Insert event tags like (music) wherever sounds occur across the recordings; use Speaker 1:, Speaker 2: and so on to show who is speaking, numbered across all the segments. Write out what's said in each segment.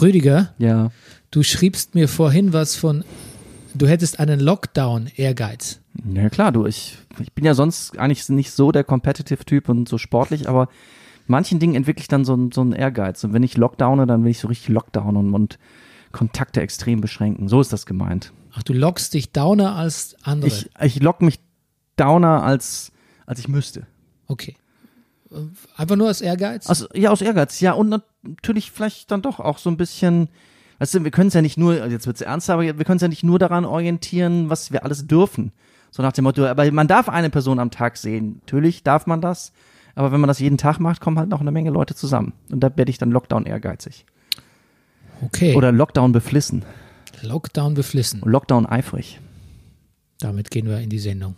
Speaker 1: Rüdiger,
Speaker 2: Ja.
Speaker 1: du schriebst mir vorhin was von, du hättest einen Lockdown-Ehrgeiz.
Speaker 2: Ja klar, du, ich, ich bin ja sonst eigentlich nicht so der Competitive-Typ und so sportlich, aber manchen Dingen entwickle ich dann so, einen- so einen Ehrgeiz. Und wenn ich lockdowne, dann will ich so richtig lockdownen und, und Kontakte extrem beschränken. So ist das gemeint.
Speaker 1: Ach, du lockst dich downer als andere.
Speaker 2: Ich, ich lock mich downer, als, als ich müsste.
Speaker 1: okay. Einfach nur als Ehrgeiz?
Speaker 2: Aus, ja, aus Ehrgeiz, ja. Und nat- natürlich vielleicht dann doch auch so ein bisschen, weißt du, wir können es ja nicht nur, also jetzt wird's ernst, aber wir können es ja nicht nur daran orientieren, was wir alles dürfen. So nach dem Motto, aber man darf eine Person am Tag sehen. Natürlich darf man das. Aber wenn man das jeden Tag macht, kommen halt noch eine Menge Leute zusammen. Und da werde ich dann Lockdown ehrgeizig.
Speaker 1: okay.
Speaker 2: Oder Lockdown beflissen.
Speaker 1: Lockdown beflissen.
Speaker 2: Und Lockdown eifrig.
Speaker 1: Damit gehen wir in die Sendung.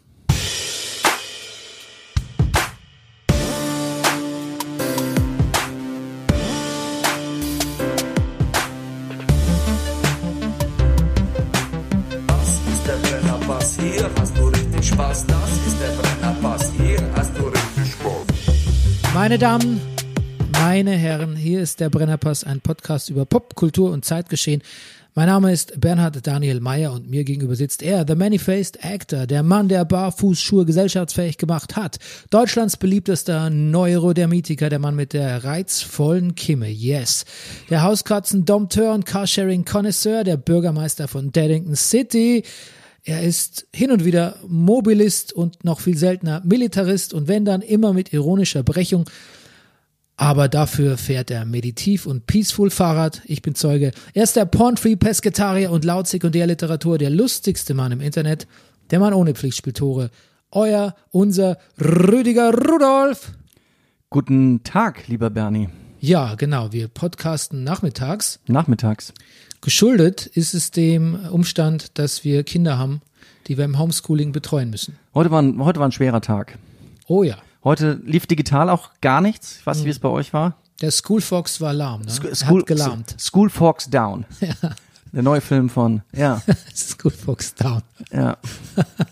Speaker 3: Das ist der Brennerpass, hier hast du richtig Spaß. Das ist der Brennerpass, hier hast du richtig Spaß.
Speaker 1: Meine Damen, meine Herren, hier ist der Brennerpass, ein Podcast über Popkultur und Zeitgeschehen. Mein Name ist Bernhard Daniel Meyer und mir gegenüber sitzt er, The Many-Faced Actor, der Mann, der Barfußschuhe gesellschaftsfähig gemacht hat. Deutschlands beliebtester Neurodermitiker, der Mann mit der reizvollen Kimme, yes. Der Hauskatzen, Dompteur und Carsharing-Connoisseur, der Bürgermeister von Daddington City. Er ist hin und wieder Mobilist und noch viel seltener Militarist und wenn dann immer mit ironischer Brechung. Aber dafür fährt er meditiv und peaceful Fahrrad. Ich bin Zeuge. Er ist der Pornfree Pesketarier und laut Sekundärliteratur der lustigste Mann im Internet. Der Mann ohne Pflichtspieltore. Euer, unser Rüdiger Rudolf.
Speaker 2: Guten Tag, lieber Bernie.
Speaker 1: Ja, genau. Wir podcasten nachmittags.
Speaker 2: Nachmittags.
Speaker 1: Geschuldet ist es dem Umstand, dass wir Kinder haben, die wir im Homeschooling betreuen müssen.
Speaker 2: Heute war ein, heute war ein schwerer Tag.
Speaker 1: Oh ja.
Speaker 2: Heute lief digital auch gar nichts. Ich weiß
Speaker 1: Mhm.
Speaker 2: nicht, wie es bei euch war.
Speaker 1: Der Schoolfox war lahm, ne?
Speaker 2: Sk-
Speaker 1: er hat (laughs) gelahmt.
Speaker 2: School Fox Down.
Speaker 1: (laughs)
Speaker 2: Der neue Film von, ja,
Speaker 1: Schoolfox down.
Speaker 2: ja.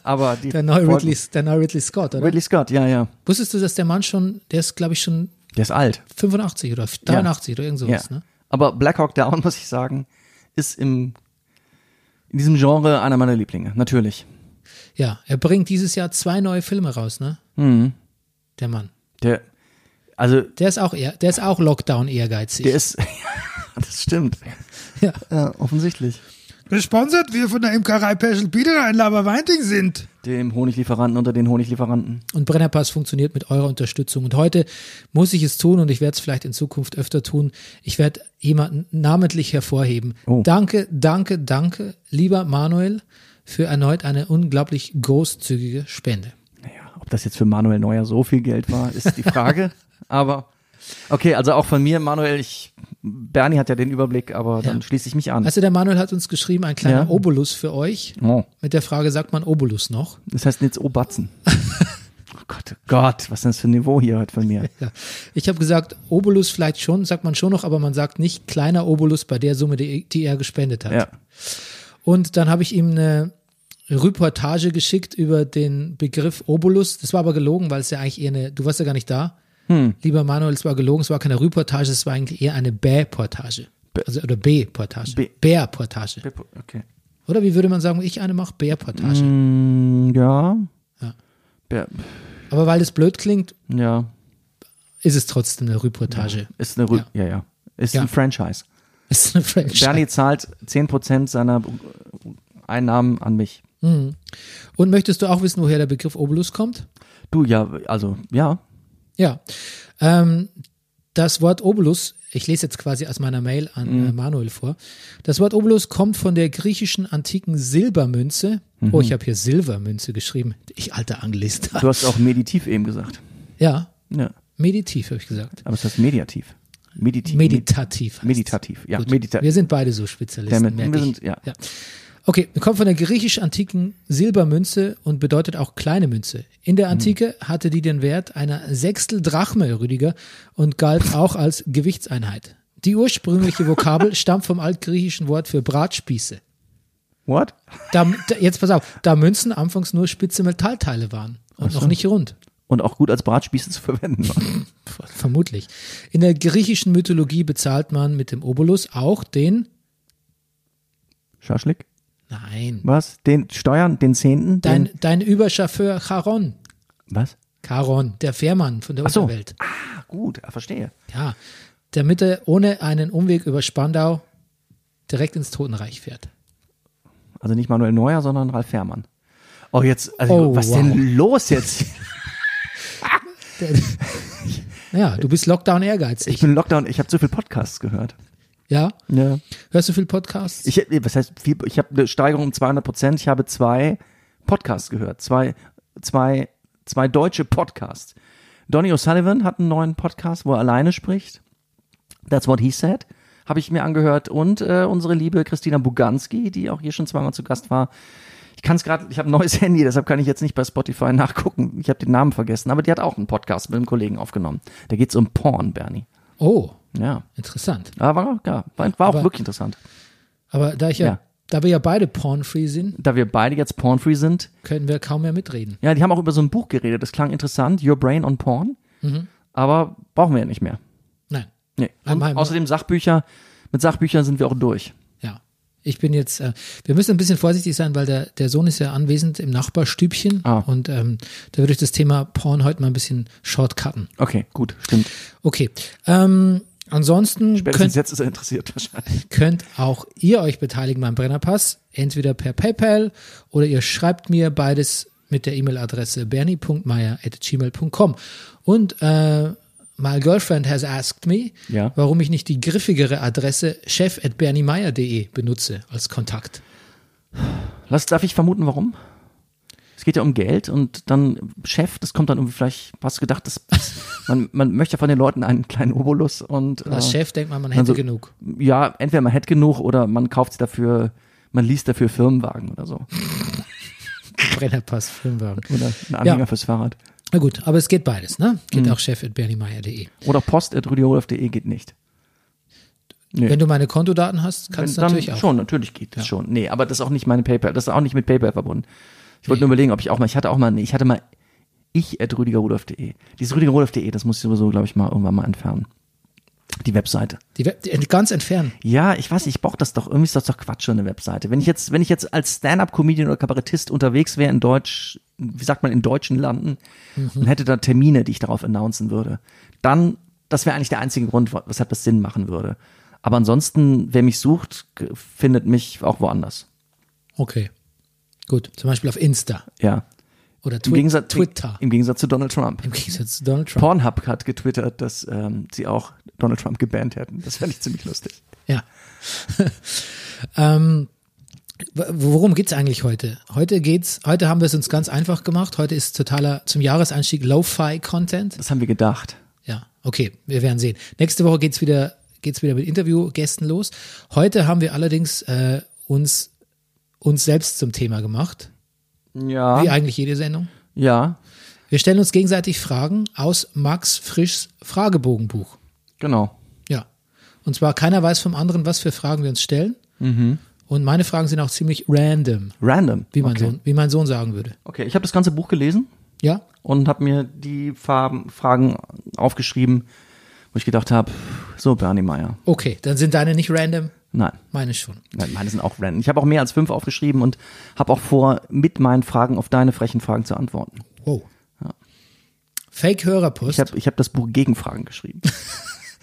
Speaker 2: Aber die
Speaker 1: Der neue,
Speaker 2: Folgen-
Speaker 1: Ridley, der neue Ridley Scott, oder?
Speaker 2: Ridley Scott, ja, ja.
Speaker 1: Wusstest du, dass der Mann schon, der ist glaube ich schon
Speaker 2: Der ist alt.
Speaker 1: 85 oder 83 oder irgend
Speaker 2: Ja.
Speaker 1: sowas, ne?
Speaker 2: Aber Black Hawk Down, (laughs) muss ich sagen, ist im, in diesem Genre einer meiner Lieblinge, natürlich.
Speaker 1: Ja, er bringt dieses Jahr zwei neue Filme raus, ne?
Speaker 2: Mhm.
Speaker 1: Der Mann.
Speaker 2: Der, also,
Speaker 1: Der ist auch eher, der ist auch Lockdown ehrgeizig.
Speaker 2: der ist, (laughs) das stimmt.
Speaker 1: Ja.
Speaker 2: ja, offensichtlich.
Speaker 4: Gesponsert wir von der Imkerei Peschel Bieder in Laberweinting sind.
Speaker 2: Dem Honiglieferanten unter den Honiglieferanten.
Speaker 1: Und Brennerpass funktioniert mit eurer Unterstützung. Und heute muss ich es tun und ich werde es vielleicht in Zukunft öfter tun. Ich werde jemanden namentlich hervorheben.
Speaker 2: Oh.
Speaker 1: Danke, danke, danke, lieber Manuel, für erneut eine unglaublich großzügige Spende.
Speaker 2: Naja, ob das jetzt für Manuel Neuer so viel Geld war, ist die (laughs) Frage. aber okay, also auch von mir, Manuel, ich, Bernie hat ja den Überblick, aber dann
Speaker 1: Ja.
Speaker 2: schließe ich mich an.
Speaker 1: Also der Manuel hat uns geschrieben, ein kleiner
Speaker 2: Ja.
Speaker 1: Obolus für euch.
Speaker 2: oh,
Speaker 1: Mit der Frage, sagt man Obolus noch?
Speaker 2: das heißt jetzt Obatzen. (laughs) oh Gott, oh Gott, was ist denn das für ein Niveau hier heute von (laughs) mir?
Speaker 1: Ja. Ich habe gesagt, Obolus vielleicht schon, sagt man schon noch, aber man sagt nicht kleiner Obolus bei der Summe, die, die er gespendet hat.
Speaker 2: Ja,
Speaker 1: Und dann habe ich ihm eine Reportage geschickt über den Begriff Obolus. Das war aber gelogen, weil es ja eigentlich eher eine, du warst ja gar nicht da.
Speaker 2: Hm.
Speaker 1: Lieber Manuel, es war gelogen, es war keine Reportage, es war eigentlich eher eine Bä-Portage. Also, oder B-Portage.
Speaker 2: Bä-
Speaker 1: Bär-Portage.
Speaker 2: okay.
Speaker 1: Oder wie würde man sagen, ich eine mache Bär-Portage.
Speaker 2: Mm, ja.
Speaker 1: Ja.
Speaker 2: Ja,
Speaker 1: Aber weil es blöd klingt,
Speaker 2: ja,
Speaker 1: ist es trotzdem eine Reportage.
Speaker 2: ist eine Rü ja. ja, Ist
Speaker 1: Ja.
Speaker 2: ein Franchise.
Speaker 1: (laughs) Es ist eine Franchise.
Speaker 2: Bernie zahlt 10% seiner Einnahmen an mich.
Speaker 1: Mhm. Und möchtest du auch wissen, woher der Begriff Obolus kommt?
Speaker 2: Du, ja, also, ja.
Speaker 1: Ja. Ähm, das Wort Obolus, ich lese jetzt quasi aus meiner Mail an äh, Manuel vor. Das Wort Obolus kommt von der griechischen antiken Silbermünze. Oh, ich habe hier Silbermünze geschrieben. Ich alter Anglist. (laughs)
Speaker 2: Du hast auch meditiv eben gesagt.
Speaker 1: Ja,
Speaker 2: Ja.
Speaker 1: meditiv habe ich gesagt.
Speaker 2: Aber es heißt mediativ. Mediti
Speaker 1: Meditativ. heißt's.
Speaker 2: meditativ. Ja,
Speaker 1: Gut.
Speaker 2: meditativ.
Speaker 1: Wir sind beide so Spezialisten.
Speaker 2: Damit-
Speaker 1: merk
Speaker 2: wir
Speaker 1: ich.
Speaker 2: sind- ja.
Speaker 1: Okay, kommt von der griechisch-antiken Silbermünze und bedeutet auch kleine Münze. In
Speaker 2: Mhm.
Speaker 1: der Antike hatte die den Wert einer Sechstel Drachme, Rüdiger, und galt auch als Gewichtseinheit. Die ursprüngliche
Speaker 2: (laughs)
Speaker 1: Vokabel stammt vom altgriechischen Wort für Bratspieße.
Speaker 2: What?
Speaker 1: Da, da, jetzt pass auf, da Münzen anfangs nur spitze Metallteile waren und noch nicht rund.
Speaker 2: und auch gut als Bratspieße zu (laughs) verwenden waren.
Speaker 1: Vermutlich. In der griechischen Mythologie bezahlt man mit dem Obolus auch den.
Speaker 2: Schaschlik?
Speaker 1: Nein.
Speaker 2: Was? Den Steuern? Den Zehnten?
Speaker 1: Dein,
Speaker 2: Den,
Speaker 1: dein Überchauffeur Charon.
Speaker 2: was?
Speaker 1: Charon, der Fährmann von der
Speaker 2: Ach so.
Speaker 1: Unterwelt.
Speaker 2: Ah, gut, ah, verstehe.
Speaker 1: Ja. Damit er ohne einen Umweg über Spandau direkt ins Totenreich fährt.
Speaker 2: Also nicht Manuel Neuer, sondern Ralf Fährmann. Oh, jetzt, also,
Speaker 1: Oh,
Speaker 2: was
Speaker 1: wow.
Speaker 2: denn los jetzt?
Speaker 1: Der,
Speaker 2: (laughs)
Speaker 1: ja, du bist Lockdown
Speaker 2: Ich
Speaker 1: ehrgeizig.
Speaker 2: bin Lockdown, ich habe zu viel Podcasts gehört.
Speaker 1: Ja.
Speaker 2: Ja.
Speaker 1: Hörst du viel Podcasts?
Speaker 2: Ich, was heißt, viel, ich habe eine Steigerung um 200 Prozent. Ich habe zwei Podcasts gehört. Zwei, zwei, zwei deutsche Podcasts. Donny O'Sullivan hat einen neuen Podcast, wo er alleine spricht. That's what he said. Habe ich mir angehört. Und äh, unsere liebe Christina Buganski, die auch hier schon zweimal zu Gast war. Ich kann es gerade, ich habe ein neues (laughs) Handy, deshalb kann ich jetzt nicht bei Spotify nachgucken. Ich habe den Namen vergessen. Aber die hat auch einen Podcast mit einem Kollegen aufgenommen. Da geht's um Porn, Bernie.
Speaker 1: Oh,
Speaker 2: Ja.
Speaker 1: interessant.
Speaker 2: Aber war, ja, war, war auch
Speaker 1: Aber-
Speaker 2: wirklich interessant.
Speaker 1: Aber da ich ja,
Speaker 2: Ja.
Speaker 1: da wir ja beide pornfree sind,
Speaker 2: Da wir beide jetzt pornfree sind,
Speaker 1: können wir kaum mehr mitreden.
Speaker 2: Ja, die haben auch über so ein Buch geredet. Das klang interessant, Your Brain on Porn. Aber brauchen wir ja nicht mehr.
Speaker 1: Nein.
Speaker 2: Nee.
Speaker 1: Haben
Speaker 2: Und
Speaker 1: Mhm. wir-
Speaker 2: außerdem Sachbücher. Mit Sachbüchern sind wir auch durch.
Speaker 1: Ja. Ich bin jetzt, äh, wir müssen ein bisschen vorsichtig sein, weil der, der Sohn ist ja anwesend im Nachbarstübchen
Speaker 2: Ah.
Speaker 1: und ähm, da würde ich das Thema Porn heute mal ein bisschen shortcutten.
Speaker 2: Okay, gut, stimmt.
Speaker 1: Okay. Ähm, ansonsten
Speaker 2: Spätestens
Speaker 1: könnt,
Speaker 2: jetzt ist er interessiert wahrscheinlich.
Speaker 1: könnt auch ihr euch beteiligen beim Brennerpass, entweder per PayPal oder ihr schreibt mir beides mit der E-Mail-Adresse bernie.meier.gmail.com. Und äh, my girlfriend has asked me,
Speaker 2: Ja.
Speaker 1: warum ich nicht die griffigere Adresse chef.berniemeier.de benutze als Kontakt.
Speaker 2: Was darf ich vermuten, warum? Es geht ja um Geld und dann Chef, das kommt dann irgendwie vielleicht, hast du gedacht, das,
Speaker 1: (laughs)
Speaker 2: man, man möchte von den Leuten einen kleinen Obolus und
Speaker 1: Als
Speaker 2: äh,
Speaker 1: Chef denkt man, man hätte
Speaker 2: also-
Speaker 1: genug.
Speaker 2: ja, entweder man hätte genug oder man kauft dafür, man liest dafür Firmenwagen oder so.
Speaker 1: Brennerpass, Firmenwagen.
Speaker 2: Oder einen Anhänger
Speaker 1: Ja.
Speaker 2: fürs Fahrrad.
Speaker 1: Na gut, aber es geht beides, ne? Geht
Speaker 2: Mhm.
Speaker 1: auch chef.berniemeier.de.
Speaker 2: Oder post.rüdigerolf.de geht nicht. Nee.
Speaker 1: Wenn du meine Kontodaten hast, kannst du
Speaker 2: Wenn- dann
Speaker 1: natürlich auch.
Speaker 2: Schon, natürlich geht das schon. Nee, aber das ist auch nicht meine PayPal, das ist auch nicht mit PayPal verbunden. Ich wollte nur überlegen, ob ich auch mal, ich hatte auch mal, nee, ich hatte mal ich at rüdigerrudolf.de. Dieses rüdigerrudolf.de, das muss ich sowieso, glaube ich, mal irgendwann mal entfernen. Die Webseite.
Speaker 1: Die, Web- die, ganz entfernen.
Speaker 2: Ja, ich weiß, nicht, ich brauche das doch, irgendwie ist das doch Quatsch, so eine Webseite. Wenn ich jetzt, wenn ich jetzt als Stand-Up-Comedian oder Kabarettist unterwegs wäre in Deutsch, wie sagt man, in deutschen Landen
Speaker 1: Mhm.
Speaker 2: und hätte da Termine, die ich darauf announcen würde, dann, das wäre eigentlich der einzige Grund, wa- weshalb das Sinn machen würde. Aber ansonsten, wer mich sucht, g- findet mich auch woanders.
Speaker 1: Okay. Gut, zum Beispiel auf Insta
Speaker 2: Ja.
Speaker 1: oder
Speaker 2: Im
Speaker 1: Twi
Speaker 2: Gegensatz,
Speaker 1: Twitter.
Speaker 2: Im Gegensatz zu Donald Trump.
Speaker 1: Im Gegensatz zu Donald Trump.
Speaker 2: Pornhub hat getwittert, dass ähm, sie auch Donald Trump gebannt hätten. Das fände ich ziemlich lustig.
Speaker 1: Ja. (laughs) ähm, w- worum geht's eigentlich heute? Heute geht's, heute haben wir es uns ganz einfach gemacht. Heute ist totaler zum Jahresanstieg Lo-Fi-Content.
Speaker 2: Das haben wir gedacht.
Speaker 1: Ja, okay, wir werden sehen. Nächste Woche geht's wieder, geht's wieder mit Interviewgästen los. Heute haben wir allerdings äh, uns, uns selbst zum Thema gemacht. Wie
Speaker 2: Ja.
Speaker 1: eigentlich jede Sendung.
Speaker 2: Ja.
Speaker 1: Wir stellen uns gegenseitig Fragen aus Max Frischs Fragebogenbuch.
Speaker 2: Genau.
Speaker 1: Ja. Und zwar keiner weiß vom anderen, was für Fragen wir uns stellen.
Speaker 2: Mhm.
Speaker 1: Und meine Fragen sind auch ziemlich random,
Speaker 2: Random.
Speaker 1: wie mein,
Speaker 2: okay.
Speaker 1: Sohn, wie mein Sohn sagen würde.
Speaker 2: Okay, ich habe das ganze Buch gelesen
Speaker 1: Ja?
Speaker 2: und habe mir die Farben, Fragen aufgeschrieben, wo ich gedacht habe, so Bernie Meyer.
Speaker 1: Okay, dann sind deine nicht random,
Speaker 2: Nein,
Speaker 1: meine schon.
Speaker 2: nein, meine sind auch random. Ich habe auch mehr als fünf aufgeschrieben und habe auch vor, mit meinen Fragen auf deine frechen Fragen zu antworten.
Speaker 1: Wow. Fake-Hörerpost.
Speaker 2: Ich habe ich hab das Buch Gegenfragen (laughs) geschrieben.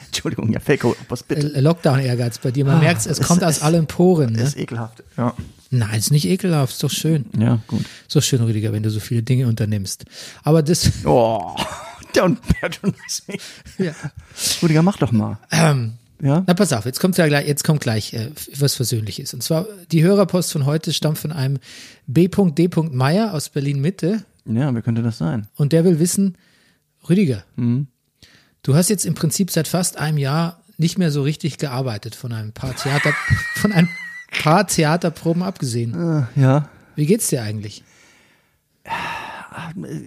Speaker 2: Entschuldigung, ja, Fake was bitte.
Speaker 1: Äh, Lockdown-Ehrgeiz bei dir. Man merkt's, es
Speaker 2: Ah, es
Speaker 1: kommt aus
Speaker 2: ist-
Speaker 1: allen Poren. Ne?
Speaker 2: ist ekelhaft. Ja.
Speaker 1: Nein, ist nicht ekelhaft, ist doch schön.
Speaker 2: Ja, gut.
Speaker 1: Ist doch schön, Rüdiger, wenn du so viele Dinge unternimmst. Aber das,
Speaker 2: Oh, (laughs) don't patronize me.
Speaker 1: (laughs)
Speaker 2: Ähm.
Speaker 1: Ja.
Speaker 2: Rüdiger, mach doch mal. ja?
Speaker 1: Na, pass auf, jetzt kommt ja gleich, jetzt kommt gleich äh, was Versöhnliches. Und zwar, die Hörerpost von heute stammt von einem B.D. Meier aus Berlin-Mitte
Speaker 2: Ja, wer könnte das sein?
Speaker 1: und der will wissen, Rüdiger, du hast jetzt im Prinzip seit fast einem Jahr nicht mehr so richtig gearbeitet, von ein paar Theater, (laughs) von ein paar Theaterproben abgesehen.
Speaker 2: Äh, Ja.
Speaker 1: Wie geht's dir eigentlich?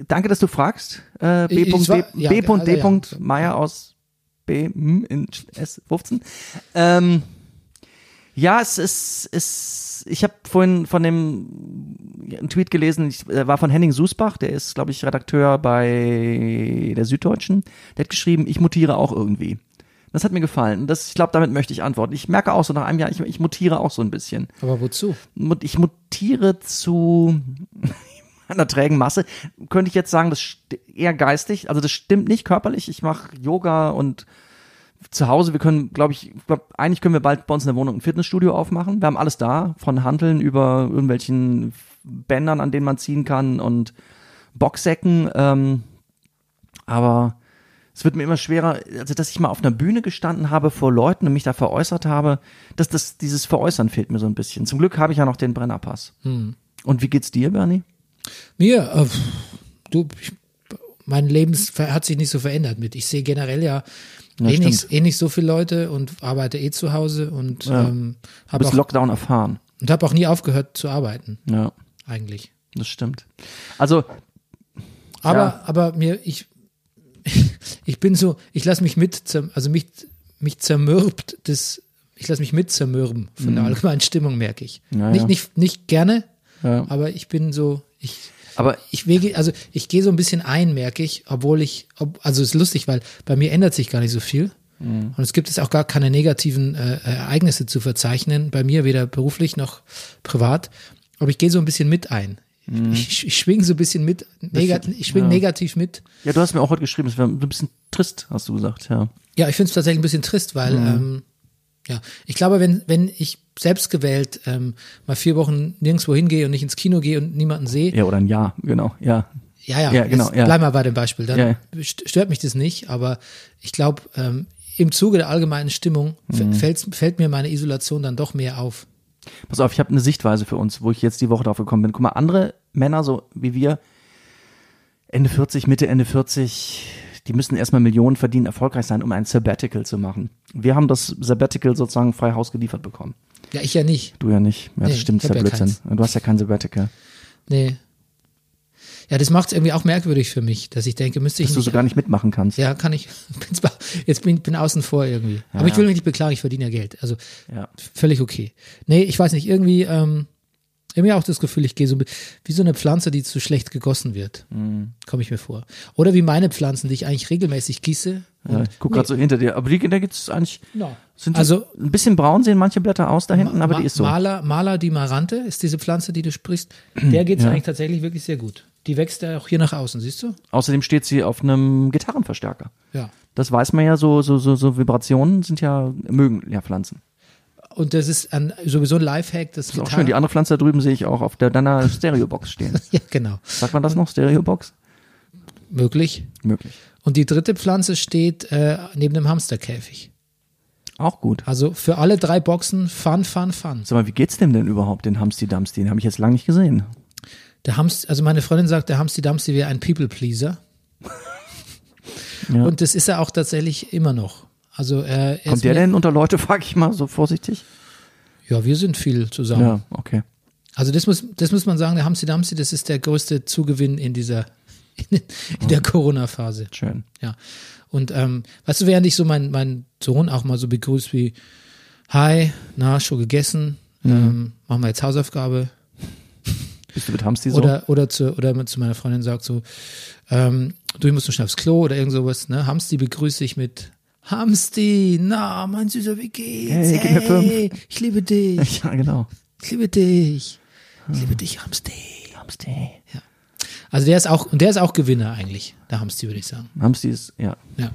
Speaker 2: Danke, dass du fragst. Äh, B.
Speaker 1: Ich- ich war- ja,
Speaker 2: B.
Speaker 1: also,
Speaker 2: D.
Speaker 1: ja.
Speaker 2: Meier aus B. M in S. 15. Ähm, ja, es ist, es ist, ich habe vorhin von dem einen Tweet gelesen, ich, der war von Henning Susbach, der ist, glaube ich, Redakteur bei der Süddeutschen. Der hat geschrieben, ich mutiere auch irgendwie. Das hat mir gefallen. Und Das, ich glaube, damit möchte ich antworten. Ich merke auch so nach einem Jahr, ich, ich mutiere auch so ein bisschen.
Speaker 1: Aber wozu?
Speaker 2: Mut- Ich mutiere zu (laughs) einer trägen Masse. Könnte ich jetzt sagen, das st- eher geistig. Also das stimmt nicht körperlich. Ich mache Yoga und zu Hause, wir können, glaube ich, glaub, eigentlich können wir bald bei uns in der Wohnung ein Fitnessstudio aufmachen. Wir haben alles da, von Hanteln über irgendwelchen Bändern, an denen man ziehen kann und Boxsäcken. Ähm, aber es wird mir immer schwerer, also dass ich mal auf einer Bühne gestanden habe vor Leuten und mich da veräußert habe, dass das, dieses Veräußern fehlt mir so ein bisschen. Zum Glück habe ich ja noch den Brennerpass. Und wie geht's dir, Bernie?
Speaker 1: Mir, äh, pf, du, ich, mein Leben s- ver- hat sich nicht so verändert mit. Ich sehe generell ja, eh,
Speaker 2: stimmt.
Speaker 1: nicht, eh nicht so viele Leute und arbeite eh zu Hause und ähm,
Speaker 2: Du
Speaker 1: habe
Speaker 2: bist
Speaker 1: auch,
Speaker 2: Lockdown erfahren.
Speaker 1: und hab auch nie aufgehört zu arbeiten,
Speaker 2: Ja,
Speaker 1: eigentlich.
Speaker 2: das stimmt. Also,
Speaker 1: Aber,
Speaker 2: Ja.
Speaker 1: aber mir, ich, (laughs) ich bin so, ich lasse mich mit, zer- also mich, mich zermürbt, das, ich lasse mich mit zermürben von der (laughs) allgemeinen Stimmung, merke ich.
Speaker 2: Mhm. Ja,
Speaker 1: nicht,
Speaker 2: ja.
Speaker 1: nicht, nicht gerne,
Speaker 2: Ja.
Speaker 1: aber ich bin so, ich,
Speaker 2: aber
Speaker 1: ich wege, also ich gehe so ein bisschen ein, merke ich, obwohl ich, ob, also ist lustig, weil bei mir ändert sich gar nicht so viel. Und es gibt jetzt auch gar keine negativen äh, Ereignisse zu verzeichnen, bei mir weder beruflich noch privat. Aber ich gehe so ein bisschen mit ein. Ich, ich schwing so ein bisschen mit, negat, ich schwing
Speaker 2: ja.
Speaker 1: negativ mit.
Speaker 2: ja, du hast mir auch heute geschrieben, es wäre ein bisschen trist, hast du gesagt, ja.
Speaker 1: Ja, ich finde es tatsächlich ein bisschen trist, weil ähm, ja, ich glaube, wenn, wenn ich selbst gewählt ähm, mal vier Wochen nirgendwo hingehe und nicht ins Kino gehe und niemanden sehe,
Speaker 2: Ja, oder ein Ja, genau, ja.
Speaker 1: Ja, ja,
Speaker 2: Ja,
Speaker 1: jetzt
Speaker 2: genau, ja.
Speaker 1: Bleib mal bei dem Beispiel. Dann
Speaker 2: Ja, ja.
Speaker 1: st- stört mich das nicht, aber ich glaube, ähm, im Zuge der allgemeinen Stimmung f-
Speaker 2: Mhm.
Speaker 1: fällt's- fällt mir meine Isolation dann doch mehr auf.
Speaker 2: Pass auf, ich habe eine Sichtweise für uns, wo ich jetzt die Woche drauf gekommen bin. Guck mal, andere Männer, so wie wir, Ende 40, Mitte, Ende 40, die müssen erstmal Millionen verdienen, erfolgreich sein, um ein Sabbatical zu machen. Wir haben das Sabbatical sozusagen frei Haus geliefert bekommen.
Speaker 1: Ja, ich ja nicht.
Speaker 2: Du ja nicht. Ja, das
Speaker 1: Nee,
Speaker 2: stimmt,
Speaker 1: ich
Speaker 2: ist ja
Speaker 1: hab ja
Speaker 2: Blödsinn. du hast ja kein Sabbatical.
Speaker 1: Nee. Ja, das macht es irgendwie auch merkwürdig für mich, dass ich denke, müsste ich
Speaker 2: Dass du
Speaker 1: nicht.
Speaker 2: so gar nicht mitmachen kannst.
Speaker 1: ja, kann ich. (laughs) Bin's ba- Jetzt bin bin außen vor irgendwie. Aber ich will mich nicht beklagen, ich verdiene ja Geld. Also
Speaker 2: Ja.
Speaker 1: völlig okay. Nee, ich weiß nicht, irgendwie, ähm, irgendwie auch das Gefühl, ich gehe so wie so eine Pflanze, die zu schlecht gegossen wird.
Speaker 2: Mhm.
Speaker 1: Komme ich mir vor. Oder wie meine Pflanzen, die ich eigentlich regelmäßig gieße.
Speaker 2: Ja, ich guck gerade so hinter dir. Aber die, da gibt's eigentlich.
Speaker 1: No.
Speaker 2: Sind die,
Speaker 1: Also-
Speaker 2: also, ein bisschen braun sehen manche Blätter aus da hinten, aber
Speaker 1: Ma-
Speaker 2: die ist so.
Speaker 1: Maler, Maler di Marante ist diese Pflanze, die du sprichst.
Speaker 2: (clears throat)
Speaker 1: Der geht es
Speaker 2: Ja.
Speaker 1: eigentlich tatsächlich wirklich sehr gut. Die wächst ja auch hier nach außen, siehst du?
Speaker 2: Außerdem steht sie auf einem Gitarrenverstärker.
Speaker 1: Ja.
Speaker 2: Das weiß man ja, so, so, so, so Vibrationen sind ja, mögen ja Pflanzen.
Speaker 1: Und das ist ein, sowieso ein Lifehack, das
Speaker 2: Ist auch schön.
Speaker 1: (laughs)
Speaker 2: Die andere Pflanze da drüben sehe ich auch auf der deiner Stereobox stehen.
Speaker 1: Ja, genau.
Speaker 2: Sagt man das noch? Stereobox?
Speaker 1: Möglich.
Speaker 2: Möglich.
Speaker 1: Und die dritte Pflanze steht äh, neben dem Hamsterkäfig.
Speaker 2: Auch gut.
Speaker 1: Also für alle drei Boxen Fun, Fun, Fun.
Speaker 2: Sag mal, wie geht's dem denn überhaupt, den Hamsti Dumpsti? Den habe ich jetzt lange nicht gesehen.
Speaker 1: Der Hamst, also meine Freundin sagt, der Hamsti Damsti wäre ein People Pleaser.
Speaker 2: Ja.
Speaker 1: Und das ist er auch tatsächlich immer noch. Also äh, er ist
Speaker 2: Kommt der
Speaker 1: mir-
Speaker 2: denn unter Leute, (laughs) frage ich mal so vorsichtig?
Speaker 1: Ja, wir sind viel zusammen.
Speaker 2: Ja, okay.
Speaker 1: Also das muss, das muss man sagen, der Hamsi Damsi, das ist der größte Zugewinn in dieser, in, in der Corona-Phase.
Speaker 2: Schön.
Speaker 1: Ja. Und ähm, weißt du, während ich so meinen mein Sohn auch mal so begrüßt wie, hi, na, schon gegessen,
Speaker 2: Mhm.
Speaker 1: ähm, machen wir jetzt Hausaufgabe.
Speaker 2: Bist du mit Hamsti so?
Speaker 1: Oder, oder, zu, oder man zu meiner Freundin sagt so, ähm, du, ich muss noch schnell aufs Klo oder irgend sowas. Ne? Hamsti begrüße ich mit Hamsti, na, mein Süßer, wie geht's?
Speaker 2: Hey, gib mir fünf."
Speaker 1: ich liebe dich,
Speaker 2: (laughs) Ja, genau.
Speaker 1: ich liebe dich, ich liebe dich, Hamsti.
Speaker 2: Hamsti.
Speaker 1: Also der ist auch, und der ist auch Gewinner eigentlich, der Hamsti, würde ich sagen.
Speaker 2: Hamsti ist, ja.
Speaker 1: Ja.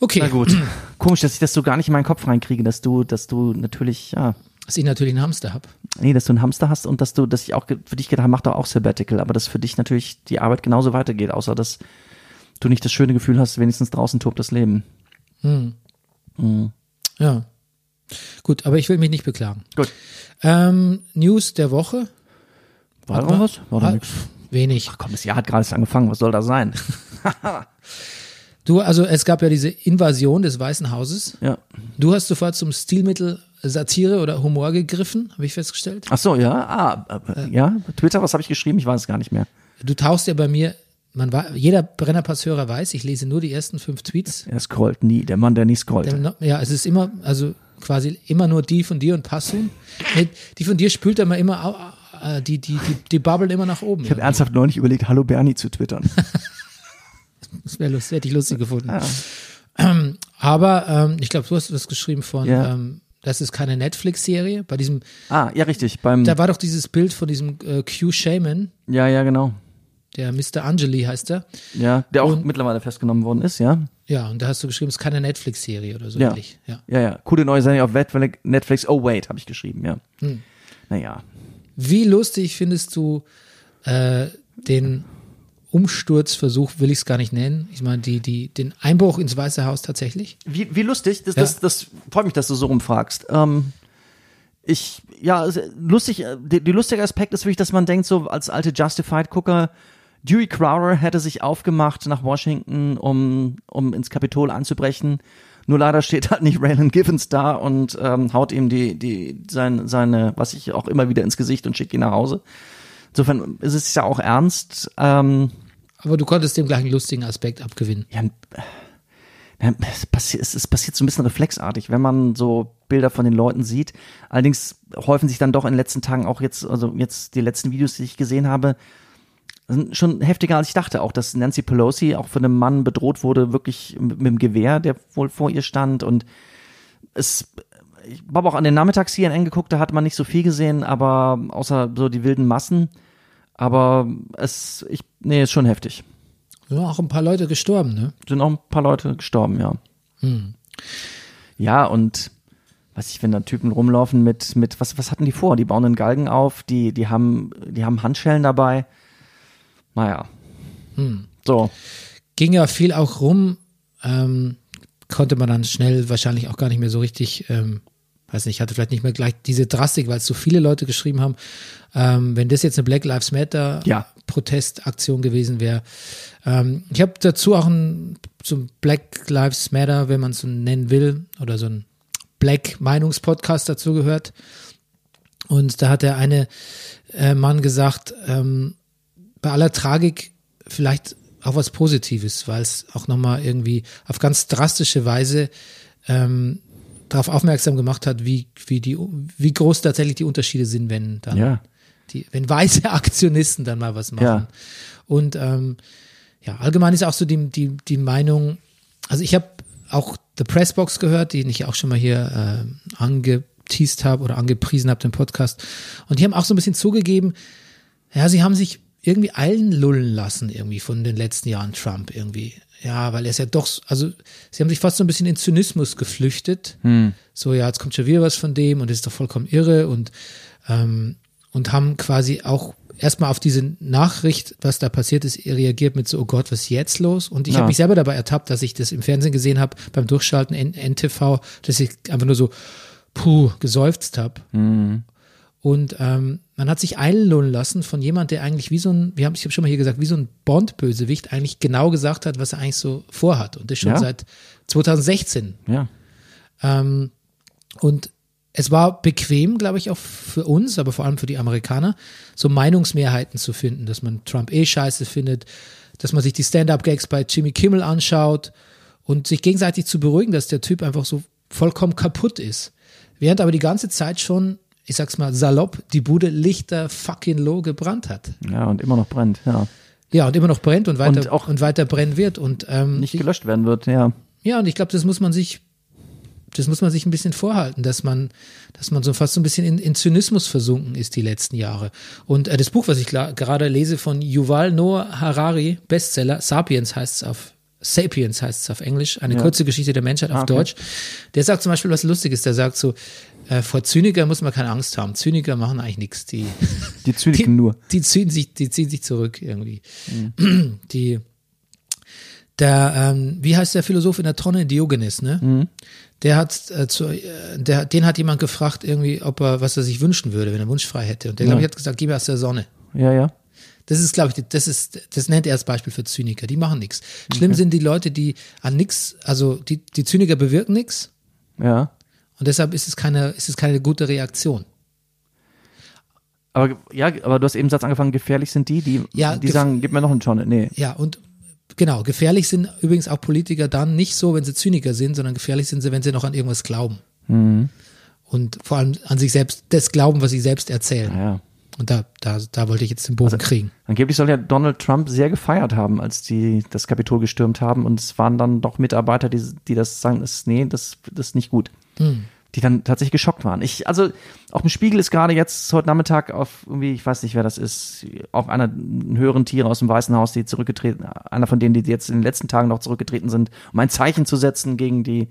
Speaker 1: Okay.
Speaker 2: Na gut. Komisch, dass ich das so gar nicht in meinen Kopf reinkriege, dass du, dass du natürlich, ja,
Speaker 1: Dass ich natürlich einen Hamster habe.
Speaker 2: nee, dass du einen Hamster hast und dass du, dass ich auch ge- für dich gedacht habe, mach doch auch Sabbatical, aber dass für dich natürlich die Arbeit genauso weitergeht, außer dass du nicht das schöne Gefühl hast, wenigstens draußen tobt das Leben.
Speaker 1: Ja. Gut, aber ich will mich nicht beklagen.
Speaker 2: Gut.
Speaker 1: Ähm, News der Woche.
Speaker 2: War da was? War da
Speaker 1: Ah,
Speaker 2: nix?
Speaker 1: Wenig.
Speaker 2: Komm, das Jahr hat gerade erst angefangen, was soll da sein? (laughs)
Speaker 1: Du, also es gab ja diese Invasion des Weißen Hauses.
Speaker 2: Ja.
Speaker 1: Du hast sofort zum Stilmittel Satire oder Humor gegriffen, habe ich festgestellt.
Speaker 2: Ach so, ja, ah, äh, ja, Twitter, was habe ich geschrieben? Ich weiß es gar nicht mehr.
Speaker 1: Du tauchst ja bei mir, man war, jeder Brennerpass-Hörer weiß, ich lese nur die ersten fünf Tweets.
Speaker 2: Er scrollt nie, der Mann, der nie scrollt.
Speaker 1: Ja, es ist immer, also quasi immer nur die von dir und Passun. Nee, die von dir spült er mal immer, au- äh, die, die, die, die Bubble immer nach oben.
Speaker 2: Ich habe ernsthaft neulich überlegt, Hallo Bernie zu (laughs) twittern.
Speaker 1: Das wäre lustig, hätte ich lustig gefunden. Ähm, aber ähm, ich glaube, du hast was geschrieben von,
Speaker 2: Ja.
Speaker 1: ähm, das ist keine Netflix-Serie. Bei diesem,
Speaker 2: ah, ja, richtig. Beim,
Speaker 1: da war doch dieses Bild von diesem äh, Q Shaman,
Speaker 2: ja, ja, genau.
Speaker 1: der Mr. Angeli heißt er.
Speaker 2: Ja, der auch mittlerweile festgenommen worden ist, ja.
Speaker 1: Ja, und da hast du geschrieben, es ist keine Netflix-Serie oder so
Speaker 2: Ja.
Speaker 1: ähnlich. Ja.
Speaker 2: Ja, ja. Coole neue Sendung auf Wet- Netflix. Oh, wait, habe ich geschrieben, ja. Naja.
Speaker 1: Wie lustig findest du äh, den Umsturzversuch, will ich es gar nicht nennen. Ich meine, die, die, den Einbruch ins Weiße Haus tatsächlich.
Speaker 2: Wie, wie lustig, das,
Speaker 1: Ja.
Speaker 2: das, das freut mich, dass du so rumfragst. Ähm, ich, ja, also, lustig, äh, der, der lustige Aspekt ist wirklich, dass man denkt, so als alte Justified-Gucker, Dewey Crowder hätte sich aufgemacht nach Washington, um, um ins Kapitol anzubrechen. Nur leider steht halt nicht Raylan Givens da und ähm, haut ihm die, die, sein, seine, was ich auch immer wieder ins Gesicht und schickt ihn nach Hause. Insofern ist es ja auch ernst. Ähm,
Speaker 1: Aber du konntest dem gleichen lustigen Aspekt abgewinnen.
Speaker 2: ja, ja, es passi- es es passiert so ein bisschen reflexartig, wenn man so Bilder von den Leuten sieht. Allerdings häufen sich dann doch in den letzten Tagen auch jetzt, also jetzt die letzten Videos, die ich gesehen habe, sind schon heftiger als ich dachte. Auch, dass Nancy Pelosi auch von einem Mann bedroht wurde, wirklich mit, mit dem Gewehr, der wohl vor ihr stand. Und es, ich habe auch an den Nachmittags CNN geguckt, da hat man nicht so viel gesehen, aber außer so die wilden Massen. Aber es, ich, nee, ist schon heftig.
Speaker 1: Sind auch ein paar Leute gestorben, ne?
Speaker 2: sind auch ein paar Leute gestorben, ja.
Speaker 1: Hm.
Speaker 2: Ja, und weiß ich, wenn da Typen rumlaufen mit, mit, was, was hatten die vor? Die bauen einen Galgen auf, die, die haben, die haben Handschellen dabei. Naja.
Speaker 1: Hm.
Speaker 2: So.
Speaker 1: ging ja viel auch rum, ähm, konnte man dann schnell wahrscheinlich auch gar nicht mehr so richtig, ähm, weiß nicht, hatte vielleicht nicht mehr gleich diese Drastik, weil es so viele Leute geschrieben haben. Ähm, wenn das jetzt eine Black Lives Matter
Speaker 2: Ja.
Speaker 1: Protestaktion gewesen wäre. Ähm, ich habe dazu auch ein zum Black Lives Matter, wenn man es so nennen will, oder so ein Black Meinungspodcast dazu gehört. Und da hat der eine äh, Mann gesagt, ähm, bei aller Tragik vielleicht auch was Positives, weil es auch nochmal irgendwie auf ganz drastische Weise ähm, darauf aufmerksam gemacht hat, wie, wie, die, wie groß tatsächlich die Unterschiede sind, wenn dann
Speaker 2: Ja.
Speaker 1: die, wenn weiße (laughs) Aktionisten dann mal was machen.
Speaker 2: Ja.
Speaker 1: Und ähm, ja, allgemein ist auch so die, die, die Meinung, also ich habe auch The Pressbox gehört, die ich auch schon mal hier äh, angeteased habe oder angepriesen habe, den Podcast. Und die haben auch so ein bisschen zugegeben, ja, sie haben sich irgendwie allen lullen lassen, irgendwie von den letzten Jahren Trump irgendwie. Ja, weil er ist ja doch, s- also sie haben sich fast so ein bisschen in Zynismus geflüchtet. So, ja, jetzt kommt schon wieder was von dem und das ist doch vollkommen irre und, ähm, und haben quasi auch erstmal auf diese Nachricht, was da passiert ist, reagiert mit so, oh Gott, was ist jetzt los? Und ich
Speaker 2: Ja.
Speaker 1: habe mich selber dabei ertappt, dass ich das im Fernsehen gesehen habe, beim Durchschalten in NTV, dass ich einfach nur so, puh, geseufzt habe. Und ähm, man hat sich einlullen lassen von jemand, der eigentlich wie so ein, wir haben, ich habe schon mal hier gesagt, wie so ein Bond-Bösewicht eigentlich genau gesagt hat, was er eigentlich so vorhat. Und das schon
Speaker 2: Ja.
Speaker 1: seit 2016.
Speaker 2: Ja.
Speaker 1: Ähm, und es war bequem, glaube ich, auch für uns, aber vor allem für die Amerikaner, so Meinungsmehrheiten zu finden, dass man Trump eh scheiße findet, dass man sich die Stand-up-Gags bei Jimmy Kimmel anschaut und sich gegenseitig zu beruhigen, dass der Typ einfach so vollkommen kaputt ist. Während aber die ganze Zeit schon, ich sag's mal salopp, die Bude lichter fucking low gebrannt hat.
Speaker 2: Ja, und immer noch brennt, ja.
Speaker 1: Ja, und immer noch brennt und weiter, und
Speaker 2: Und auch-
Speaker 1: weiter brennen wird. Und, ähm,
Speaker 2: Nicht
Speaker 1: ich-
Speaker 2: gelöscht werden wird, ja.
Speaker 1: ja, und ich glaube, das muss man sich, das muss man sich ein bisschen vorhalten, dass man, dass man so fast so ein bisschen in, in Zynismus versunken ist die letzten Jahre. Und äh, das Buch, was ich gla- gerade lese von Yuval Noah Harari, Bestseller, Sapiens heißt es auf Sapiens heißt es auf Englisch, eine kurze Geschichte der Menschheit auf Deutsch. Der sagt zum Beispiel was Lustiges, der sagt so, äh, vor Zyniker muss man keine Angst haben. Zyniker machen eigentlich nichts. Die,
Speaker 2: Die
Speaker 1: die,
Speaker 2: Zyniken nur.
Speaker 1: Die ziehen sich, die ziehen sich zurück irgendwie. Die, der, ähm, wie heißt der Philosoph in der Tonne? Diogenes, ne? Der hat, äh, zu, äh, der, den hat jemand gefragt irgendwie, ob er, was er sich wünschen würde, wenn er Wunsch frei hätte. Und der, glaube ich, hat gesagt, geh mir aus der Sonne.
Speaker 2: Ja, ja.
Speaker 1: Das ist, glaube ich, das ist, das nennt er als Beispiel für Zyniker. Die machen nichts. Schlimm sind die Leute, die an nichts, also die, die Zyniker bewirken nichts
Speaker 2: Ja.
Speaker 1: und deshalb ist es keine, ist es keine gute Reaktion.
Speaker 2: Aber, ja, aber du hast eben Satz angefangen, gefährlich sind die, die,
Speaker 1: Ja,
Speaker 2: die
Speaker 1: gef-
Speaker 2: sagen, gib mir noch einen Johnny. Nee.
Speaker 1: Ja, und genau, gefährlich sind übrigens auch Politiker dann nicht so, wenn sie Zyniker sind, sondern gefährlich sind sie, wenn sie noch an irgendwas glauben. Und vor allem an sich selbst, das glauben, was sie selbst erzählen.
Speaker 2: Naja.
Speaker 1: Und da, da, da wollte ich jetzt den Bogen kriegen.
Speaker 2: Angeblich soll ja Donald Trump sehr gefeiert haben, als die das Kapitol gestürmt haben. Und es waren dann doch Mitarbeiter, die, die das sagen, das, nee, das, das ist nicht gut. Die dann tatsächlich geschockt waren. Ich, also, auf dem Spiegel ist gerade jetzt heute Nachmittag auf irgendwie, ich weiß nicht, wer das ist, auch einer einen höheren Tiere aus dem Weißen Haus, die zurückgetreten, einer von denen, die jetzt in den letzten Tagen noch zurückgetreten sind, um ein Zeichen zu setzen gegen die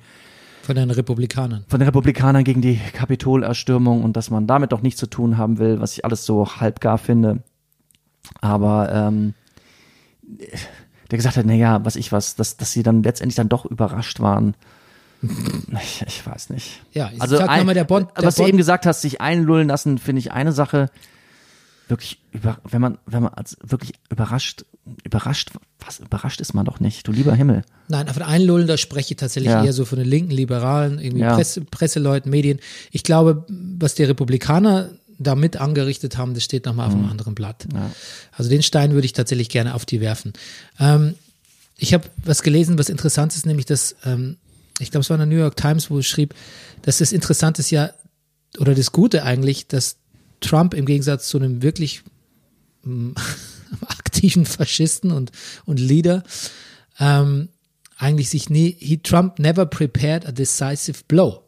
Speaker 1: Von den Republikanern.
Speaker 2: von den Republikanern gegen die Kapitolerstürmung und dass man damit doch nichts zu tun haben will, was ich alles so halbgar finde. Aber ähm, der gesagt hat, naja, was ich was, dass, dass sie dann letztendlich dann doch überrascht waren. Ich, ich weiß nicht. Also
Speaker 1: Ja, ich sag noch mal, der Bond- der
Speaker 2: was du
Speaker 1: Bond-
Speaker 2: eben gesagt hast, sich einlullen lassen, finde ich eine Sache wirklich über, wenn man, wenn man als wirklich überrascht, überrascht, was überrascht ist man doch nicht, du lieber Himmel.
Speaker 1: Nein, von Einlullen, da spreche ich tatsächlich
Speaker 2: Ja.
Speaker 1: eher so von den linken Liberalen, irgendwie
Speaker 2: Ja.
Speaker 1: Presse, Presseleuten, Medien. Ich glaube, was die Republikaner damit angerichtet haben, das steht nochmal auf
Speaker 2: Mhm.
Speaker 1: einem anderen Blatt. Also den Stein würde ich tatsächlich gerne auf die werfen. Ähm, ich habe was gelesen, was interessant ist, nämlich dass, ähm, ich glaube, es war in der New York Times, wo es schrieb, dass das Interessante ist ja, oder das Gute eigentlich, dass Trump im Gegensatz zu einem wirklich ähm, (laughs) aktiven Faschisten und, und Leader ähm, eigentlich sich nie, he, Trump never prepared a decisive blow.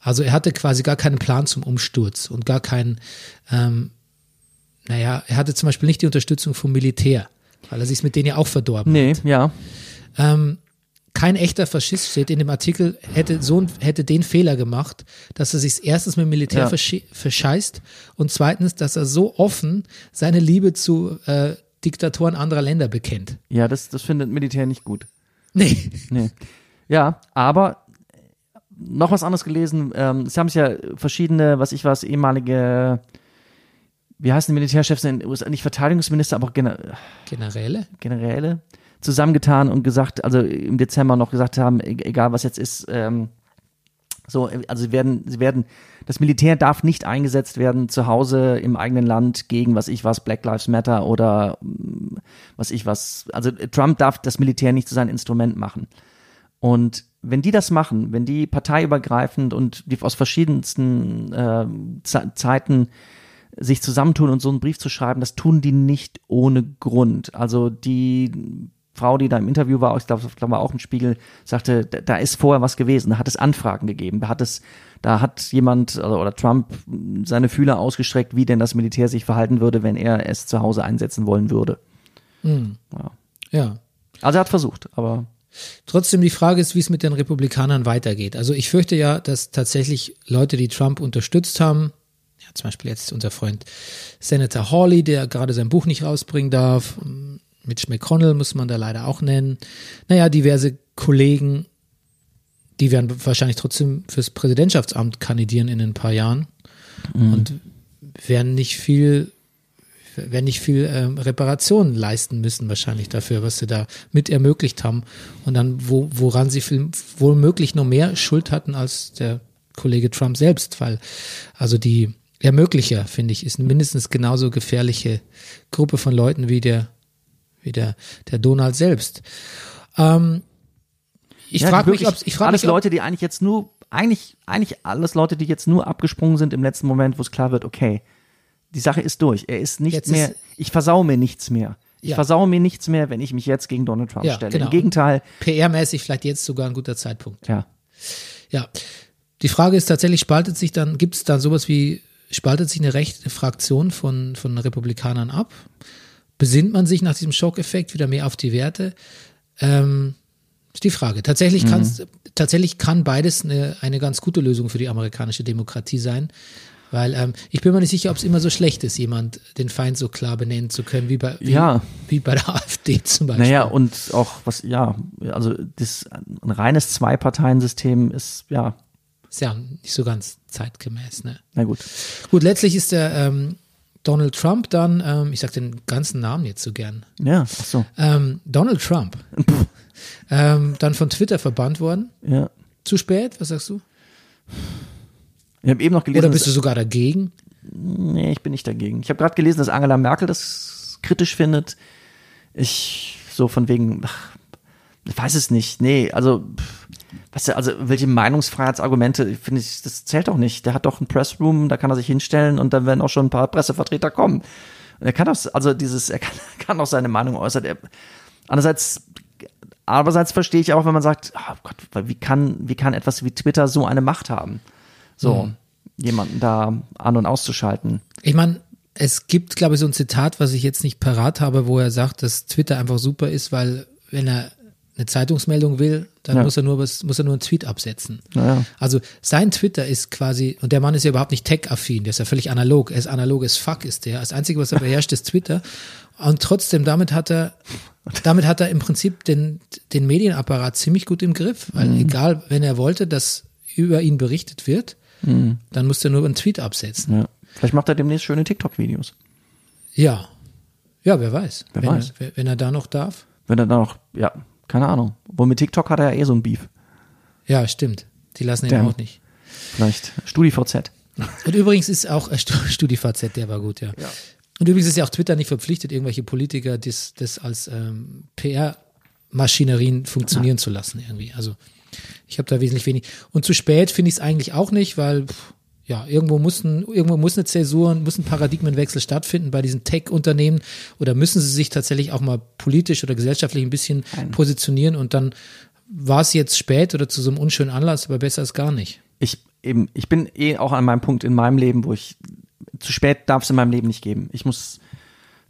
Speaker 1: Also er hatte quasi gar keinen Plan zum Umsturz und gar keinen, ähm, naja, er hatte zum Beispiel nicht die Unterstützung vom Militär, weil er sich mit denen ja auch verdorben
Speaker 2: Nee, ja.
Speaker 1: ähm, kein echter Faschist steht in dem Artikel, hätte, so, ein- hätte den Fehler gemacht, dass er sich erstens mit dem Militär
Speaker 2: Ja.
Speaker 1: verschi- verscheißt und zweitens, dass er so offen seine Liebe zu äh, Diktatoren anderer Länder bekennt.
Speaker 2: Ja, das, das findet Militär nicht gut.
Speaker 1: Nee.
Speaker 2: Nee. Ja, aber äh, noch was anderes gelesen. Ähm, sie haben es ja verschiedene, was ich was, ehemalige, wie heißen die Militärchefs in den USA, nicht Verteidigungsminister, aber auch Gener
Speaker 1: Generäle?
Speaker 2: Generäle zusammengetan und gesagt, also im Dezember noch gesagt haben, e- egal was jetzt ist, ähm, so, also sie werden, sie werden, das Militär darf nicht eingesetzt werden zu Hause im eigenen Land gegen was ich was, Black Lives Matter oder mm, was ich was. Also äh, Trump darf das Militär nicht zu seinem Instrument machen. Und wenn die das machen, wenn die parteiübergreifend und die aus verschiedensten äh, Ze- Zeiten sich zusammentun und so einen Brief zu schreiben, das tun die nicht ohne Grund. Also die Frau, die da im Interview war, ich glaube, das war auch ein Spiegel, sagte, da, da ist vorher was gewesen, da hat es Anfragen gegeben, da hat es, da hat jemand also, oder Trump seine Fühler ausgestreckt, wie denn das Militär sich verhalten würde, wenn er es zu Hause einsetzen wollen würde.
Speaker 1: Ja.
Speaker 2: Also er hat versucht, aber
Speaker 1: Trotzdem die Frage ist, wie es mit den Republikanern weitergeht. Also ich fürchte ja, dass tatsächlich Leute, die Trump unterstützt haben, ja, zum Beispiel jetzt unser Freund Senator Hawley, der gerade sein Buch nicht rausbringen darf, Mitch McConnell muss man da leider auch nennen, naja, diverse Kollegen, die werden wahrscheinlich trotzdem fürs Präsidentschaftsamt kandidieren in ein paar Jahren und werden nicht viel werden nicht viel ähm, Reparationen leisten müssen wahrscheinlich dafür, was sie da mit ermöglicht haben und dann wo, woran sie viel, womöglich noch mehr Schuld hatten als der Kollege Trump selbst, weil also die Ermöglicher, finde ich, ist eine mindestens genauso gefährliche Gruppe von Leuten wie der wie der, der Donald selbst. Ähm, ich
Speaker 2: Ja,
Speaker 1: frage mich,
Speaker 2: wirklich
Speaker 1: ob ich frage
Speaker 2: alles
Speaker 1: mich, ob-
Speaker 2: Leute, die eigentlich jetzt nur eigentlich eigentlich alles Leute, die jetzt nur abgesprungen sind im letzten Moment, wo es klar wird, okay, die Sache ist durch. Er ist nicht
Speaker 1: Jetzt
Speaker 2: mehr.
Speaker 1: ist-
Speaker 2: ich versau mir nichts mehr. Ich
Speaker 1: Ja.
Speaker 2: versau mir nichts mehr, wenn ich mich jetzt gegen Donald Trump
Speaker 1: Ja,
Speaker 2: stelle.
Speaker 1: genau.
Speaker 2: Im Gegenteil,
Speaker 1: PR-mäßig vielleicht jetzt sogar ein guter Zeitpunkt.
Speaker 2: ja,
Speaker 1: Ja. Die Frage ist tatsächlich, spaltet sich dann, gibt es dann sowas wie, spaltet sich eine rechte Fraktion von, von Republikanern ab? Besinnt man sich nach diesem Schockeffekt wieder mehr auf die Werte? Ähm, ist die Frage. Tatsächlich,
Speaker 2: Mhm.
Speaker 1: kann's, tatsächlich kann beides eine, eine ganz gute Lösung für die amerikanische Demokratie sein. Weil ähm, ich bin mir nicht sicher, ob es immer so schlecht ist, jemand den Feind so klar benennen zu können, wie bei, wie,
Speaker 2: Ja.
Speaker 1: wie bei der (laughs) AfD zum Beispiel.
Speaker 2: naja und auch was, ja, also das ein reines Zwei-Parteien-System ist ja
Speaker 1: Ist ja nicht so ganz zeitgemäß, ne?
Speaker 2: na gut.
Speaker 1: Gut, letztlich ist der ähm, Donald Trump dann, ähm, ich sag den ganzen Namen jetzt so gern,
Speaker 2: Ja, ach so,
Speaker 1: ähm, Donald Trump, ähm, dann von Twitter verbannt worden.
Speaker 2: ja.
Speaker 1: Zu spät, was sagst du?
Speaker 2: Ich habe eben noch gelesen.
Speaker 1: Oder bist du
Speaker 2: dass-
Speaker 1: sogar dagegen?
Speaker 2: nee, ich bin nicht dagegen. Ich habe gerade gelesen, dass Angela Merkel das kritisch findet. Ich so von wegen, ach, ich weiß es nicht. Nee, also pff, weißt du, also welche Meinungsfreiheitsargumente, finde ich, das zählt doch nicht. Der hat doch einen Pressroom, da kann er sich hinstellen und dann werden auch schon ein paar Pressevertreter kommen. Und er kann doch, also dieses, er kann, (laughs) kann auch seine Meinung äußern. Er, andererseits, andererseits verstehe ich auch, wenn man sagt, oh Gott, wie kann, wie kann etwas wie Twitter so eine Macht haben? So, jemanden da an- und auszuschalten.
Speaker 1: Ich meine, es gibt, glaube ich, so ein Zitat, was ich jetzt nicht parat habe, wo er sagt, dass Twitter einfach super ist, weil wenn er eine Zeitungsmeldung will, dann
Speaker 2: Ja.
Speaker 1: muss er nur was, muss er nur einen Tweet absetzen.
Speaker 2: Naja.
Speaker 1: Also sein Twitter ist quasi, und der Mann ist ja überhaupt nicht tech-affin, der ist ja völlig analog, er ist analog as fuck, ist der. Das Einzige, was er beherrscht, ist Twitter. Und trotzdem, damit hat er, damit hat er im Prinzip den, den Medienapparat ziemlich gut im Griff, weil egal, wenn er wollte, dass über ihn berichtet wird, dann musste er nur einen Tweet absetzen.
Speaker 2: Ja. Vielleicht macht er demnächst schöne TikTok-Videos.
Speaker 1: Ja. Ja, wer weiß.
Speaker 2: Wer
Speaker 1: wenn,
Speaker 2: weiß.
Speaker 1: Er, wenn er da noch darf.
Speaker 2: Wenn er dann auch, ja, keine Ahnung. Wohl mit TikTok hat er ja eh so ein Beef.
Speaker 1: Ja, stimmt. Die lassen ihn
Speaker 2: Damn.
Speaker 1: auch nicht.
Speaker 2: Vielleicht StudiVZ.
Speaker 1: Und übrigens ist auch äh, Stu- StudiVZ, der war gut, ja. Und übrigens ist ja auch Twitter nicht verpflichtet, irgendwelche Politiker das, das als ähm, PR-Maschinerien funktionieren zu lassen irgendwie. Also ich habe da wesentlich wenig. Und zu spät finde ich es eigentlich auch nicht, weil pff, ja, irgendwo muss, ein, irgendwo muss eine Zäsur, muss ein Paradigmenwechsel stattfinden bei diesen Tech-Unternehmen oder müssen sie sich tatsächlich auch mal politisch oder gesellschaftlich ein bisschen positionieren und dann war es jetzt spät oder zu so einem unschönen Anlass, aber besser ist gar nicht. (laughs)
Speaker 2: Ich eben, ich bin eh auch an meinem Punkt in meinem Leben, wo ich zu spät darf es in meinem Leben nicht geben. Ich muss,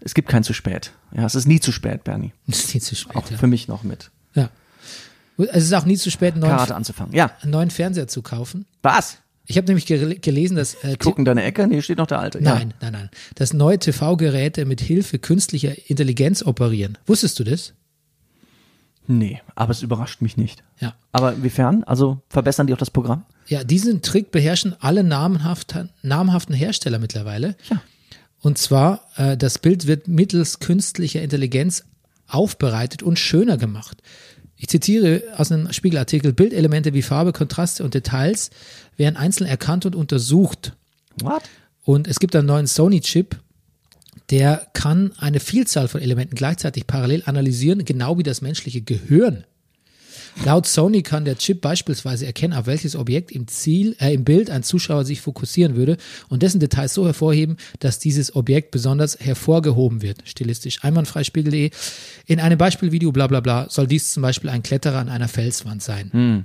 Speaker 2: es gibt kein zu spät. Ja, es ist nie zu spät, Bernie.
Speaker 1: Es ist nie zu spät.
Speaker 2: Auch
Speaker 1: ja.
Speaker 2: für mich noch mit
Speaker 1: Ja. Es ist auch nie zu spät, einen neuen,
Speaker 2: Karate anzufangen. Ja,
Speaker 1: einen neuen Fernseher zu kaufen.
Speaker 2: was?
Speaker 1: Ich habe nämlich gere- gelesen, dass äh, Ti-
Speaker 2: Gucken deine Ecke? Nee, steht noch der alte.
Speaker 1: nein, nein, nein, dass neue TV-Geräte mit Hilfe künstlicher Intelligenz operieren. Wusstest du das?
Speaker 2: Ja. Nee, aber es überrascht mich nicht.
Speaker 1: Ja.
Speaker 2: Aber inwiefern? Also verbessern die auch das Programm?
Speaker 1: Ja, diesen Trick beherrschen alle namhaften, namhaften Hersteller mittlerweile.
Speaker 2: Ja.
Speaker 1: Und zwar, äh, das Bild wird mittels künstlicher Intelligenz aufbereitet und schöner gemacht. Ich zitiere aus einem Spiegelartikel, Bildelemente wie Farbe, Kontraste und Details werden einzeln erkannt und untersucht.
Speaker 2: What?
Speaker 1: Und es gibt einen neuen Sony-Chip, der kann eine Vielzahl von Elementen gleichzeitig parallel analysieren, genau wie das menschliche Gehirn. Laut Sony kann der Chip beispielsweise erkennen, auf welches Objekt im Ziel, äh, im Bild ein Zuschauer sich fokussieren würde und dessen Details so hervorheben, dass dieses Objekt besonders hervorgehoben wird. Stilistisch einwandfrei spiegel.de. In einem Beispielvideo, bla bla bla, soll dies zum Beispiel ein Kletterer an einer Felswand sein.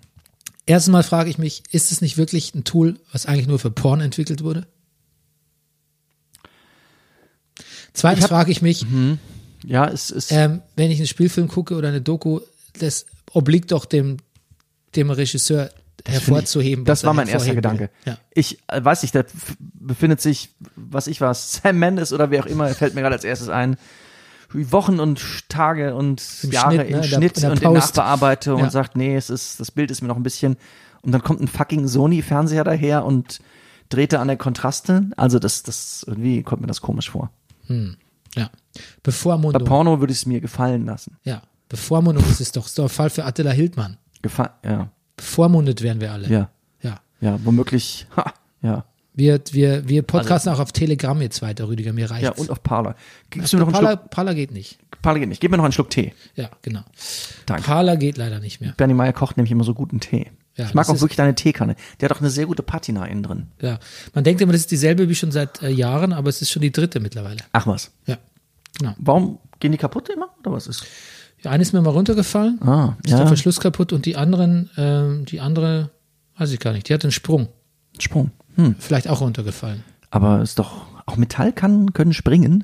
Speaker 1: Erstens mal frage ich mich, ist es nicht wirklich ein Tool, was eigentlich nur für Porn entwickelt wurde? Zweitens frage ich mich,
Speaker 2: Mhm. Ja, es ist.
Speaker 1: ähm, wenn ich einen Spielfilm gucke oder eine Doku, das obliegt doch dem, dem Regisseur hervorzuheben. was
Speaker 2: Das
Speaker 1: er
Speaker 2: war mein erster
Speaker 1: hervorheben
Speaker 2: Gedanke.
Speaker 1: will. Ja.
Speaker 2: Ich äh, weiß nicht, da f- befindet sich, was ich war, Sam Mendes oder wer auch
Speaker 1: (laughs)
Speaker 2: immer, fällt mir gerade als erstes ein. Wochen und Tage und
Speaker 1: Im
Speaker 2: Jahre
Speaker 1: Schnitt, ne, in
Speaker 2: im
Speaker 1: der-
Speaker 2: Schnitt
Speaker 1: in der
Speaker 2: und in
Speaker 1: Post.
Speaker 2: Nachbearbeitung
Speaker 1: Ja.
Speaker 2: und sagt, nee, es ist, das Bild ist mir noch ein bisschen. Und dann kommt ein fucking Sony-Fernseher daher und dreht da an der Kontraste. Also das, das, irgendwie kommt mir das komisch vor.
Speaker 1: ja.
Speaker 2: Bei
Speaker 1: Bevormundung.
Speaker 2: Porno würde ich es mir gefallen lassen.
Speaker 1: Ja. Bevormundung ist es doch. So ein Fall für Attila Hildmann.
Speaker 2: Gefa ja,
Speaker 1: Bevormundet wären wir alle.
Speaker 2: ja,
Speaker 1: ja.
Speaker 2: ja, womöglich, ha, ja.
Speaker 1: Wir, wir, wir podcasten auch auf Telegram jetzt weiter, Rüdiger. Mir reicht's.
Speaker 2: Also Ja, und auf Parler. Gibst du mir noch einen
Speaker 1: Parler,
Speaker 2: Schluck?
Speaker 1: Parler geht nicht.
Speaker 2: Parler geht nicht. Gib mir noch einen Schluck Tee.
Speaker 1: Ja, genau.
Speaker 2: Danke.
Speaker 1: Parler geht leider nicht mehr.
Speaker 2: Bernie Meyer kocht nämlich immer so guten Tee.
Speaker 1: Ja,
Speaker 2: ich mag
Speaker 1: das
Speaker 2: auch
Speaker 1: ist-
Speaker 2: wirklich deine Teekanne. Der hat auch eine sehr gute Patina innen drin.
Speaker 1: Ja. Man denkt immer, das ist dieselbe wie schon seit äh, Jahren, aber es ist schon die dritte mittlerweile.
Speaker 2: Ach was.
Speaker 1: Ja. Genau.
Speaker 2: Warum gehen die kaputt immer? Oder was ist?
Speaker 1: Ja, eine ist mir mal runtergefallen.
Speaker 2: Ah,
Speaker 1: ist der Verschluss kaputt und die anderen, ähm, die andere, weiß ich gar nicht, die hat einen Sprung.
Speaker 2: Sprung. Hm.
Speaker 1: Vielleicht auch runtergefallen.
Speaker 2: Aber ist doch, auch Metallkannen können springen.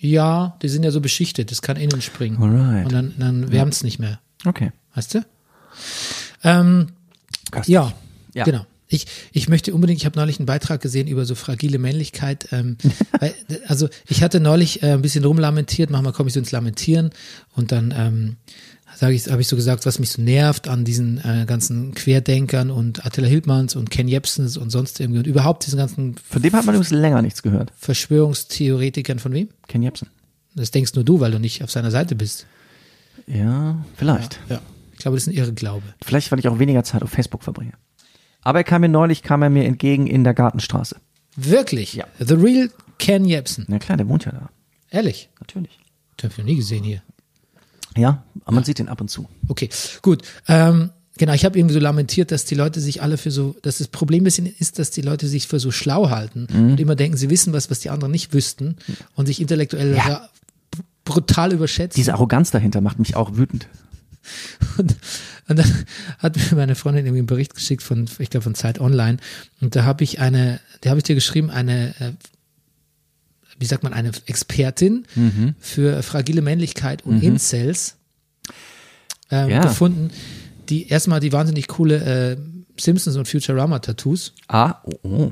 Speaker 1: Ja, die sind ja so beschichtet, das kann innen springen.
Speaker 2: Alright.
Speaker 1: Und dann, dann wärmt's nicht mehr.
Speaker 2: Okay.
Speaker 1: Weißt du? Ähm,
Speaker 2: Köstlich.
Speaker 1: ja,
Speaker 2: Ja.
Speaker 1: genau. Ich, ich möchte unbedingt, ich habe neulich einen Beitrag gesehen über so fragile Männlichkeit.
Speaker 2: (laughs)
Speaker 1: Ähm, weil, also ich hatte neulich äh, ein bisschen rumlamentiert, manchmal komme ich so ins Lamentieren und dann ähm, sage ich, habe ich so gesagt, was mich so nervt an diesen äh, ganzen Querdenkern und Attila Hildmanns und Ken Jebsens und sonst irgendwie und überhaupt diesen ganzen
Speaker 2: Von dem hat man übrigens länger nichts gehört.
Speaker 1: Verschwörungstheoretikern von wem?
Speaker 2: Ken Jebsen.
Speaker 1: Das denkst nur du, weil du nicht auf seiner Seite bist.
Speaker 2: Ja, vielleicht.
Speaker 1: Ja. Ich glaube, das ist ein Irrglaube.
Speaker 2: Vielleicht, weil ich auch weniger Zeit auf Facebook verbringe. Aber er kam mir neulich, kam er mir entgegen in der Gartenstraße.
Speaker 1: Wirklich?
Speaker 2: Ja.
Speaker 1: The real Ken Jebsen.
Speaker 2: Na klar, der wohnt ja da.
Speaker 1: Ehrlich?
Speaker 2: Natürlich.
Speaker 1: Das habe ich noch nie gesehen hier.
Speaker 2: Ja, aber man sieht ihn ab und zu.
Speaker 1: Okay, gut. Ähm, Genau, ich habe irgendwie so lamentiert, dass die Leute sich alle für so, dass das Problem ein bisschen ist, dass die Leute sich für so schlau halten und immer denken, sie wissen was, was die anderen nicht wüssten und sich intellektuell ra- brutal überschätzen.
Speaker 2: Diese Arroganz dahinter macht mich auch wütend.
Speaker 1: Und, und dann hat mir meine Freundin irgendwie einen Bericht geschickt von, ich glaube, von Zeit Online. Und da habe ich eine, da habe ich dir geschrieben, eine, äh, wie sagt man, eine Expertin
Speaker 2: Mhm.
Speaker 1: für fragile Männlichkeit und Incels ähm,
Speaker 2: Ja.
Speaker 1: gefunden, die erstmal die wahnsinnig coole äh, Simpsons und Futurama-Tattoos.
Speaker 2: Ah, oh, oh.
Speaker 1: Und,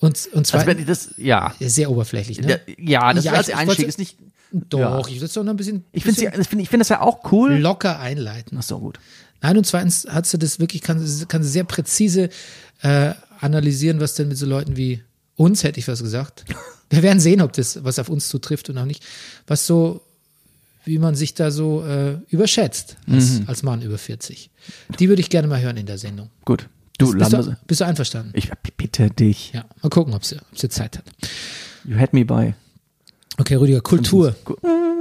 Speaker 1: und
Speaker 2: Also
Speaker 1: zwar
Speaker 2: wenn ich das, ja.
Speaker 1: sehr oberflächlich,
Speaker 2: Ja,
Speaker 1: ne?
Speaker 2: ja, das
Speaker 1: Ja,
Speaker 2: ist als
Speaker 1: ich- ich
Speaker 2: Einstieg
Speaker 1: wollte-
Speaker 2: ist nicht.
Speaker 1: Doch, ich würde es doch noch ein bisschen,
Speaker 2: Ich finde ich find, ich find das ja auch
Speaker 1: bisschen
Speaker 2: cool.
Speaker 1: locker einleiten.
Speaker 2: Ach so, gut.
Speaker 1: Nein, und zweitens hat sie das wirklich, kann, sie- kann sie sehr präzise äh, analysieren, was denn mit so Leuten wie uns, hätte ich was gesagt. Wir werden sehen, ob das, was auf uns zutrifft und auch nicht, was so, wie man sich da so äh, überschätzt als, als Mann über 40. Die würde ich gerne mal hören in der Sendung.
Speaker 2: Gut. Du,
Speaker 1: Bist
Speaker 2: Lambes,
Speaker 1: du, bist du einverstanden?
Speaker 2: ich bitte dich.
Speaker 1: Ja, mal gucken, ob sie, ob sie Zeit hat.
Speaker 2: You had me by.
Speaker 1: Okay, Rüdiger, Kultur.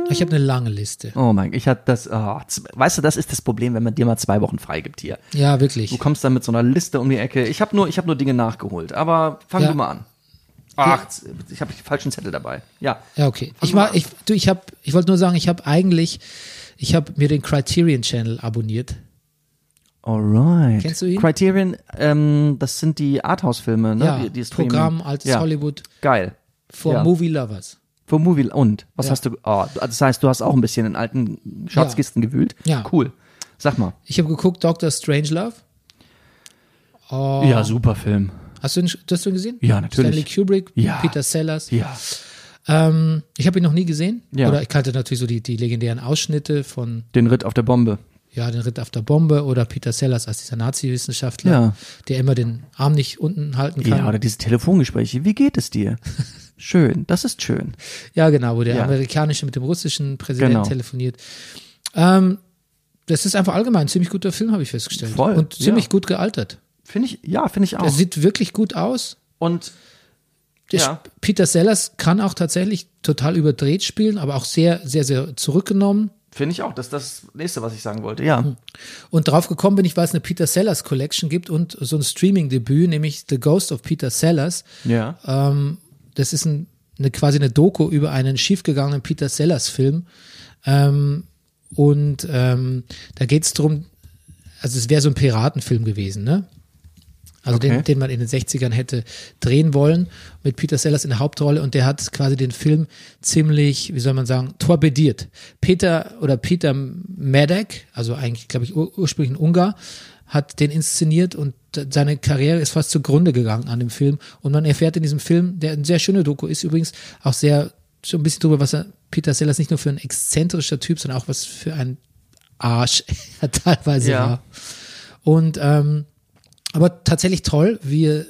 Speaker 1: Ich habe eine lange Liste.
Speaker 2: Oh mein Gott, ich hatte das. ah, z- weißt du, das ist das Problem, wenn man dir mal zwei Wochen freigibt hier.
Speaker 1: Ja, wirklich.
Speaker 2: Du kommst dann mit so einer Liste um die Ecke. Ich habe nur, ich hab nur Dinge nachgeholt, aber fang
Speaker 1: Ja.
Speaker 2: du mal an. Ach, z- ich habe den falschen Zettel dabei. Ja.
Speaker 1: Ja, okay.
Speaker 2: Fang
Speaker 1: Ich
Speaker 2: mal
Speaker 1: mach,
Speaker 2: an.
Speaker 1: ich, du, ich habe, ich wollte nur sagen, ich habe eigentlich, ich habe mir den Criterion Channel abonniert.
Speaker 2: Alright.
Speaker 1: Kennst du ihn?
Speaker 2: Criterion, ähm, das sind die Arthouse-Filme, ne?
Speaker 1: Ja,
Speaker 2: die, die streamen.
Speaker 1: Programm altes
Speaker 2: ja.
Speaker 1: Hollywood
Speaker 2: Geil.
Speaker 1: for
Speaker 2: Ja.
Speaker 1: Movie Lovers.
Speaker 2: Für Movie und was
Speaker 1: Ja.
Speaker 2: hast du? Oh, das heißt, du hast auch ein bisschen in alten Schatzkisten gewühlt.
Speaker 1: Ja.
Speaker 2: Cool. Sag mal.
Speaker 1: Ich habe geguckt Dr. Strangelove. Oh,
Speaker 2: Ja, super Film.
Speaker 1: Hast du ihn, hast du ihn gesehen?
Speaker 2: Ja, natürlich.
Speaker 1: Stanley Kubrick,
Speaker 2: Ja.
Speaker 1: Peter Sellers.
Speaker 2: Ja.
Speaker 1: Ähm, ich habe ihn noch nie gesehen.
Speaker 2: Ja.
Speaker 1: Oder ich kannte natürlich so die, die legendären Ausschnitte von
Speaker 2: Den Ritt auf der Bombe.
Speaker 1: ja, den Ritt auf der Bombe oder Peter Sellers als dieser Nazi-Wissenschaftler,
Speaker 2: Ja.
Speaker 1: der immer den Arm nicht unten halten kann.
Speaker 2: Ja, oder diese Telefongespräche. Wie geht
Speaker 1: (laughs)
Speaker 2: es dir? schön, das ist schön.
Speaker 1: Ja, genau, wo der
Speaker 2: Ja.
Speaker 1: amerikanische mit dem russischen Präsidenten
Speaker 2: Genau.
Speaker 1: telefoniert. Ähm, das ist einfach allgemein ein ziemlich guter Film, habe ich festgestellt.
Speaker 2: Voll,
Speaker 1: Und
Speaker 2: ja. Oh.
Speaker 1: ziemlich gut gealtert.
Speaker 2: Finde ich, ja, finde ich
Speaker 1: Er
Speaker 2: auch.
Speaker 1: sieht wirklich gut aus.
Speaker 2: Und
Speaker 1: Der
Speaker 2: Ja.
Speaker 1: Sp- Peter Sellers kann auch tatsächlich total überdreht spielen, aber auch sehr, sehr, sehr zurückgenommen.
Speaker 2: finde ich auch, das ist das nächste, was ich sagen wollte. Ja.
Speaker 1: Hm. Und drauf gekommen bin ich, weil es eine Peter Sellers Collection gibt und so ein Streaming-Debüt, nämlich The Ghost of Peter Sellers.
Speaker 2: Ja.
Speaker 1: Ähm, das ist ein, eine, quasi eine Doku über einen schiefgegangenen Peter Sellers-Film. Ähm, und ähm, da geht es darum, also es wäre so ein Piratenfilm gewesen, ne? Also den,
Speaker 2: Okay.
Speaker 1: den man in den 60ern hätte drehen wollen, mit Peter Sellers in der Hauptrolle und der hat quasi den Film ziemlich, wie soll man sagen, torpediert. Peter oder Peter Medek, also eigentlich, glaube ich, ur ursprünglich ein Ungar, hat den inszeniert und seine Karriere ist fast zugrunde gegangen an dem Film. Und man erfährt in diesem Film, der ein sehr schöner Doku ist übrigens, auch sehr, so ein bisschen drüber, was er, Peter Sellers nicht nur für ein exzentrischer Typ, sondern auch was für ein Arsch (laughs) er teilweise
Speaker 2: Ja.
Speaker 1: war. Und ähm, aber tatsächlich toll, wie,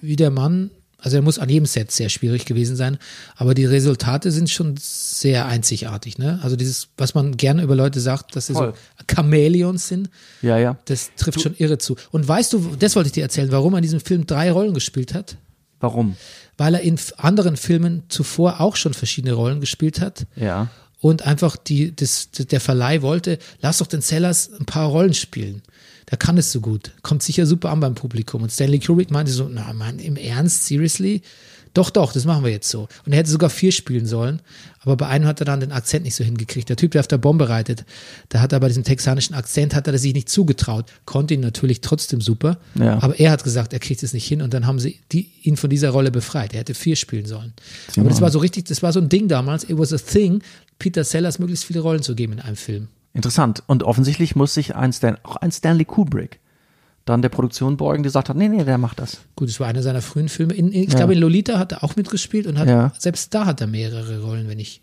Speaker 1: wie der Mann, also er muss an jedem Set sehr schwierig gewesen sein, aber die Resultate sind schon sehr einzigartig, ne? Also dieses, was man gerne über Leute sagt, dass sie
Speaker 2: Voll.
Speaker 1: so Chamäleons sind,
Speaker 2: Ja, ja.
Speaker 1: das trifft schon irre zu. Und weißt du, das wollte ich dir erzählen, warum er in diesem Film drei Rollen gespielt hat?
Speaker 2: Warum?
Speaker 1: Weil er in f- anderen Filmen zuvor auch schon verschiedene Rollen gespielt hat
Speaker 2: Ja.
Speaker 1: und einfach die, das, der Verleih wollte, lass doch den Sellers ein paar Rollen spielen. Der kann es so gut. Kommt sicher super an beim Publikum. Und Stanley Kubrick meinte so, na Mann, im Ernst, seriously? Doch, doch, das machen wir jetzt so. Und er hätte sogar vier spielen sollen, aber bei einem hat er dann den Akzent nicht so hingekriegt. Der Typ, der auf der Bombe reitet, da hat er bei diesem texanischen Akzent, hat er das sich nicht zugetraut, konnte ihn natürlich trotzdem super,
Speaker 2: Ja.
Speaker 1: aber er hat gesagt, er kriegt es nicht hin und dann haben sie die, ihn von dieser Rolle befreit. Er hätte vier spielen sollen. Aber das war so richtig, das war so ein Ding damals. It was a thing, Peter Sellers möglichst viele Rollen zu geben in einem Film.
Speaker 2: Interessant. Und offensichtlich muss sich ein Stan, auch ein Stanley Kubrick dann der Produktion beugen, die sagt hat, nee, nee, der macht das.
Speaker 1: Gut, es war einer seiner frühen Filme. In, in, ich glaube, in Lolita hat er auch mitgespielt und hat,
Speaker 2: Ja.
Speaker 1: selbst da hat er mehrere Rollen, wenn ich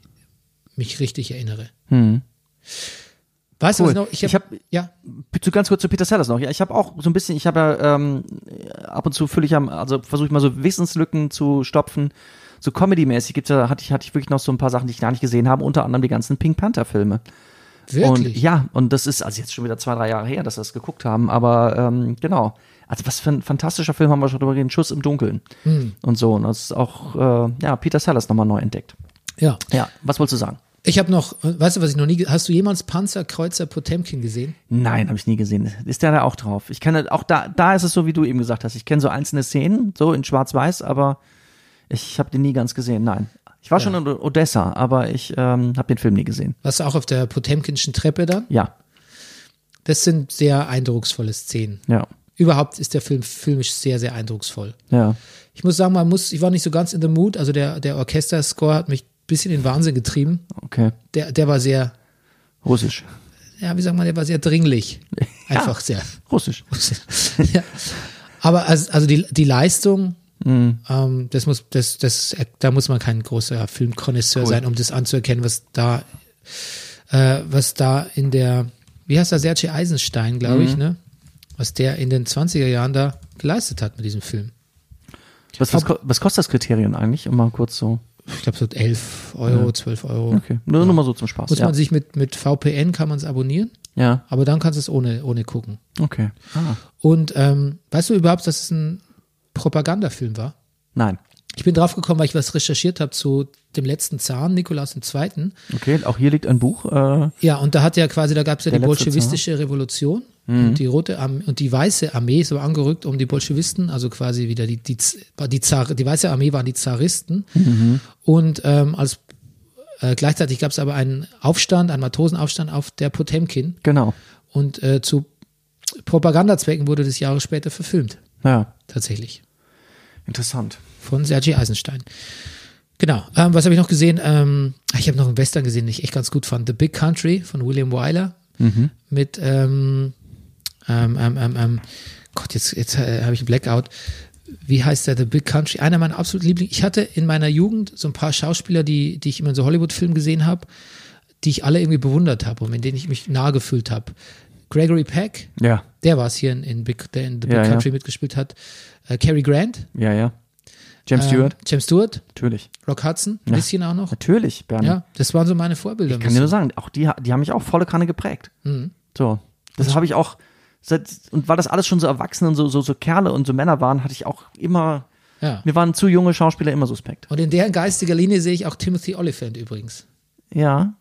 Speaker 1: mich richtig erinnere. Weißt
Speaker 2: Hm. Cool.
Speaker 1: du was noch?
Speaker 2: Ich hab-
Speaker 1: ja,
Speaker 2: Zu, ganz kurz zu Peter Sellers noch. Ja, ich habe auch so ein bisschen, ich habe ja ähm, ab und zu fülle ich am, also versuche ich mal so Wissenslücken zu stopfen. So Comedy-mäßig gibt's ja, hatte ich, hatte ich wirklich noch so ein paar Sachen, die ich gar nicht gesehen habe, unter anderem die ganzen Pink Panther-Filme.
Speaker 1: wirklich.
Speaker 2: Und ja, und das ist also jetzt schon wieder zwei, drei Jahre her, dass wir das geguckt haben, aber ähm, genau. Also was für ein fantastischer Film haben wir schon drüber geredet, Schuss im Dunkeln und so. Und das ist auch, äh, ja, Peter Sellers nochmal neu entdeckt.
Speaker 1: ja.
Speaker 2: Ja, was wolltest du sagen?
Speaker 1: Ich habe noch, weißt du, was ich noch nie, ge- hast du jemals Panzerkreuzer Potemkin gesehen?
Speaker 2: Nein, habe ich nie gesehen. Ist der da auch drauf? Ich kann halt auch da, da ist es so, wie du eben gesagt hast. Ich kenne so einzelne Szenen, so in Schwarz-Weiß, aber ich habe den nie ganz gesehen. Nein. Ich war schon in Odessa, aber ich ähm, habe den Film nie gesehen.
Speaker 1: Warst du auch auf der Potemkinschen Treppe dann?
Speaker 2: Ja,
Speaker 1: Das sind sehr eindrucksvolle Szenen.
Speaker 2: ja,
Speaker 1: Überhaupt ist der Film filmisch sehr, sehr eindrucksvoll.
Speaker 2: ja.
Speaker 1: Ich muss sagen, man muss, ich war nicht so ganz in the mood. Also der, der Orchesterscore hat mich ein bisschen in Wahnsinn getrieben.
Speaker 2: Okay.
Speaker 1: Der, der war sehr,
Speaker 2: Russisch.
Speaker 1: ja, wie sagt man, der war sehr dringlich. Einfach sehr.
Speaker 2: Russisch.
Speaker 1: (laughs) ja. Aber also, also die, die Leistung,
Speaker 2: Mhm.
Speaker 1: ähm, das muss, das, das, da muss man kein großer Filmkonnoisseur sein, um das anzuerkennen, was da, äh, was da in der, wie heißt der Sergei Eisenstein, glaube
Speaker 2: Mhm.
Speaker 1: ich, ne? Was der in den 20er Jahren da geleistet hat mit diesem Film.
Speaker 2: Was, was, ko- was kostet das Kriterium eigentlich? Immer kurz so.
Speaker 1: Ich glaube, so 11 Euro, 12 Euro.
Speaker 2: Okay. Nur, nur mal so zum Spaß.
Speaker 1: Muss
Speaker 2: Ja.
Speaker 1: man sich mit, mit VPN kann man es abonnieren,
Speaker 2: ja.
Speaker 1: aber dann kannst du es ohne, ohne gucken.
Speaker 2: Okay. Ah.
Speaker 1: Und ähm, weißt du überhaupt, dass es ein Propagandafilm war?
Speaker 2: Nein.
Speaker 1: Ich bin draufgekommen, weil ich was recherchiert habe zu dem letzten Zahn, Nikolaus II.
Speaker 2: Okay, auch hier liegt ein Buch. Äh,
Speaker 1: Ja, und da hat ja quasi, da gab es ja
Speaker 2: Der
Speaker 1: die
Speaker 2: letzte Mhm.
Speaker 1: bolschewistische Revolution und die rote Armee und die weiße Armee ist aber angerückt um die Bolschewisten, also quasi wieder die die Z- war die, Zar, die weiße Armee waren die Zaristen
Speaker 2: Mhm.
Speaker 1: und ähm, als äh, gleichzeitig gab es aber einen Aufstand, einen Matrosenaufstand auf der Potemkin
Speaker 2: genau.
Speaker 1: und äh, zu Propagandazwecken wurde das Jahre später verfilmt,
Speaker 2: Ja.
Speaker 1: tatsächlich
Speaker 2: Interessant.
Speaker 1: von Sergei Eisenstein. Genau. Ähm, was habe ich noch gesehen? Ähm, ich habe noch einen Western gesehen, den ich echt ganz gut fand. The Big Country von William Wyler
Speaker 2: Mhm.
Speaker 1: mit ähm, ähm, ähm, ähm, ähm, Gott, jetzt, jetzt äh, habe ich einen Blackout. Wie heißt der The Big Country? Einer meiner absoluten Lieblinge. Ich hatte in meiner Jugend so ein paar Schauspieler, die, die ich immer in so Hollywood-Filmen gesehen habe, die ich alle irgendwie bewundert habe und mit denen ich mich nahe gefühlt habe. Gregory Peck,
Speaker 2: Ja.
Speaker 1: der war es hier in, in Big, der in The Big
Speaker 2: Ja, ja.
Speaker 1: Country mitgespielt hat. Äh, Cary Grant,
Speaker 2: Ja, ja. James
Speaker 1: ähm,
Speaker 2: Stewart.
Speaker 1: James Stewart,
Speaker 2: Natürlich.
Speaker 1: Rock Hudson, ein bisschen auch noch.
Speaker 2: Natürlich, Bernie.
Speaker 1: Ja, das waren so meine Vorbilder.
Speaker 2: Ich kann dir nur sagen, auch die, die haben mich auch volle Kanne geprägt.
Speaker 1: Mhm.
Speaker 2: So. Das habe ich auch seit, und weil das alles schon so Erwachsene und so, so, so Kerle und so Männer waren, hatte ich auch immer,
Speaker 1: ja.
Speaker 2: mir waren zu junge Schauspieler immer suspekt.
Speaker 1: Und in deren geistiger Linie sehe ich auch Timothy Oliphant übrigens.
Speaker 2: Ja.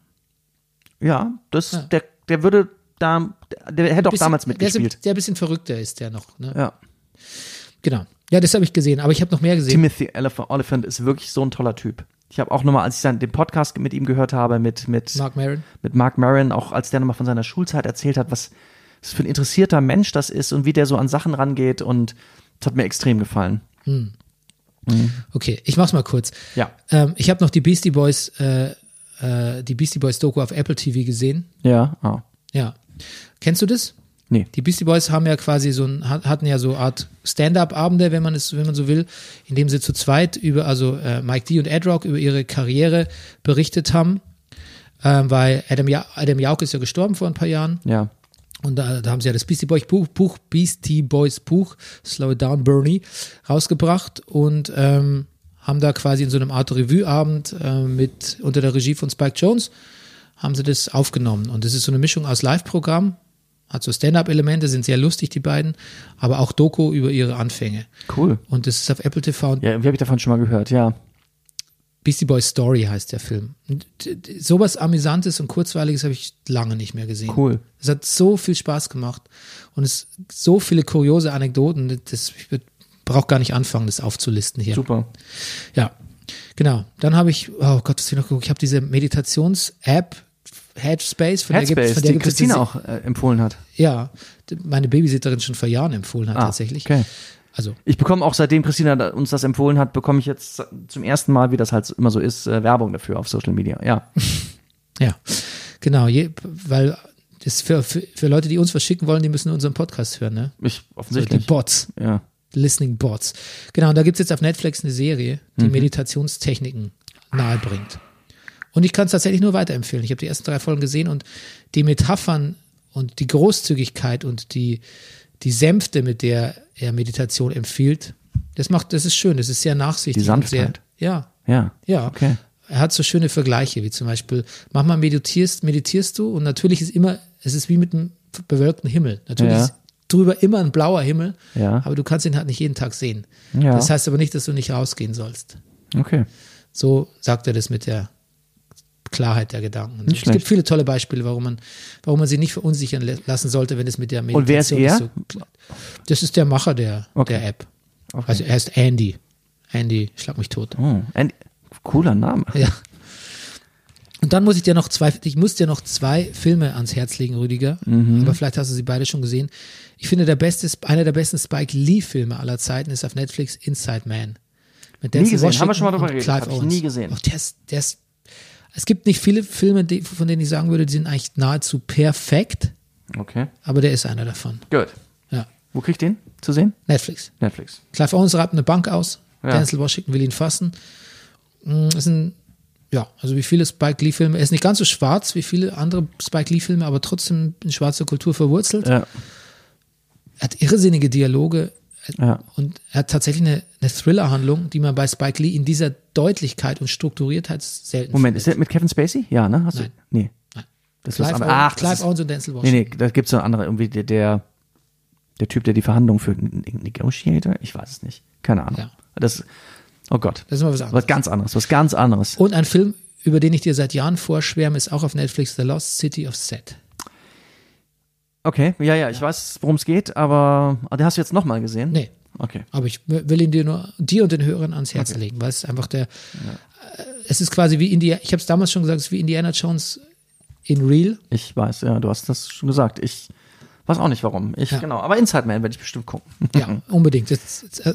Speaker 2: Ja, das, der, der würde da, der hätte auch
Speaker 1: Bisschen-
Speaker 2: damals
Speaker 1: der ist ein-
Speaker 2: mitgespielt.
Speaker 1: Der ein bisschen verrückter ist der noch. Ne?
Speaker 2: Ja.
Speaker 1: Genau. Ja, das habe ich gesehen, aber ich habe noch mehr gesehen.
Speaker 2: Timothy Elef- Oliphant ist wirklich so ein toller Typ. Ich habe auch nochmal, als ich dann den Podcast mit ihm gehört habe, mit, mit,
Speaker 1: Mark Maron.
Speaker 2: mit Mark Maron, auch als der nochmal von seiner Schulzeit erzählt hat, was was für ein interessierter Mensch das ist und wie der so an Sachen rangeht und das hat mir extrem gefallen.
Speaker 1: Okay, ich mach's mal kurz.
Speaker 2: Ja.
Speaker 1: Ähm, ich habe noch die Beastie Boys, äh, äh, die Beastie Boys Doku auf Apple TV gesehen.
Speaker 2: Ja, ah.
Speaker 1: Ja. Kennst du das?
Speaker 2: Nee.
Speaker 1: Die Beastie Boys haben ja quasi so ein, hat- hatten ja so eine Art Stand-up-Abende, wenn man es, wenn man so will, in dem sie zu zweit über, also äh, Mike D und Ed Rock über ihre Karriere berichtet haben, ähm, weil Adam, ja Adam Jauch ist ja gestorben vor ein paar Jahren
Speaker 2: Ja.
Speaker 1: und da, da haben sie ja das Beastie Boys Buch, Buch, Beastie Boys Buch, Slow It Down Bernie, rausgebracht und ähm, haben da quasi in so einem Art Revue-Abend äh, mit unter der Regie von Spike Jones haben sie das aufgenommen. Und das ist so eine Mischung aus Live-Programm, hat so Stand-Up-Elemente, sind sehr lustig, die beiden, aber auch Doku über ihre Anfänge.
Speaker 2: Cool.
Speaker 1: Und das ist auf Apple TV und
Speaker 2: Ja, wie habe ich davon schon mal gehört? Ja.
Speaker 1: Beastie Boys Story heißt der Film. Und d- d- sowas Amüsantes und Kurzweiliges habe ich lange nicht mehr gesehen.
Speaker 2: Cool.
Speaker 1: Es hat so viel Spaß gemacht und es so viele kuriose Anekdoten. Das, ich brauche gar nicht anfangen, das aufzulisten hier.
Speaker 2: Super.
Speaker 1: Ja, genau. Dann habe ich, oh Gott, was hab ich noch geguckt? Ich habe diese Meditations-App Headspace, von der gibt's-
Speaker 2: Headspace,
Speaker 1: von der gibt's
Speaker 2: die
Speaker 1: jetzt
Speaker 2: Christine
Speaker 1: diese-
Speaker 2: auch äh, empfohlen hat.
Speaker 1: Ja, die meine Babysitterin schon vor Jahren empfohlen hat
Speaker 2: Ah,
Speaker 1: tatsächlich.
Speaker 2: okay.
Speaker 1: Also
Speaker 2: Ich bekomme auch, seitdem Christina da- uns das empfohlen hat, bekomme ich jetzt zum ersten Mal, wie das halt immer so ist, äh, Werbung dafür auf Social Media. Ja.
Speaker 1: Ja, genau, je, weil das für, für, für Leute, die uns was schicken wollen, die müssen unseren Podcast hören, ne?
Speaker 2: Ich
Speaker 1: Die
Speaker 2: offensichtlich.
Speaker 1: Bots,
Speaker 2: Ja.
Speaker 1: Listening Bots. Genau, und da gibt's jetzt auf Netflix eine Serie, die
Speaker 2: Mhm.
Speaker 1: Meditationstechniken nahebringt. Und ich kann es tatsächlich nur weiterempfehlen. Ich habe die ersten drei Folgen gesehen und die Metaphern und die Großzügigkeit und die, die Sänfte, mit der er Meditation empfiehlt, das macht, das ist schön, das ist sehr nachsichtig.
Speaker 2: Die
Speaker 1: und Sehr,
Speaker 2: Sanftheit.
Speaker 1: ja,
Speaker 2: Ja.
Speaker 1: ja.
Speaker 2: Okay.
Speaker 1: Er hat so schöne Vergleiche, wie zum Beispiel, manchmal meditierst, meditierst du und natürlich ist immer, es ist wie mit einem bewölkten Himmel. Natürlich
Speaker 2: Ja.
Speaker 1: ist drüber immer ein blauer Himmel,
Speaker 2: Ja.
Speaker 1: aber du kannst ihn halt nicht jeden Tag sehen.
Speaker 2: Ne? Ja.
Speaker 1: Das heißt aber nicht, dass du nicht rausgehen sollst.
Speaker 2: Okay.
Speaker 1: So sagt er das mit der Klarheit der Gedanken. es
Speaker 2: schlecht.
Speaker 1: gibt viele tolle Beispiele, warum man, warum man sie nicht verunsichern lä- lassen sollte, wenn es mit der Meditation
Speaker 2: Und wer ist
Speaker 1: nicht so Das ist der Macher der,
Speaker 2: Okay.
Speaker 1: der App. Also er ist Andy. Andy, schlag mich tot.
Speaker 2: Oh, ein cooler Name.
Speaker 1: Ja. Und dann muss ich dir noch zwei, ich muss dir noch zwei Filme ans Herz legen, Rüdiger.
Speaker 2: Mhm.
Speaker 1: Aber vielleicht hast du sie beide schon gesehen. Ich finde, der beste, einer der besten Spike Lee-Filme aller Zeiten ist auf Netflix Inside Man. Mit
Speaker 2: Nie gesehen, haben wir schon mal drüber
Speaker 1: und
Speaker 2: geredet.
Speaker 1: Clive
Speaker 2: Hab ich
Speaker 1: Owens.
Speaker 2: nie gesehen.
Speaker 1: Ach, der ist, der ist, es gibt nicht viele Filme, die, von denen ich sagen würde, die sind eigentlich nahezu perfekt,
Speaker 2: Okay.
Speaker 1: aber der ist einer davon.
Speaker 2: Gut.
Speaker 1: Ja.
Speaker 2: Wo krieg ich den zu sehen?
Speaker 1: Netflix.
Speaker 2: Netflix.
Speaker 1: Clive Owens reibt eine Bank aus.
Speaker 2: Ja.
Speaker 1: Denzel Washington will ihn fassen. Mm, Ist ein, ja, also wie viele Spike Lee-Filme. Er ist nicht ganz so schwarz wie viele andere Spike Lee-Filme, aber trotzdem in schwarzer Kultur verwurzelt.
Speaker 2: Ja.
Speaker 1: Er hat irrsinnige Dialoge äh,
Speaker 2: Ja.
Speaker 1: und er hat tatsächlich eine, eine Thriller-Handlung, die man bei Spike Lee in dieser Deutlichkeit und Strukturiertheit selten
Speaker 2: Moment, ist
Speaker 1: findet.
Speaker 2: der mit Kevin Spacey? Ja, ne? Hast
Speaker 1: Nein.
Speaker 2: du? Nee.
Speaker 1: Nein.
Speaker 2: Das ist
Speaker 1: Clive,
Speaker 2: was anderes.
Speaker 1: Owen,
Speaker 2: Ach, das
Speaker 1: Clive
Speaker 2: ist,
Speaker 1: Owens und Denzel
Speaker 2: nee,
Speaker 1: Washington.
Speaker 2: nee, da gibt's noch andere. Irgendwie der, der, der Typ, der die Verhandlungen führt. N- Negotiator? Ich weiß es nicht. Keine Ahnung.
Speaker 1: Ja.
Speaker 2: Das, oh Gott.
Speaker 1: Das ist mal was anderes. Oh.
Speaker 2: Was ganz anderes. Was ganz anderes.
Speaker 1: Und ein Film, über den ich dir seit Jahren vorschwärme, ist auch auf Netflix The Lost City of Set.
Speaker 2: Okay. Ja, ja, ich weiß, worum es geht, aber, ah, den hast du jetzt nochmal gesehen?
Speaker 1: Nee.
Speaker 2: Okay.
Speaker 1: Aber ich w- will ihn dir nur dir und den Hörern ans Herz legen, weil es einfach der äh, es ist quasi wie Indiana, ich habe es damals schon gesagt, es ist wie Indiana Jones in real.
Speaker 2: Ich weiß, ja, du hast das schon gesagt. Ich weiß auch nicht warum. Ich,
Speaker 1: Ja.
Speaker 2: genau. Aber Inside Man werde ich bestimmt gucken.
Speaker 1: Ja, unbedingt. It's, it's, a,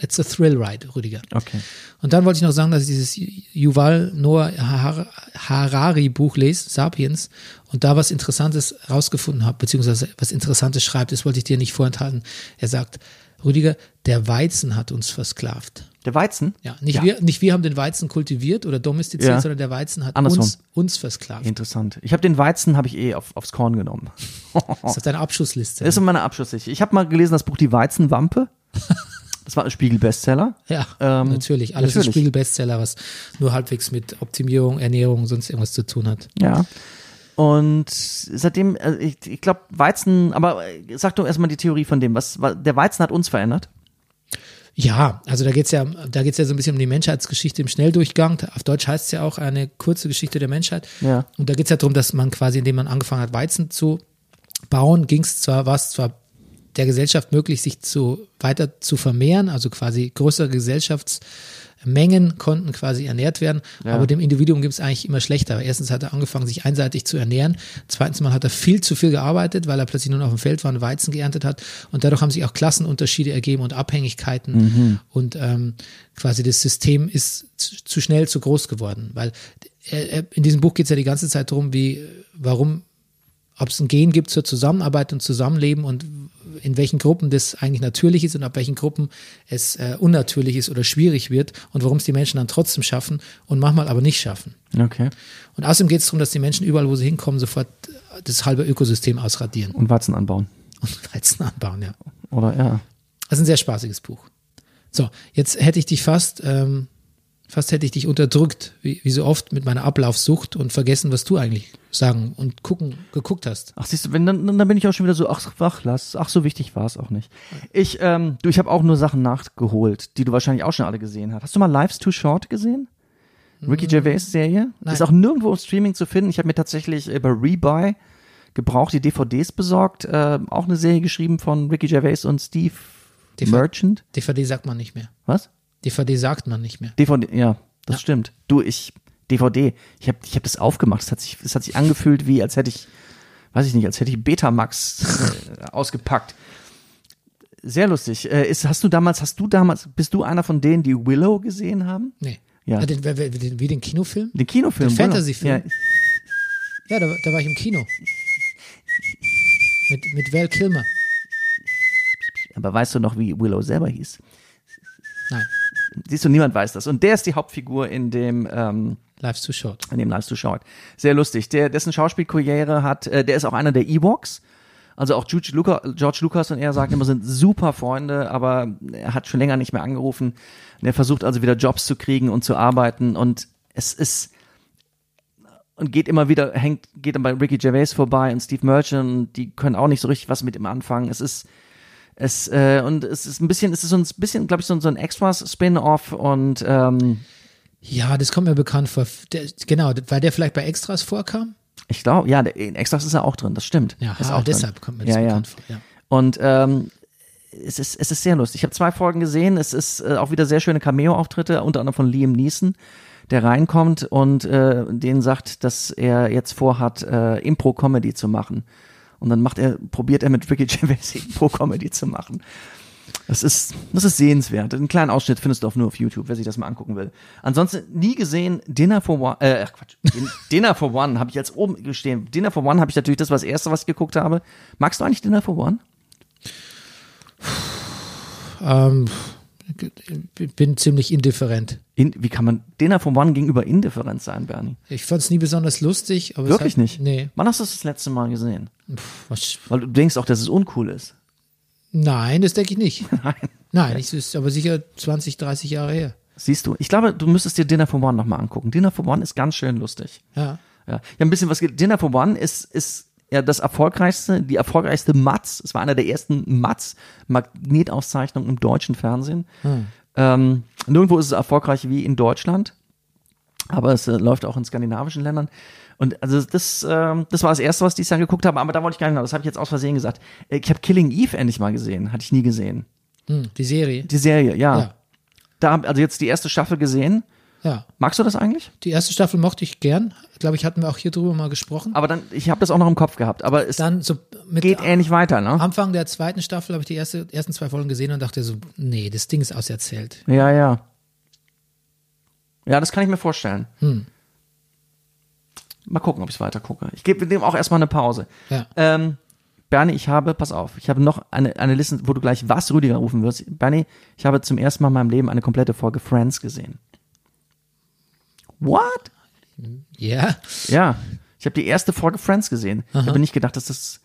Speaker 1: it's a thrill ride, Rüdiger.
Speaker 2: Okay.
Speaker 1: Und dann wollte ich noch sagen, dass ich dieses Yuval Noah Har- Harari Buch lese, Sapiens, und da was Interessantes rausgefunden habe, beziehungsweise was Interessantes schreibt, das wollte ich dir nicht vorenthalten. Er sagt, Rüdiger, der Weizen hat uns versklavt.
Speaker 2: Der Weizen?
Speaker 1: Ja, nicht, Wir, nicht wir haben den Weizen kultiviert oder domestiziert,
Speaker 2: Ja.
Speaker 1: sondern der Weizen hat
Speaker 2: Andersrum.
Speaker 1: uns, uns versklavt.
Speaker 2: Interessant. Ich habe den Weizen habe ich eh auf, aufs Korn genommen. (laughs)
Speaker 1: Das ist auf deiner Abschussliste.
Speaker 2: Das ist in meiner Abschlusssicht. Ich habe mal gelesen das Buch Die Weizenwampe. Das war ein Spiegel-Bestseller.
Speaker 1: ja,
Speaker 2: Ähm,
Speaker 1: natürlich. Alles
Speaker 2: natürlich.
Speaker 1: ein Spiegel-Bestseller, was nur halbwegs mit Optimierung, Ernährung und sonst irgendwas zu tun hat.
Speaker 2: Ja. Und seitdem, äh, ich, ich glaube, Weizen, aber äh, sag doch erstmal die Theorie von dem, was, wa- der Weizen hat uns verändert.
Speaker 1: Ja, also da geht's ja, da geht's ja so ein bisschen um die Menschheitsgeschichte im Schnelldurchgang. Auf Deutsch heißt es ja auch eine kurze Geschichte der Menschheit.
Speaker 2: Ja.
Speaker 1: Und da geht's ja darum, dass man quasi, indem man angefangen hat, Weizen zu bauen, ging's zwar, war es zwar der Gesellschaft möglich, sich zu, weiter zu vermehren, also quasi größere Gesellschaftsmengen konnten quasi ernährt werden, aber dem Individuum ging's eigentlich immer schlechter. Erstens hat er angefangen, sich einseitig zu ernähren. Zweitens mal hat er viel zu viel gearbeitet, weil er plötzlich nur noch auf dem Feld war und Weizen geerntet hat. Und dadurch haben sich auch Klassenunterschiede ergeben und Abhängigkeiten. Und ähm, quasi das System ist zu, zu schnell zu groß geworden, weil er, er, in diesem Buch geht's ja die ganze Zeit darum, wie, warum ob es ein Gen gibt zur Zusammenarbeit und Zusammenleben und in welchen Gruppen das eigentlich natürlich ist und ab welchen Gruppen es äh, unnatürlich ist oder schwierig wird und warum es die Menschen dann trotzdem schaffen und manchmal aber nicht schaffen.
Speaker 2: Okay.
Speaker 1: Und außerdem geht es darum, dass die Menschen überall, wo sie hinkommen, sofort äh, das halbe Ökosystem ausradieren (laughs)
Speaker 2: Und Weizen anbauen.
Speaker 1: und Weizen anbauen, ja.
Speaker 2: Oder ja.
Speaker 1: Das ist ein sehr spaßiges Buch. So, jetzt hätte ich dich fast, ähm, fast hätte ich dich unterdrückt, wie, wie so oft mit meiner Ablaufsucht und vergessen, was du eigentlich sagen und gucken, geguckt hast.
Speaker 2: Ach, siehst du, wenn, dann, dann bin ich auch schon wieder so, ach, ach, lass, ach, so wichtig war es auch nicht. Ich, ähm, du, ich habe auch nur Sachen nachgeholt, die du wahrscheinlich auch schon alle gesehen hast. Hast du mal Life's Too Short gesehen? Ricky Gervais Serie?
Speaker 1: Nein.
Speaker 2: Ist auch nirgendwo im Streaming zu finden. Ich habe mir tatsächlich über Rebuy gebraucht, die DVDs besorgt. Äh, auch eine Serie geschrieben von Ricky Gervais und Steve
Speaker 1: DV
Speaker 2: Merchant.
Speaker 1: DVD sagt man nicht mehr.
Speaker 2: Was?
Speaker 1: DVD sagt man nicht mehr.
Speaker 2: DVD, ja, das stimmt. Du, ich, DVD, ich habe ich hab das aufgemacht. Es hat, sich, es hat sich angefühlt, wie als hätte ich, weiß ich nicht, als hätte ich Betamax äh, ausgepackt. Sehr lustig. Äh, ist, hast du damals, hast du damals, bist du einer von denen, die Willow gesehen haben?
Speaker 1: Nee.
Speaker 2: Ja.
Speaker 1: Ah, den, wer- wer- den, wie den Kinofilm?
Speaker 2: Den Kinofilm.
Speaker 1: Den
Speaker 2: Willow.
Speaker 1: Fantasyfilm.
Speaker 2: Ja,
Speaker 1: Ja, da, da war ich im Kino. Mit, mit Val Kilmer.
Speaker 2: aber weißt du noch, wie Willow selber hieß?
Speaker 1: Nein,
Speaker 2: Siehst du, niemand weiß das. Und der ist die Hauptfigur in dem, ähm,
Speaker 1: Life's Too Short.
Speaker 2: in dem Live zuschaut. Sehr lustig. Der, dessen Schauspielkarriere hat, äh, der ist auch einer der Ewoks. Also auch George, Luca, George Lucas und er sagen immer, sind super Freunde, aber er hat schon länger nicht mehr angerufen. Und er versucht also wieder Jobs zu kriegen und zu arbeiten und es ist und geht immer wieder, hängt, geht dann bei Ricky Gervais vorbei und Steve Merchant, und die können auch nicht so richtig was mit ihm anfangen. Es ist, es, äh, und es ist ein bisschen, es ist so ein bisschen, glaube ich, so, ein- so ein Extras-Spin-Off und ähm,
Speaker 1: Ja, das kommt mir bekannt vor. Der, genau, weil der vielleicht bei Extras vorkam.
Speaker 2: Ich glaube, ja, der- in Extras ist er auch drin, das stimmt.
Speaker 1: Ja,
Speaker 2: ist
Speaker 1: ha,
Speaker 2: auch
Speaker 1: deshalb
Speaker 2: drin.
Speaker 1: kommt mir das
Speaker 2: ja,
Speaker 1: bekannt
Speaker 2: ja.
Speaker 1: vor. Ja.
Speaker 2: Und ähm, es, ist, es ist sehr lustig. Ich habe zwei Folgen gesehen. Es ist äh, auch wieder sehr schöne Cameo-Auftritte, unter anderem von Liam Neeson, der reinkommt und äh, denen sagt, dass er jetzt vorhat, äh, Impro-Comedy zu machen. Und dann macht er, probiert er mit Ricky Gervais (laughs) Impro-Comedy zu machen. Das ist, das ist sehenswert. Einen kleinen Ausschnitt findest du auch nur auf YouTube, wer sich das mal angucken will. Ansonsten nie gesehen Dinner for One, äh, ach Quatsch, Din- (laughs) Dinner for One habe ich jetzt oben gestehen. Dinner for One habe ich natürlich, das war das erste, was ich geguckt habe. Magst du eigentlich Dinner for One?
Speaker 1: Ähm, ich bin ziemlich indifferent.
Speaker 2: In, wie kann man Dinner for One gegenüber indifferent sein, Bernie?
Speaker 1: Ich fand es nie besonders lustig. Aber
Speaker 2: Wirklich
Speaker 1: es hat,
Speaker 2: nicht?
Speaker 1: Nee.
Speaker 2: Wann hast du es das letzte Mal gesehen?
Speaker 1: Pff, was,
Speaker 2: Weil du denkst auch, dass es uncool ist. (laughs)
Speaker 1: nein, das denke ich nicht.
Speaker 2: Nein.
Speaker 1: Nein, es ist aber sicher 20, 30 Jahre her.
Speaker 2: Siehst du? Ich glaube, du müsstest dir Dinner for One nochmal angucken. Dinner for One ist ganz schön lustig.
Speaker 1: Ja.
Speaker 2: Ja, ich hab ein bisschen was. ge- Dinner for One ist ist ja das erfolgreichste, die erfolgreichste Matz. Es war einer der ersten Matz Magnetauszeichnungen im deutschen Fernsehen. Ähm, nirgendwo ist es so erfolgreich wie in Deutschland, aber es äh, läuft auch in skandinavischen Ländern. Und also das, ähm, das war das erste, was ich dieses Jahr geguckt habe, aber da wollte ich gar nicht, das habe ich jetzt aus Versehen gesagt. Äh, Ich habe Killing Eve endlich mal gesehen, hatte ich nie gesehen.
Speaker 1: Hm, die Serie.
Speaker 2: Die Serie, ja.
Speaker 1: Ja.
Speaker 2: Da hab, also jetzt die erste Staffel gesehen.
Speaker 1: Ja.
Speaker 2: Magst du das eigentlich?
Speaker 1: Die erste Staffel mochte ich gern. Glaube ich, hatten wir auch hier drüber mal gesprochen.
Speaker 2: Aber dann, ich habe das auch noch im Kopf gehabt. Aber es
Speaker 1: Dann so mit
Speaker 2: geht ähnlich weiter, ne?
Speaker 1: Anfang der zweiten Staffel habe ich die erste, ersten zwei Folgen gesehen und dachte so, nee, das Ding ist auserzählt.
Speaker 2: Ja, ja. Ja, das kann ich mir vorstellen. Mal gucken, ob ich es weiter gucke. Ich gebe dem auch erstmal eine Pause.
Speaker 1: Ja.
Speaker 2: Ähm, Bernie, ich habe, pass auf, ich habe noch eine, eine Liste, wo du gleich was Rüdiger rufen wirst. Bernie, ich habe zum ersten Mal in meinem Leben eine komplette Folge Friends gesehen. What?
Speaker 1: Ja,
Speaker 2: Ja, ich habe die erste Folge Friends gesehen. Ich habe nicht gedacht, dass das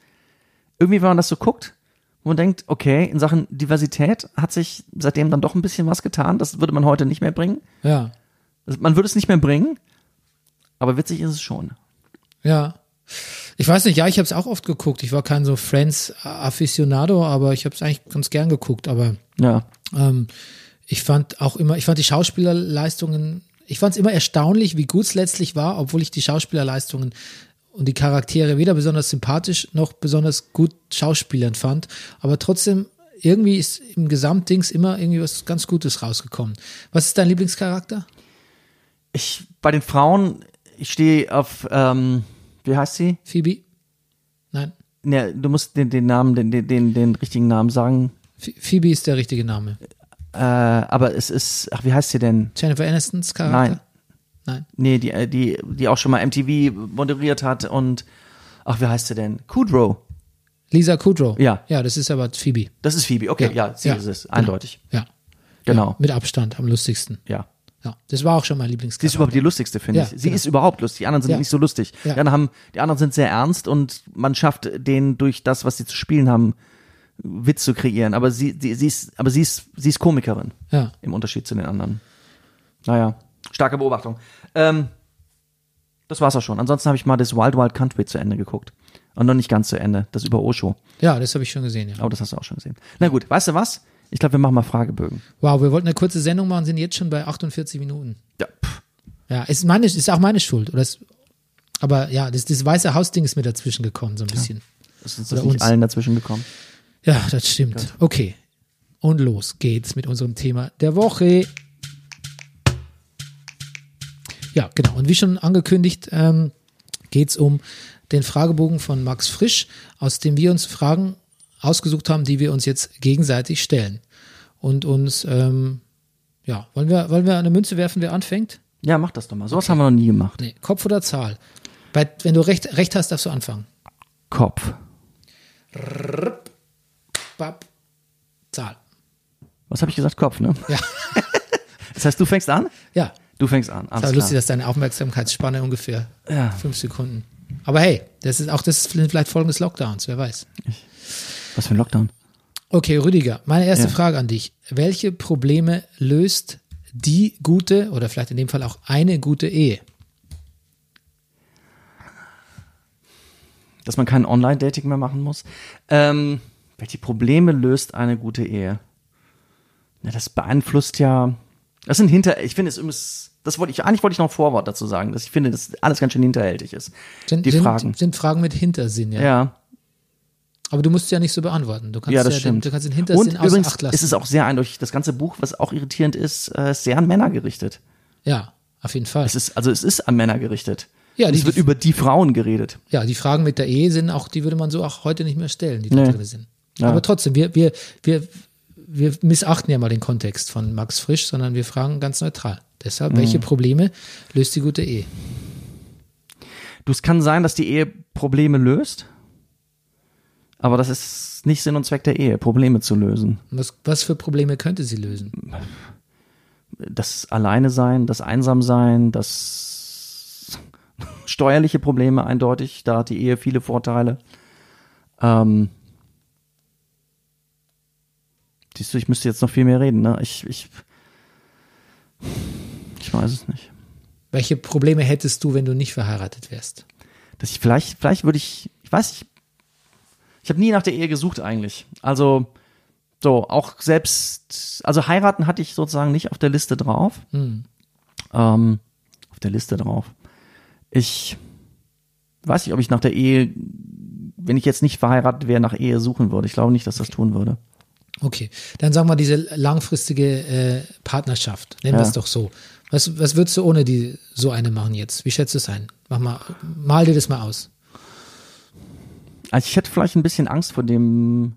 Speaker 2: irgendwie, wenn man das so guckt, wo man denkt, okay, in Sachen Diversität hat sich seitdem dann doch ein bisschen was getan. Das würde man heute nicht mehr bringen.
Speaker 1: ja,
Speaker 2: Also man würde es nicht mehr bringen, aber witzig ist es schon.
Speaker 1: ja. Ich weiß nicht, ja, ich habe es auch oft geguckt. Ich war kein so Friends-Afficionado, aber ich habe es eigentlich ganz gern geguckt. Aber
Speaker 2: Ja.
Speaker 1: ähm, ich fand auch immer, ich fand die Schauspielerleistungen, ich fand es immer erstaunlich, wie gut es letztlich war, obwohl ich die Schauspielerleistungen und die Charaktere weder besonders sympathisch noch besonders gut Schauspielern fand. Aber trotzdem, irgendwie ist im Gesamtdings immer irgendwie was ganz Gutes rausgekommen. Was ist dein Lieblingscharakter?
Speaker 2: Ich, bei den Frauen, ich stehe auf, ähm, wie heißt sie?
Speaker 1: Phoebe? Nein.
Speaker 2: Ne, du musst den, den Namen, den, den, den, den richtigen Namen sagen.
Speaker 1: Ph- Phoebe ist der richtige Name.
Speaker 2: Äh, aber es ist, ach, wie heißt sie denn?
Speaker 1: Jennifer Anistons
Speaker 2: Nein.
Speaker 1: Charakter? Nein.
Speaker 2: Nee, die, äh, die, die auch schon mal MTV moderiert hat und, ach, wie heißt sie denn? Kudrow.
Speaker 1: Lisa Kudrow?
Speaker 2: Ja.
Speaker 1: Ja, das ist aber Phoebe.
Speaker 2: Das ist Phoebe, okay, ja,
Speaker 1: Ja.
Speaker 2: sie
Speaker 1: Ja.
Speaker 2: ist es, eindeutig.
Speaker 1: Ja.
Speaker 2: Genau,
Speaker 1: Mit Abstand, am lustigsten.
Speaker 2: ja.
Speaker 1: Ja. Das war auch schon mein
Speaker 2: Sie ist
Speaker 1: Lieblingscharakter.
Speaker 2: überhaupt die lustigste, finde
Speaker 1: Ja,
Speaker 2: ich. Sie
Speaker 1: genau.
Speaker 2: ist überhaupt lustig. Die anderen sind
Speaker 1: Ja.
Speaker 2: nicht so lustig.
Speaker 1: Ja.
Speaker 2: Die, anderen haben, die anderen sind sehr ernst und man schafft denen durch das, was sie zu spielen haben, Witz zu kreieren. Aber sie, die, sie ist, aber sie ist, sie ist Komikerin.
Speaker 1: Ja.
Speaker 2: Im Unterschied zu den anderen. Naja, starke Beobachtung. Ähm, das war's auch schon. Ansonsten habe ich mal das Wild Wild Country zu Ende geguckt. Und noch nicht ganz zu Ende. Das über Osho.
Speaker 1: Ja, das habe ich schon gesehen, ja.
Speaker 2: Aber das hast du auch schon gesehen. Na gut, weißt du was? Ich glaube, wir machen mal Fragebögen.
Speaker 1: Wow, wir wollten eine kurze Sendung machen, sind jetzt schon bei 48 Minuten.
Speaker 2: Ja, pff.
Speaker 1: Ja, ist, meine, ist auch meine Schuld. Oder ist, aber ja, das, das weiße Hausding ist mir dazwischen gekommen, so ein bisschen.
Speaker 2: Ist uns
Speaker 1: Oder
Speaker 2: das nicht
Speaker 1: uns.
Speaker 2: allen dazwischen gekommen?
Speaker 1: Ja, das stimmt. Okay. Und los geht's mit unserem Thema der Woche. Ja, genau. Und wie schon angekündigt, ähm, geht's um den Fragebogen von Max Frisch, aus dem wir uns Fragen ausgesucht haben, die wir uns jetzt gegenseitig stellen. Und uns, ähm, ja, wollen wir, wollen wir eine Münze werfen, wer anfängt?
Speaker 2: Ja, mach das doch mal. Sowas haben wir noch nie gemacht.
Speaker 1: Nee, Kopf oder Zahl? Bei, wenn du recht, recht hast, darfst du anfangen.
Speaker 2: Kopf.
Speaker 1: Bab, Zahl.
Speaker 2: Was habe ich gesagt? Kopf, ne?
Speaker 1: Ja.
Speaker 2: (laughs) Das heißt, du fängst an?
Speaker 1: Ja,
Speaker 2: Du fängst an.
Speaker 1: Das
Speaker 2: Alles
Speaker 1: war
Speaker 2: klar.
Speaker 1: lustig, dass deine Aufmerksamkeitsspanne ungefähr
Speaker 2: Ja.
Speaker 1: fünf Sekunden. Aber hey, das ist auch das sind vielleicht Folgen des Lockdowns, wer weiß.
Speaker 2: Was für ein Lockdown.
Speaker 1: Okay, Rüdiger, meine erste
Speaker 2: Ja.
Speaker 1: Frage an dich. Welche Probleme löst die gute oder vielleicht in dem Fall auch eine gute Ehe?
Speaker 2: Dass man kein Online-Dating mehr machen muss. Ähm, welche Probleme löst eine gute Ehe? Na, das beeinflusst ja Das sind hinter, ich finde es übrigens, das wollte ich, eigentlich wollte ich noch ein Vorwort dazu sagen, dass ich finde, dass alles ganz schön hinterhältig ist.
Speaker 1: Sind,
Speaker 2: die
Speaker 1: sind,
Speaker 2: Fragen.
Speaker 1: sind Fragen mit Hintersinn, ja.
Speaker 2: Ja,
Speaker 1: Aber du musst sie ja nicht so beantworten. Du kannst
Speaker 2: ja, das
Speaker 1: ja Den,
Speaker 2: stimmt.
Speaker 1: du kannst den
Speaker 2: Und
Speaker 1: Hintersinn außer
Speaker 2: übrigens
Speaker 1: Acht lassen.
Speaker 2: ist es auch sehr eindeutig, das ganze Buch, was auch irritierend ist, äh, ist sehr an Männer gerichtet.
Speaker 1: ja, auf jeden Fall.
Speaker 2: Es ist, also es ist an Männer gerichtet.
Speaker 1: Ja,
Speaker 2: Und
Speaker 1: die-
Speaker 2: es wird über die Frauen geredet.
Speaker 1: Ja, die Fragen mit der Ehe sind auch, die würde man so auch heute nicht mehr stellen, die da
Speaker 2: Nee.
Speaker 1: drin sind.
Speaker 2: Ja.
Speaker 1: Aber trotzdem, wir, wir, wir, wir missachten ja mal den Kontext von Max Frisch, sondern wir fragen ganz neutral.
Speaker 2: Mhm.
Speaker 1: Deshalb, welche Probleme löst die gute Ehe?
Speaker 2: Du, es kann sein, dass die Ehe Probleme löst, aber das ist nicht Sinn und Zweck der Ehe, Probleme zu lösen.
Speaker 1: Und Was, was für Probleme könnte sie lösen?
Speaker 2: Das Alleine sein, das Einsamsein, das (laughs) steuerliche Probleme eindeutig, da hat die Ehe viele Vorteile. Ähm, siehst du, ich müsste jetzt noch viel mehr reden, ne? Ich, ich, ich weiß es nicht.
Speaker 1: Welche Probleme hättest du, wenn du nicht verheiratet wärst?
Speaker 2: dass ich vielleicht, vielleicht würde ich, ich weiß nicht, ich habe nie nach der Ehe gesucht eigentlich. Also so, auch selbst, also heiraten hatte ich sozusagen nicht auf der Liste drauf. Ähm, auf der Liste drauf. Ich weiß nicht, ob ich nach der Ehe, wenn ich jetzt nicht verheiratet wäre, nach Ehe suchen würde. Ich glaube nicht, dass das tun würde.
Speaker 1: Okay, dann sagen wir diese langfristige äh, Partnerschaft. Nennen wir
Speaker 2: Ja.
Speaker 1: es doch so. Was, was würdest du ohne die so eine machen jetzt? Wie schätzt du es ein? Mach mal, mal dir das mal aus.
Speaker 2: Also ich hätte vielleicht ein bisschen Angst vor dem.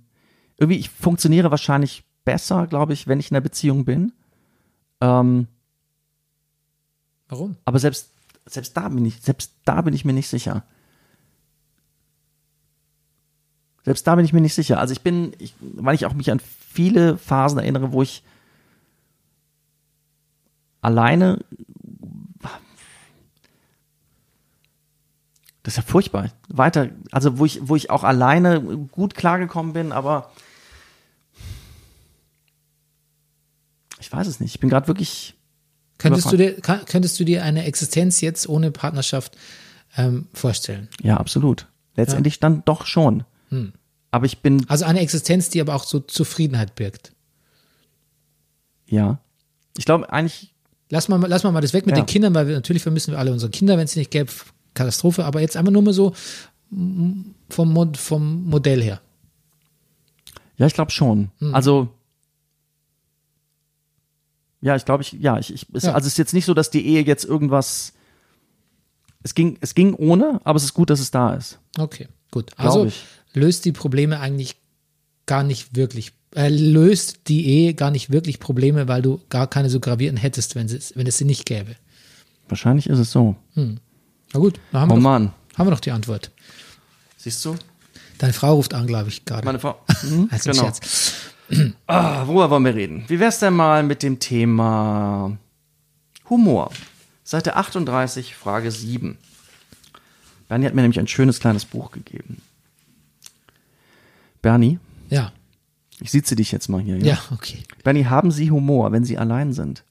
Speaker 2: Irgendwie, ich funktioniere wahrscheinlich besser, glaube ich, wenn ich in einer Beziehung bin. Ähm,
Speaker 1: Warum?
Speaker 2: Aber selbst, selbst, da bin ich, selbst da bin ich mir nicht sicher. Selbst da bin ich mir nicht sicher. Also ich bin, ich, weil ich auch mich an viele Phasen erinnere, wo ich alleine. Das ist ja furchtbar. Weiter, also wo ich, wo ich auch alleine gut klargekommen bin, aber ich weiß es nicht. Ich bin gerade wirklich.
Speaker 1: Könntest du,
Speaker 2: Überfragt.
Speaker 1: dir, kann, könntest du dir eine Existenz jetzt ohne Partnerschaft ähm, vorstellen?
Speaker 2: Ja, absolut. Letztendlich dann doch schon. Aber ich bin,
Speaker 1: Also eine Existenz, die aber auch so Zufriedenheit birgt.
Speaker 2: ja. Ich glaube eigentlich,
Speaker 1: Lass mal, lass mal mal das weg mit
Speaker 2: Ja.
Speaker 1: den Kindern, weil wir, natürlich vermissen wir alle unsere Kinder, wenn es sie nicht gäbe, Katastrophe. Aber jetzt einfach nur mal so mm, vom, Mod- vom Modell her.
Speaker 2: ja, ich glaube schon. Also, ja, ich glaube, ich, ja, ich, ich es,
Speaker 1: Ja.
Speaker 2: also es ist jetzt nicht so, dass die Ehe jetzt irgendwas, es ging, es ging ohne, aber es ist gut, dass es da ist.
Speaker 1: Okay, gut. Also
Speaker 2: ich.
Speaker 1: löst die Probleme eigentlich gar nicht wirklich. Äh, löst die Ehe gar nicht wirklich Probleme, weil du gar keine so gravierten hättest, wenn es, wenn es sie nicht gäbe.
Speaker 2: Wahrscheinlich ist es so.
Speaker 1: Na gut, dann haben,
Speaker 2: Oh
Speaker 1: wir noch,
Speaker 2: Mann.
Speaker 1: haben wir noch die Antwort.
Speaker 2: Siehst du?
Speaker 1: Deine Frau ruft an, glaube ich, gerade.
Speaker 2: Meine Frau. (laughs)
Speaker 1: Als ein
Speaker 2: genau.
Speaker 1: Scherz.
Speaker 2: Ah, worüber wollen wir reden? Wie wär's denn mal mit dem Thema Humor? Seite 38, Frage 7. Bernie hat mir nämlich ein schönes kleines Buch gegeben. Bernie,
Speaker 1: Ja,
Speaker 2: ich sitze dich jetzt mal hier. Ja?
Speaker 1: ja, okay.
Speaker 2: Bernie, haben Sie Humor, wenn Sie allein sind?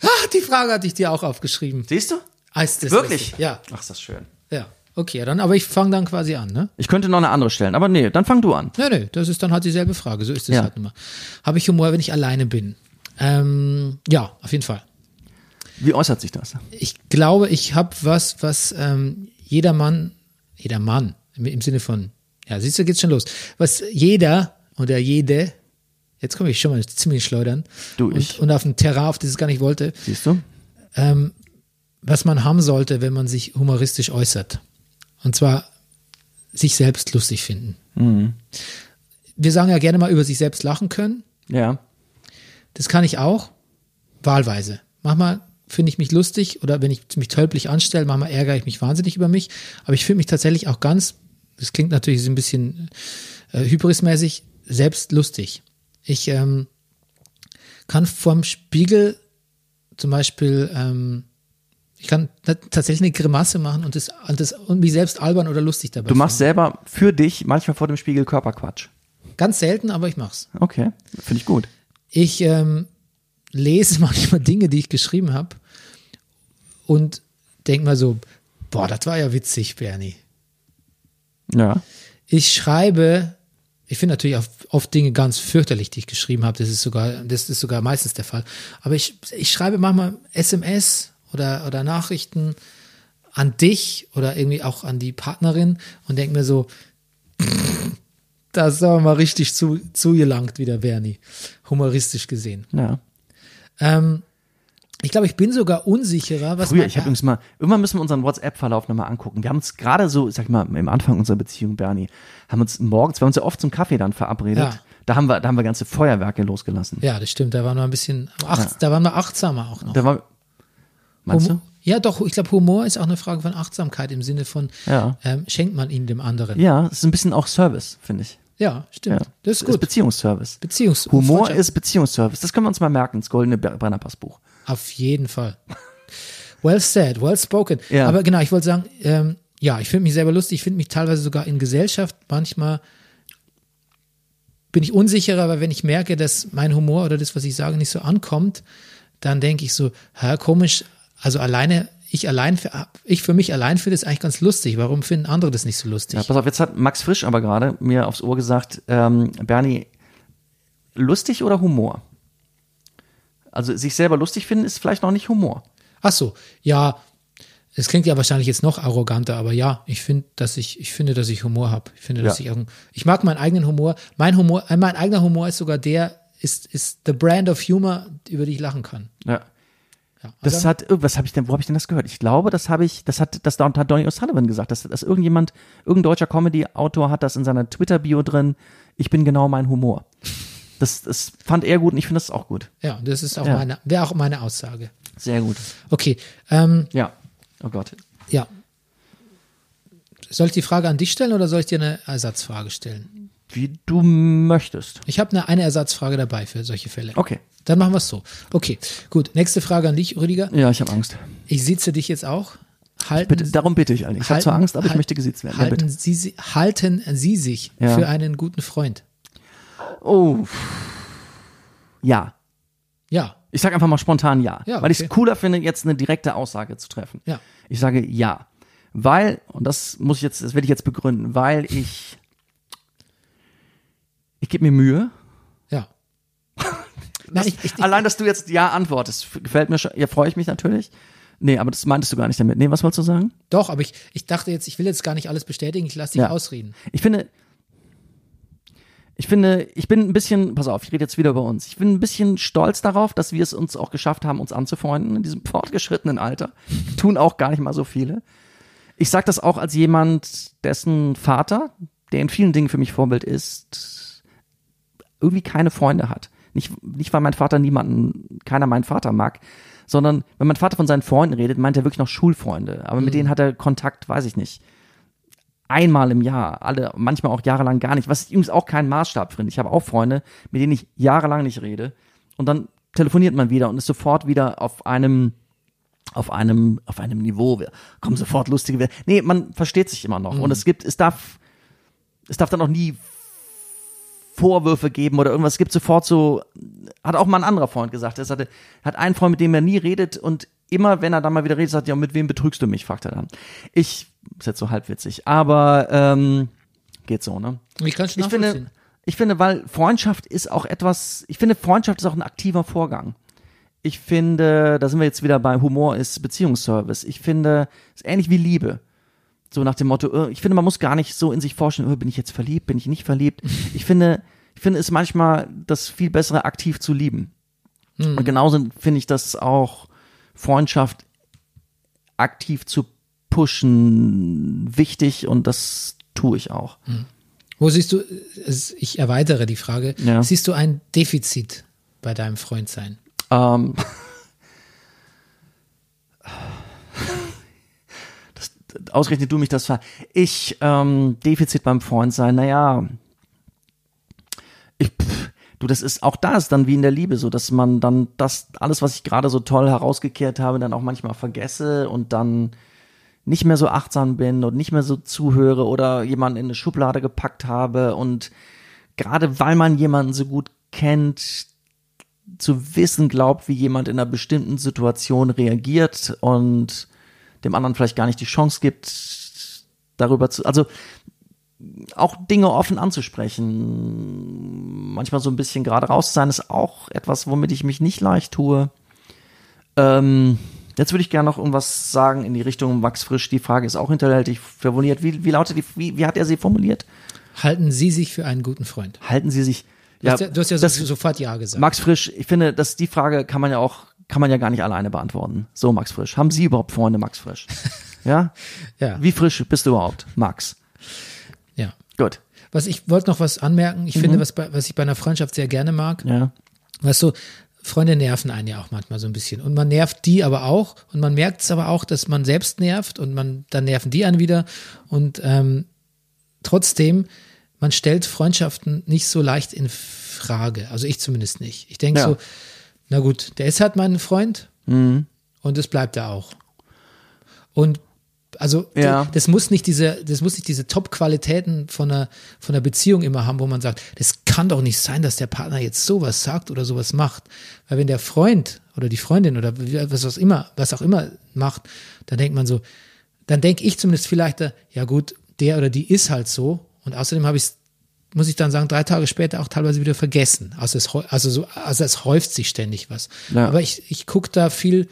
Speaker 1: Ah, die Frage hatte ich dir auch aufgeschrieben.
Speaker 2: Siehst du?
Speaker 1: Ah, ist das
Speaker 2: Wirklich?
Speaker 1: richtig? Ja,
Speaker 2: Ach, ist das schön.
Speaker 1: ja. Okay, ja, dann, aber ich fange dann quasi an, ne?
Speaker 2: Ich könnte noch eine andere stellen, aber nee, dann fang du an.
Speaker 1: Nö, nö, das ist dann halt dieselbe Frage. So ist es
Speaker 2: Ja.
Speaker 1: halt immer. Habe ich Humor, wenn ich alleine bin? Ähm, ja, auf jeden Fall.
Speaker 2: Wie äußert sich das?
Speaker 1: Ich glaube, ich habe was, was ähm, jeder Mann, jeder Mann, im, im Sinne von, ja, siehst du, geht's schon los. Was jeder oder jede, jetzt komme ich schon mal ziemlich schleudern.
Speaker 2: Du,
Speaker 1: und,
Speaker 2: ich.
Speaker 1: Und auf ein Terrain, auf das ich gar nicht wollte.
Speaker 2: Siehst du?
Speaker 1: was man haben sollte, wenn man sich humoristisch äußert. Und zwar sich selbst lustig finden. Wir sagen ja gerne mal über sich selbst lachen können.
Speaker 2: Ja.
Speaker 1: Das kann ich auch. Wahlweise. Manchmal finde ich mich lustig oder wenn ich mich tölpelig anstelle, manchmal ärgere ich mich wahnsinnig über mich. Aber ich fühle mich tatsächlich auch ganz, das klingt natürlich so ein bisschen äh, hybrismäßig, selbst lustig. Ich ähm, kann vorm Spiegel zum Beispiel, ähm, ich kann ta- tatsächlich eine Grimasse machen und, das, und, das, und mich selbst albern oder lustig dabei.
Speaker 2: Du machst selber für dich manchmal vor dem Spiegel Körperquatsch.
Speaker 1: fühlen. Ganz selten, aber ich mach's.
Speaker 2: Okay, finde ich gut.
Speaker 1: ich ähm, lese (laughs) manchmal Dinge, die ich geschrieben habe und denke mal so, boah, das war ja witzig, Bernie.
Speaker 2: Ja.
Speaker 1: Ich schreibe, Ich finde natürlich auch oft Dinge ganz fürchterlich, die ich geschrieben habe. Das ist sogar, das ist sogar meistens der Fall. Aber ich, ich schreibe manchmal SMS oder, oder Nachrichten an dich oder irgendwie auch an die Partnerin und denke mir so, (laughs) da ist aber mal richtig zu, zugelangt wieder Bernie, humoristisch gesehen.
Speaker 2: Ja.
Speaker 1: Ähm, ich glaube, ich bin sogar unsicherer, was
Speaker 2: Früher,
Speaker 1: man-
Speaker 2: ich habe übrigens mal, irgendwann müssen wir unseren WhatsApp-Verlauf nochmal angucken. Wir haben uns gerade so, sag ich mal, im Anfang unserer Beziehung, Bernie, haben uns morgens, wir haben uns ja oft zum Kaffee dann verabredet.
Speaker 1: Ja.
Speaker 2: Da haben wir, da haben wir ganze Feuerwerke losgelassen.
Speaker 1: Ja, das stimmt. Da waren wir ein bisschen, ach, da waren wir achtsamer auch noch.
Speaker 2: Da war, meinst
Speaker 1: Humor- Ja, doch. Ich glaube, Humor ist auch eine Frage von Achtsamkeit im Sinne von,
Speaker 2: Ja.
Speaker 1: ähm, schenkt man ihn dem anderen.
Speaker 2: du?
Speaker 1: Ja,
Speaker 2: Ja, es ist ein bisschen auch Service, finde ich. Ja.
Speaker 1: stimmt. Das ist
Speaker 2: Es Ist
Speaker 1: gut.
Speaker 2: Beziehungsservice.
Speaker 1: Beziehungs-
Speaker 2: Humor
Speaker 1: Freundschaft.
Speaker 2: ist Beziehungsservice. Das können wir uns mal merken, das goldene Ber- Brennerpassbuch.
Speaker 1: Auf jeden Fall. Well said, well spoken.
Speaker 2: Ja.
Speaker 1: Aber genau, ich wollte sagen, ähm, ja, ich finde mich selber lustig. Ich finde mich teilweise sogar in Gesellschaft manchmal bin ich unsicherer, weil wenn ich merke, dass mein Humor oder das, was ich sage, nicht so ankommt, dann denke ich so, hä, komisch, also alleine, ich allein, für, ich für mich allein finde das eigentlich ganz lustig. Warum finden andere das nicht so lustig?
Speaker 2: Ja, pass auf, jetzt hat Max Frisch aber gerade mir aufs Ohr gesagt, ähm, Bernie, lustig oder Humor? Also sich selber lustig finden ist vielleicht noch nicht Humor.
Speaker 1: Ach so, ja, es klingt ja wahrscheinlich jetzt noch arroganter, aber ja, ich finde, dass ich, ich finde, dass ich Humor habe. Ich finde, dass
Speaker 2: Ja.
Speaker 1: ich irgend- ich mag meinen eigenen Humor. Mein Humor, äh, mein eigener Humor ist sogar der, ist, ist the brand of humor, über die ich lachen kann.
Speaker 2: Ja.
Speaker 1: Ja,
Speaker 2: Das
Speaker 1: also,
Speaker 2: hat, was habe ich denn, wo habe ich denn das gehört? Ich glaube, das habe ich, das hat, das hat Donny O'Sullivan gesagt, dass, dass irgendjemand, irgendein deutscher Comedy-Autor hat das in seiner Twitter-Bio drin, ich bin genau mein Humor. Das, das fand er gut und ich finde das auch gut.
Speaker 1: ja, das ist auch
Speaker 2: Ja.
Speaker 1: meine, wäre auch meine Aussage.
Speaker 2: Sehr gut.
Speaker 1: Okay, ähm,
Speaker 2: Ja. Oh Gott.
Speaker 1: ja. Soll ich die Frage an dich stellen oder soll ich dir eine Ersatzfrage stellen?
Speaker 2: Wie du möchtest.
Speaker 1: Ich habe eine, eine Ersatzfrage dabei für solche Fälle.
Speaker 2: Okay.
Speaker 1: Dann machen wir es so. Okay, gut. Nächste Frage an dich, Rüdiger.
Speaker 2: Ja, ich habe Angst.
Speaker 1: Ich sitze dich jetzt auch. Halten,
Speaker 2: Bitte, darum bitte ich eigentlich. Ich habe zwar Angst, aber ich
Speaker 1: halt-
Speaker 2: möchte gesiezt werden. Ja,
Speaker 1: Halten,
Speaker 2: bitte.
Speaker 1: Sie, si- halten Sie sich
Speaker 2: Ja.
Speaker 1: für einen guten Freund?
Speaker 2: Oh. Ja.
Speaker 1: Ja,
Speaker 2: Ich sage einfach mal spontan ja,
Speaker 1: Ja,
Speaker 2: weil ich es
Speaker 1: okay.
Speaker 2: cooler finde, jetzt eine direkte Aussage zu treffen.
Speaker 1: Ja.
Speaker 2: Ich sage ja, weil und das muss ich jetzt, das werde ich jetzt begründen, weil ich ich gebe mir Mühe. (laughs)
Speaker 1: ja. Nein, ich, ich, ich,
Speaker 2: Allein, dass du jetzt ja antwortest, f- gefällt mir schon. Ja, freue ich mich natürlich. Nee, aber das meintest du gar nicht damit. Nee, was wolltest du sagen?
Speaker 1: doch, aber ich, ich dachte jetzt, ich will jetzt gar nicht alles bestätigen, ich lasse dich
Speaker 2: Ja.
Speaker 1: ausreden.
Speaker 2: Ich finde, ich finde, ich bin ein bisschen, pass auf, ich rede jetzt wieder über uns. Ich bin ein bisschen stolz darauf, dass wir es uns auch geschafft haben, uns anzufreunden in diesem (laughs) fortgeschrittenen Alter. Tun auch gar nicht mal so viele. Ich sage das auch als jemand, dessen Vater, der in vielen Dingen für mich Vorbild ist, irgendwie keine Freunde hat. Nicht, nicht weil mein Vater niemanden, keiner meinen Vater mag, sondern wenn mein Vater von seinen Freunden redet, meint er wirklich noch Schulfreunde. Aber mit denen hat er Kontakt, weiß ich nicht einmal im Jahr, alle, manchmal auch jahrelang gar nicht, was übrigens auch kein Maßstab finde. Ich habe auch Freunde, mit denen ich jahrelang nicht rede und dann telefoniert man wieder und ist sofort wieder auf einem auf einem auf einem Niveau. Wir kommen sofort lustige. Wir nee, man versteht sich immer noch und es gibt es darf es darf dann auch nie Vorwürfe geben oder irgendwas. Es gibt sofort so, hat auch mal ein anderer Freund gesagt. Er hatte, hat einen Freund, mit dem er nie redet und immer, wenn er dann mal wieder redet, sagt er, ja, mit wem betrügst du mich, fragt er dann. Ich, ist jetzt so halbwitzig, aber ähm, geht so, ne?
Speaker 1: Ich kann schon
Speaker 2: Ich finde, ich finde, weil Freundschaft ist auch etwas, ich finde, Freundschaft ist auch ein aktiver Vorgang. Ich finde, da sind wir jetzt wieder bei Humor ist Beziehungsservice. Ich finde, ist ähnlich wie Liebe. So nach dem Motto, äh, ich finde, man muss gar nicht so in sich forschen, äh, bin ich jetzt verliebt, bin ich nicht verliebt. Ich finde, ich finde es manchmal das viel bessere, aktiv zu lieben. Und genauso finde ich das auch Freundschaft aktiv zu pushen wichtig und das tue ich auch.
Speaker 1: Wo siehst du, es- ich erweitere die Frage,
Speaker 2: Ja.
Speaker 1: siehst du ein Defizit bei deinem Freund sein?
Speaker 2: Ähm, das, ausgerechnet du mich das ver. Ich, ähm, Defizit beim Freund sein, naja. Ich, pff, du, das ist, auch da ist dann wie in der Liebe so, dass man dann das, alles, was ich gerade so toll herausgekehrt habe, dann auch manchmal vergesse und dann nicht mehr so achtsam bin und nicht mehr so zuhöre oder jemanden in eine Schublade gepackt habe und gerade weil man jemanden so gut kennt, zu wissen glaubt, wie jemand in einer bestimmten Situation reagiert und dem anderen vielleicht gar nicht die Chance gibt, darüber zu. Also auch Dinge offen anzusprechen. Manchmal so ein bisschen gerade raus sein ist auch etwas, womit ich mich nicht leicht tue. Ähm, jetzt würde ich gerne noch irgendwas sagen in die Richtung Max Frisch. Die Frage ist auch hinterhältig formuliert. Wie, wie lautet die, wie, wie hat er sie formuliert?
Speaker 1: Halten Sie sich für einen guten Freund?
Speaker 2: Halten Sie sich.
Speaker 1: Du hast ja, du hast ja so,
Speaker 2: das-
Speaker 1: sofort Ja gesagt.
Speaker 2: Max Frisch, ich finde, dass die Frage kann man ja auch, kann man ja gar nicht alleine beantworten. So, Max Frisch. Haben Sie überhaupt Freunde, Max (laughs) Frisch? Ja?
Speaker 1: Ja.
Speaker 2: Wie frisch bist du überhaupt, Max?
Speaker 1: ja.
Speaker 2: Gut.
Speaker 1: Was ich wollte noch was anmerken. Ich
Speaker 2: Mhm.
Speaker 1: finde, was, bei, was ich bei einer Freundschaft sehr gerne mag,
Speaker 2: Ja.
Speaker 1: weißt du, Freunde nerven einen ja auch manchmal so ein bisschen. Und man nervt die aber auch. Und man merkt es aber auch, dass man selbst nervt und man, dann nerven die einen wieder. Und ähm, trotzdem, man stellt Freundschaften nicht so leicht in Frage. Also ich zumindest nicht. Ich denke
Speaker 2: Ja.
Speaker 1: so, na gut, der ist halt mein Freund
Speaker 2: Mhm.
Speaker 1: und es bleibt er auch. Und also
Speaker 2: Ja.
Speaker 1: d- das muss nicht diese, das muss nicht diese Top-Qualitäten von einer, von einer Beziehung immer haben, wo man sagt, das kann doch nicht sein, dass der Partner jetzt sowas sagt oder sowas macht. Weil wenn der Freund oder die Freundin oder wie- was auch immer, was auch immer macht, dann denkt man so, dann denke ich zumindest vielleicht, äh, ja gut, der oder die ist halt so. Und außerdem habe ich muss ich dann sagen, drei Tage später auch teilweise wieder vergessen. Also es, häu- also so, also es häuft sich ständig was.
Speaker 2: Ja.
Speaker 1: Aber ich, ich gucke da viel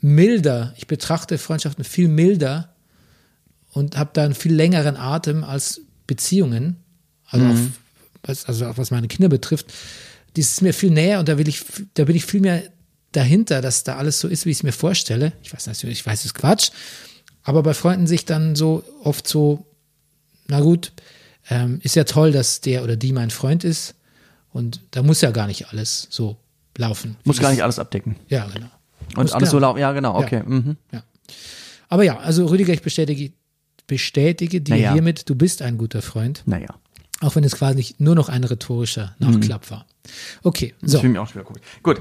Speaker 1: milder, ich betrachte Freundschaften viel milder und habe da einen viel längeren Atem als Beziehungen, also, auch, was, also auch was meine Kinder betrifft. Dies ist mir viel näher und da will ich, f- da bin ich viel mehr dahinter, dass da alles so ist, wie ich es mir vorstelle. Ich weiß natürlich, ich weiß, es ist Quatsch, aber bei Freunden sich dann so oft so, na gut, ähm, ist ja toll, dass der oder die mein Freund ist und da muss ja gar nicht alles so laufen.
Speaker 2: Muss gar
Speaker 1: Wie
Speaker 2: nicht alles abdecken.
Speaker 1: es- Ja, genau.
Speaker 2: Und
Speaker 1: Muss
Speaker 2: alles so
Speaker 1: genau.
Speaker 2: laufen. Ja, genau. Okay. Mhm.
Speaker 1: Ja. Aber ja, also Rüdiger, ich bestätige, bestätige dir
Speaker 2: Naja.
Speaker 1: hiermit, du bist ein guter Freund,
Speaker 2: Naja.
Speaker 1: auch wenn es quasi nicht- nur noch ein rhetorischer
Speaker 2: Mhm.
Speaker 1: Nachklapp war. Okay,
Speaker 2: Das
Speaker 1: so.
Speaker 2: finde ich auch schwer. Gut. Gut.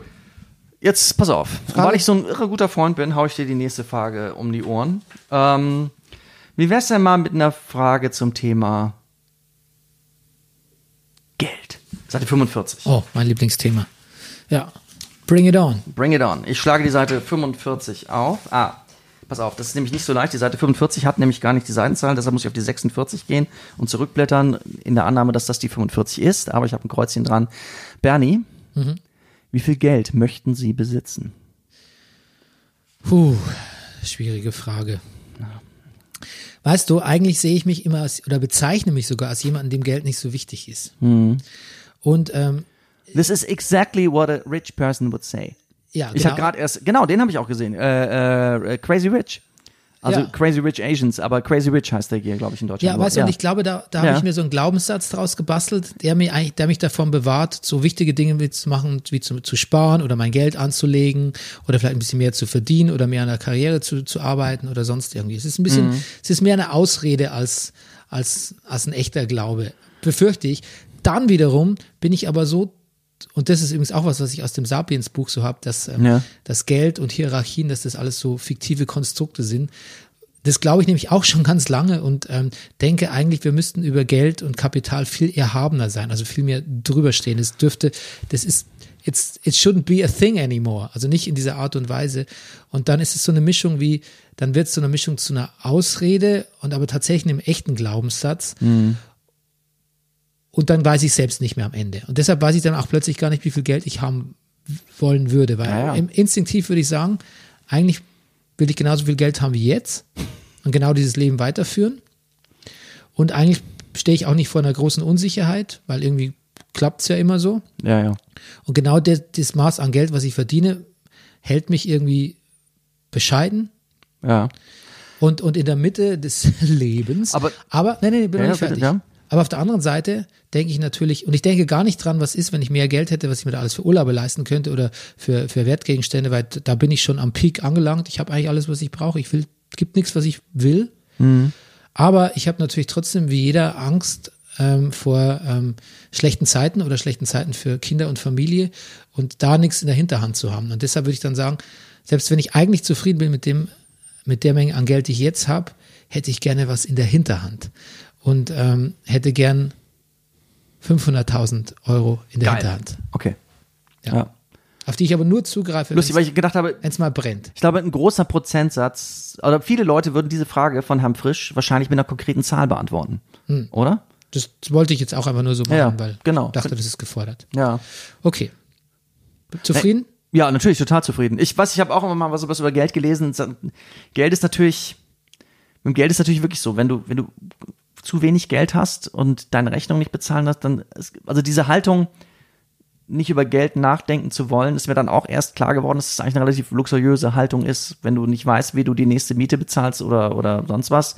Speaker 2: Jetzt pass auf. Weil ich so ein irre guter Freund bin, haue ich dir die nächste Frage um die Ohren. Ähm, wie wär's denn mal mit einer Frage zum Thema Geld? Seite 45.
Speaker 1: Oh, mein Lieblingsthema. Ja, bring it on.
Speaker 2: Bring it on. Ich schlage die Seite 45 auf. Ah, pass auf, das ist nämlich nicht so leicht. Die Seite 45 hat nämlich gar nicht die Seitenzahl, deshalb muss ich auf die 46 gehen und zurückblättern, in der Annahme, dass das die 45 ist, aber ich habe ein Kreuzchen dran. Bernie,
Speaker 1: Mhm.
Speaker 2: wie viel Geld möchten Sie besitzen?
Speaker 1: Puh, schwierige Frage. Weißt du, eigentlich sehe ich mich immer als, oder bezeichne mich sogar als jemanden, dem Geld nicht so wichtig ist.
Speaker 2: Mhm.
Speaker 1: Und ähm,
Speaker 2: This is exactly what a rich person would say.
Speaker 1: ja,
Speaker 2: Ich habe gerade erst, genau, den habe ich auch gesehen. Äh, äh, Crazy Rich. Also
Speaker 1: Ja.
Speaker 2: Crazy Rich Asians, aber Crazy Rich heißt der hier, glaube ich, in
Speaker 1: Ja,
Speaker 2: Deutschland.
Speaker 1: weißt du, und ich glaube, da, da
Speaker 2: Ja.
Speaker 1: habe ich mir so einen Glaubenssatz draus gebastelt, der mich eigentlich, der mich davon bewahrt, so wichtige Dinge wie zu machen, wie zu, zu sparen oder mein Geld anzulegen oder vielleicht ein bisschen mehr zu verdienen oder mehr an der Karriere zu, zu arbeiten oder sonst irgendwie. Es ist ein bisschen,
Speaker 2: Mhm.
Speaker 1: es ist mehr eine Ausrede als, als, als ein echter Glaube, befürchte ich. Dann wiederum bin ich aber so, und das ist übrigens auch was, was ich aus dem Sapiens-Buch so habe, dass ähm,
Speaker 2: Ja.
Speaker 1: das Geld und Hierarchien, dass das alles so fiktive Konstrukte sind, das glaube ich nämlich auch schon ganz lange und ähm, denke eigentlich, wir müssten über Geld und Kapital viel erhabener sein, also viel mehr drüber stehen. Es dürfte, das ist, it's, it shouldn't be a thing anymore, also nicht in dieser Art und Weise. Und dann ist es so eine Mischung wie, dann wird es so eine Mischung zu einer Ausrede und aber tatsächlich einem echten Glaubenssatz. Und dann weiß ich selbst nicht mehr am Ende. Und deshalb weiß ich dann auch plötzlich gar nicht, wie viel Geld ich haben wollen würde, weil
Speaker 2: Ja, ja.
Speaker 1: im- instinktiv würde ich sagen, eigentlich will ich genauso viel Geld haben wie jetzt und genau dieses Leben weiterführen. Und eigentlich stehe ich auch nicht vor einer großen Unsicherheit, weil irgendwie klappt es ja immer so.
Speaker 2: Ja, ja.
Speaker 1: Und genau der, das Maß an Geld, was ich verdiene, hält mich irgendwie bescheiden
Speaker 2: ja.
Speaker 1: und, und in der Mitte des (laughs) Lebens.
Speaker 2: Aber-
Speaker 1: aber nee, nee, nee, bin
Speaker 2: Ja,
Speaker 1: noch nicht
Speaker 2: ja, bitte,
Speaker 1: fertig.
Speaker 2: ja.
Speaker 1: Aber auf der anderen Seite denke ich natürlich, und ich denke gar nicht dran, was ist, wenn ich mehr Geld hätte, was ich mir da alles für Urlaube leisten könnte oder für, für Wertgegenstände, weil da bin ich schon am Peak angelangt. Ich habe eigentlich alles, was ich brauche. Ich will, gibt nichts, was ich will.
Speaker 2: Mhm.
Speaker 1: Aber ich habe natürlich trotzdem wie jeder Angst ähm, vor ähm, schlechten Zeiten oder schlechten Zeiten für Kinder und Familie und da nichts in der Hinterhand zu haben. Und deshalb würde ich dann sagen, selbst wenn ich eigentlich zufrieden bin mit dem, mit der Menge an Geld, die ich jetzt habe, hätte ich gerne was in der Hinterhand und ähm, hätte gern 500.000 Euro in der Hinterhand,
Speaker 2: Okay.
Speaker 1: Ja.
Speaker 2: ja.
Speaker 1: auf die ich aber nur zugreife,
Speaker 2: Lustig, weil
Speaker 1: wenn
Speaker 2: ich gedacht habe,
Speaker 1: es mal brennt.
Speaker 2: Ich glaube, ein großer Prozentsatz oder viele Leute würden diese Frage von Herrn Frisch wahrscheinlich mit einer konkreten Zahl beantworten. Oder?
Speaker 1: Das wollte ich jetzt auch einfach nur so machen,
Speaker 2: Ja,
Speaker 1: weil
Speaker 2: genau.
Speaker 1: ich dachte, das ist gefordert.
Speaker 2: Ja.
Speaker 1: Okay. Zufrieden?
Speaker 2: Ja, natürlich, total zufrieden. Ich weiß, ich habe auch immer mal was, was über Geld gelesen. Geld ist natürlich, mit dem Geld ist natürlich wirklich so, wenn du, wenn du zu wenig Geld hast und deine Rechnung nicht bezahlen hast, dann, ist, also diese Haltung, nicht über Geld nachdenken zu wollen, ist mir dann auch erst klar geworden, dass es eigentlich eine relativ luxuriöse Haltung ist. Wenn du nicht weißt, wie du die nächste Miete bezahlst oder, oder sonst was,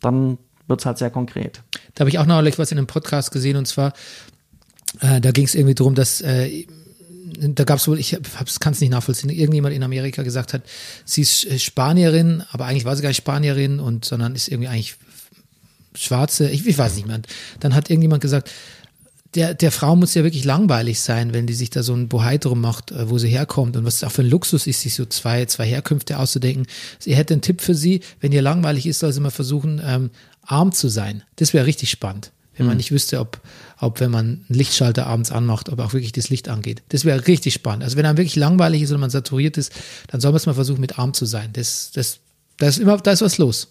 Speaker 2: dann wird's halt sehr konkret.
Speaker 1: Da habe ich auch neulich was in einem Podcast gesehen und zwar, äh, da ging es irgendwie darum, dass äh, da gab es wohl, ich kann es nicht nachvollziehen, irgendjemand in Amerika gesagt hat, sie ist äh, Spanierin, aber eigentlich war sie gar nicht Spanierin und sondern ist irgendwie eigentlich Schwarze, ich, ich weiß nicht mehr. Dann hat irgendjemand gesagt, der, der Frau muss ja wirklich langweilig sein, wenn die sich da so ein Bohai drum macht, äh, wo sie herkommt und was es auch für ein Luxus ist, sich so zwei, zwei Herkünfte auszudenken. Sie hätte einen Tipp für sie, wenn ihr langweilig ist, soll sie mal versuchen, ähm, arm zu sein. Das wäre richtig spannend, wenn man nicht wüsste, ob, ob wenn man einen Lichtschalter abends anmacht, ob auch wirklich das Licht angeht. Das wäre richtig spannend. Also wenn einem wirklich langweilig ist und man saturiert ist, dann soll man es mal versuchen, mit arm zu sein. Das, das, da ist immer, da ist was los.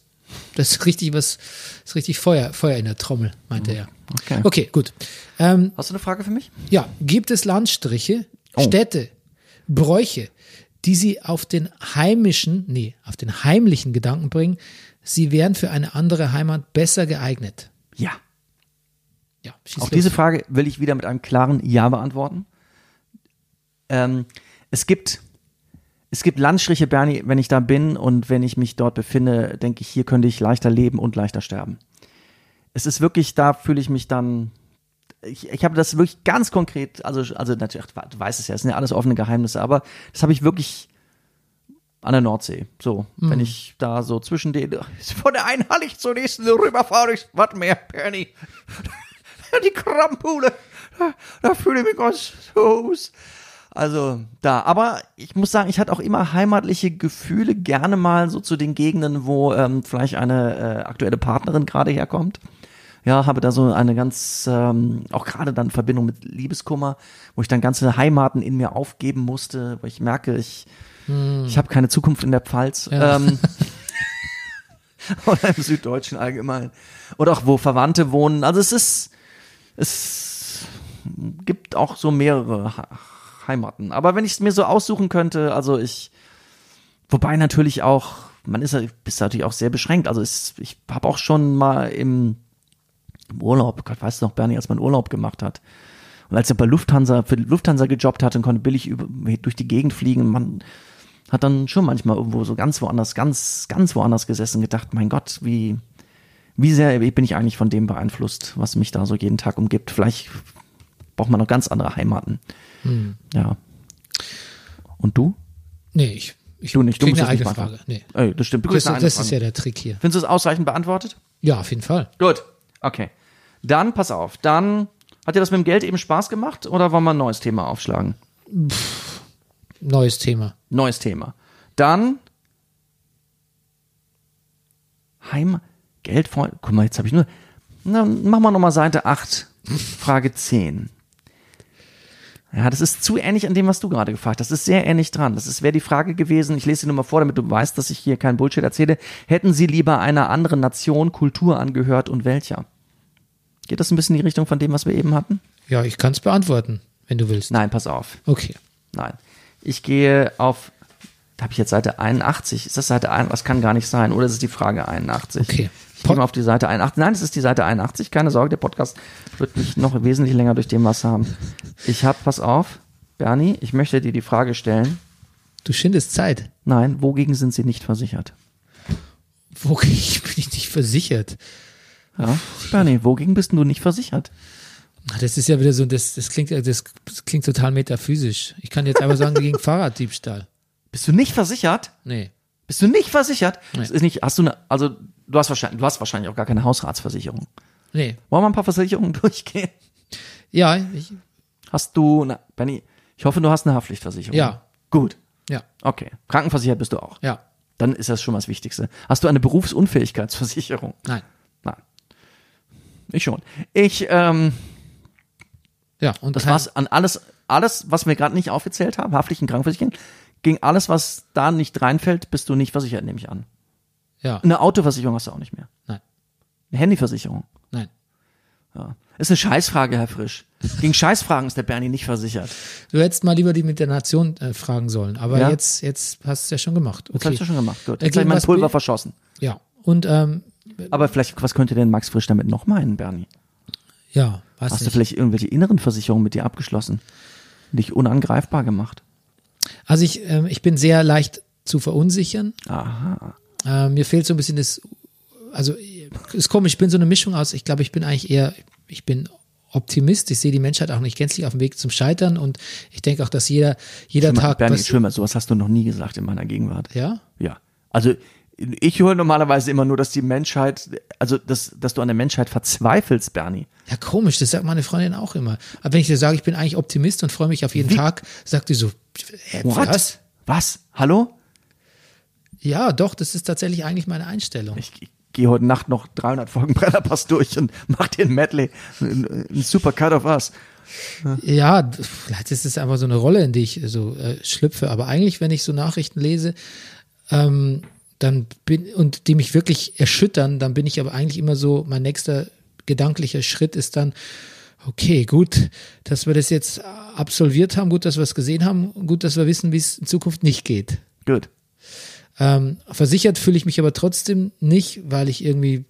Speaker 1: Das ist richtig was, ist richtig Feuer, Feuer in der Trommel, meinte er.
Speaker 2: Okay.
Speaker 1: Okay, gut. Ähm,
Speaker 2: Hast du eine Frage für mich?
Speaker 1: ja, gibt es Landstriche,
Speaker 2: Oh.
Speaker 1: Städte, Bräuche, die sie auf den heimischen, nee, auf den heimlichen Gedanken bringen, sie wären für eine andere Heimat besser geeignet?
Speaker 2: Ja.
Speaker 1: Ja, schieß
Speaker 2: Auf
Speaker 1: los.
Speaker 2: diese Frage will ich wieder mit einem klaren Ja beantworten. Ähm, es gibt es gibt Landstriche, Bernie, wenn ich da bin und wenn ich mich dort befinde, denke ich, hier könnte ich leichter leben und leichter sterben. Es ist wirklich, da fühle ich mich dann. Ich, ich habe das wirklich ganz konkret, also, also natürlich, ach, du weißt es ja, es sind ja alles offene Geheimnisse, aber das habe ich wirklich an der Nordsee. So, wenn ich da so zwischen den, (laughs) von der einen Hallig zur nächsten rüberfahre, ich, was mehr, Bernie (laughs) die Krampule. Da, da fühle ich mich ganz so. aus. Also da, aber ich muss sagen, ich hatte auch immer heimatliche Gefühle, gerne mal so zu den Gegenden, wo ähm, vielleicht eine äh, aktuelle Partnerin gerade herkommt. Ja, habe da so eine ganz, ähm, auch gerade dann in Verbindung mit Liebeskummer, wo ich dann ganze Heimaten in mir aufgeben musste, wo ich merke, ich, ich habe keine Zukunft in der Pfalz.
Speaker 1: Ja.
Speaker 2: Ähm, (laughs) oder im Süddeutschen allgemein. Oder auch wo Verwandte wohnen. Also es ist, es gibt auch so mehrere Ha- Heimaten. Aber wenn ich es mir so aussuchen könnte, also ich, wobei natürlich auch, man ist ja- bist natürlich auch sehr beschränkt. Also es, ich habe auch schon mal im, im Urlaub, Gott weiß noch, Bernie, als man Urlaub gemacht hat. Und als er bei Lufthansa, für die Lufthansa gejobbt hatte und konnte billig über, durch die Gegend fliegen, man hat dann schon manchmal irgendwo so ganz woanders, ganz, ganz woanders gesessen und gedacht, mein Gott, wie, wie sehr bin ich eigentlich von dem beeinflusst, was mich da so jeden Tag umgibt. Vielleicht braucht man noch ganz andere Heimaten.
Speaker 1: Hm.
Speaker 2: Ja. Und du?
Speaker 1: Nee, ich, ich
Speaker 2: Du nicht, du
Speaker 1: krieg
Speaker 2: musst
Speaker 1: eine
Speaker 2: das
Speaker 1: eigene
Speaker 2: nicht
Speaker 1: Frage. Nee.
Speaker 2: Ey, das stimmt. Du
Speaker 1: Das,
Speaker 2: kriegst eine
Speaker 1: das
Speaker 2: Frage.
Speaker 1: ist ja der Trick hier.
Speaker 2: Findest du es ausreichend beantwortet?
Speaker 1: Ja, auf jeden Fall.
Speaker 2: Gut. Okay. Dann pass auf. Dann hat dir das mit dem Geld eben Spaß gemacht oder wollen wir ein neues Thema aufschlagen?
Speaker 1: Neues Thema.
Speaker 2: Neues Thema. Dann Heim, Geld, Freund. Guck mal, jetzt habe ich nur. Na, machen wir nochmal Seite 8, Frage 10. Ja, das ist zu ähnlich an dem, was du gerade gefragt hast. Das ist sehr ähnlich dran. Das ist- wäre die Frage gewesen, ich lese sie nur mal vor, damit du weißt, dass ich hier keinen Bullshit erzähle. Hätten sie lieber einer anderen Nation, Kultur angehört und welcher? Geht das ein bisschen in die Richtung von dem, was wir eben hatten?
Speaker 1: Ja, ich kann es beantworten, wenn du willst.
Speaker 2: Nein, pass auf.
Speaker 1: Okay.
Speaker 2: Nein. Ich gehe auf. Da habe ich jetzt Seite 81. Ist das Seite 81? Das kann gar nicht sein. Oder ist es die Frage 81?
Speaker 1: Okay.
Speaker 2: Ich gehe mal auf die Seite 81. Nein, es ist die Seite 81. Keine Sorge, der Podcast wird mich noch wesentlich länger durch den Wasser haben. Ich habe, pass auf, Bernie, ich möchte dir die Frage stellen.
Speaker 1: Du schindest Zeit.
Speaker 2: Nein, wogegen sind sie nicht versichert?
Speaker 1: Wogegen (laughs) bin ich nicht versichert?
Speaker 2: Ja? Bernie, wogegen bist denn du nicht versichert?
Speaker 1: Ah, Das ist ja wieder so, das, das, klingt, ja- das, das klingt total metaphysisch. Ich kann jetzt einfach sagen,
Speaker 2: (laughs)
Speaker 1: gegen Fahrraddiebstahl.
Speaker 2: Bist du nicht versichert?
Speaker 1: Nee.
Speaker 2: Bist du nicht versichert? Das ist nicht, hast du eine, also du hast wahrscheinlich, du hast wahrscheinlich auch gar keine Hausratsversicherung.
Speaker 1: Nee.
Speaker 2: Wollen wir ein paar Versicherungen (laughs) durchgehen?
Speaker 1: Ja, ich,
Speaker 2: Hast du, na, Benny, ich hoffe, du hast eine Haftpflichtversicherung.
Speaker 1: Ja.
Speaker 2: Gut.
Speaker 1: ja,
Speaker 2: Okay. Krankenversichert bist du auch.
Speaker 1: ja,
Speaker 2: Dann ist das schon mal das Wichtigste. Hast du eine Berufsunfähigkeitsversicherung?
Speaker 1: nein.
Speaker 2: Nein. Ich schon. Ich, ähm,
Speaker 1: Ja, und
Speaker 2: das
Speaker 1: kein-
Speaker 2: war's an alles, alles, was wir gerade nicht aufgezählt haben, haftlichen Krankenversichern, gegen alles, was da nicht reinfällt, bist du nicht versichert, nehme ich an.
Speaker 1: Ja,
Speaker 2: Eine Autoversicherung hast du auch nicht mehr.
Speaker 1: nein,
Speaker 2: Eine Handyversicherung.
Speaker 1: nein,
Speaker 2: Ja. Ist eine Scheißfrage,
Speaker 1: (laughs)
Speaker 2: Herr Frisch. Gegen Scheißfragen ist der Bernie nicht versichert.
Speaker 1: Du hättest mal lieber die mit der Nation äh, fragen sollen, aber
Speaker 2: Ja.
Speaker 1: jetzt, jetzt hast du es ja schon gemacht.
Speaker 2: Das hast
Speaker 1: Okay.
Speaker 2: du schon gemacht. Gut.
Speaker 1: Äh,
Speaker 2: Jetzt habe ich
Speaker 1: gegen
Speaker 2: mein
Speaker 1: was
Speaker 2: Pulver
Speaker 1: bin-
Speaker 2: verschossen.
Speaker 1: Ja. Und ähm,
Speaker 2: Aber vielleicht, was könnte denn Max Frisch damit noch meinen, Bernie?
Speaker 1: ja, weiß
Speaker 2: Hast du
Speaker 1: nicht.
Speaker 2: vielleicht irgendwelche inneren Versicherungen mit dir abgeschlossen? Dich unangreifbar gemacht?
Speaker 1: Also ich, ähm, ich bin sehr leicht zu verunsichern.
Speaker 2: Aha.
Speaker 1: Ähm, mir fehlt so ein bisschen das, also äh, ist komisch, ich bin so eine Mischung aus, ich glaube, ich bin eigentlich eher, ich bin Optimist, ich sehe die Menschheit auch nicht gänzlich auf dem Weg zum Scheitern und ich denke auch, dass jeder, jeder
Speaker 2: Schlimmer,
Speaker 1: Tag,
Speaker 2: Bernie,
Speaker 1: was,
Speaker 2: schlimmer, sowas hast du noch nie gesagt in meiner Gegenwart.
Speaker 1: ja,
Speaker 2: Ja. Also ich höre normalerweise immer nur, dass die Menschheit, also dass, dass du an der Menschheit verzweifelst, Bernie.
Speaker 1: ja komisch, das sagt meine Freundin auch immer. Aber wenn ich dir sage, ich bin eigentlich Optimist und freue mich auf jeden Tag, sagt die so, äh, was?
Speaker 2: Was? Hallo?
Speaker 1: Ja, doch, das ist tatsächlich eigentlich meine Einstellung.
Speaker 2: Ich, ich gehe heute Nacht noch 300 Folgen Brennerpass durch und (laughs) mach dir ein Medley, ein, ein super Cut of Us.
Speaker 1: Ja, vielleicht ist es einfach so eine Rolle, in die ich so äh, schlüpfe. Aber eigentlich, wenn ich so Nachrichten lese, ähm, dann bin und die mich wirklich erschüttern, dann bin ich aber eigentlich immer so, mein nächster gedanklicher Schritt ist dann, okay, gut, dass wir das jetzt absolviert haben, gut, dass wir es gesehen haben, gut, dass wir wissen, wie es in Zukunft nicht geht.
Speaker 2: Gut.
Speaker 1: Ähm, versichert fühle ich mich aber trotzdem nicht, weil ich irgendwie,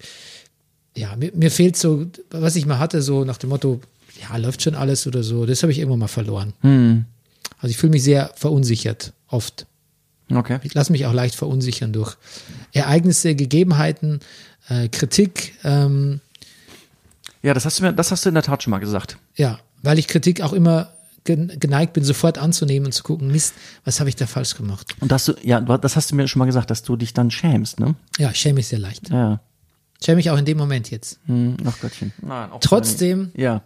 Speaker 1: ja, mir, mir fehlt so, was ich mal hatte, so nach dem Motto, ja, läuft schon alles oder so, das habe ich irgendwann mal verloren. Also ich fühle mich sehr verunsichert, oft.
Speaker 2: Okay.
Speaker 1: Ich lasse mich auch leicht verunsichern durch Ereignisse, Gegebenheiten, äh, Kritik, ähm,
Speaker 2: Ja, das hast du mir, das hast du in der Tat schon mal gesagt.
Speaker 1: ja, weil ich Kritik auch immer gen- geneigt bin, sofort anzunehmen und zu gucken, Mist, was habe ich da falsch gemacht?
Speaker 2: Und dass du, ja, das hast du mir schon mal gesagt, dass du dich dann schämst, ne?
Speaker 1: Ja, ich schäme mich sehr leicht.
Speaker 2: Ja.
Speaker 1: Schäme mich auch in dem Moment jetzt.
Speaker 2: Hm, ach Gottchen. Nein, auch
Speaker 1: Trotzdem,
Speaker 2: Ja.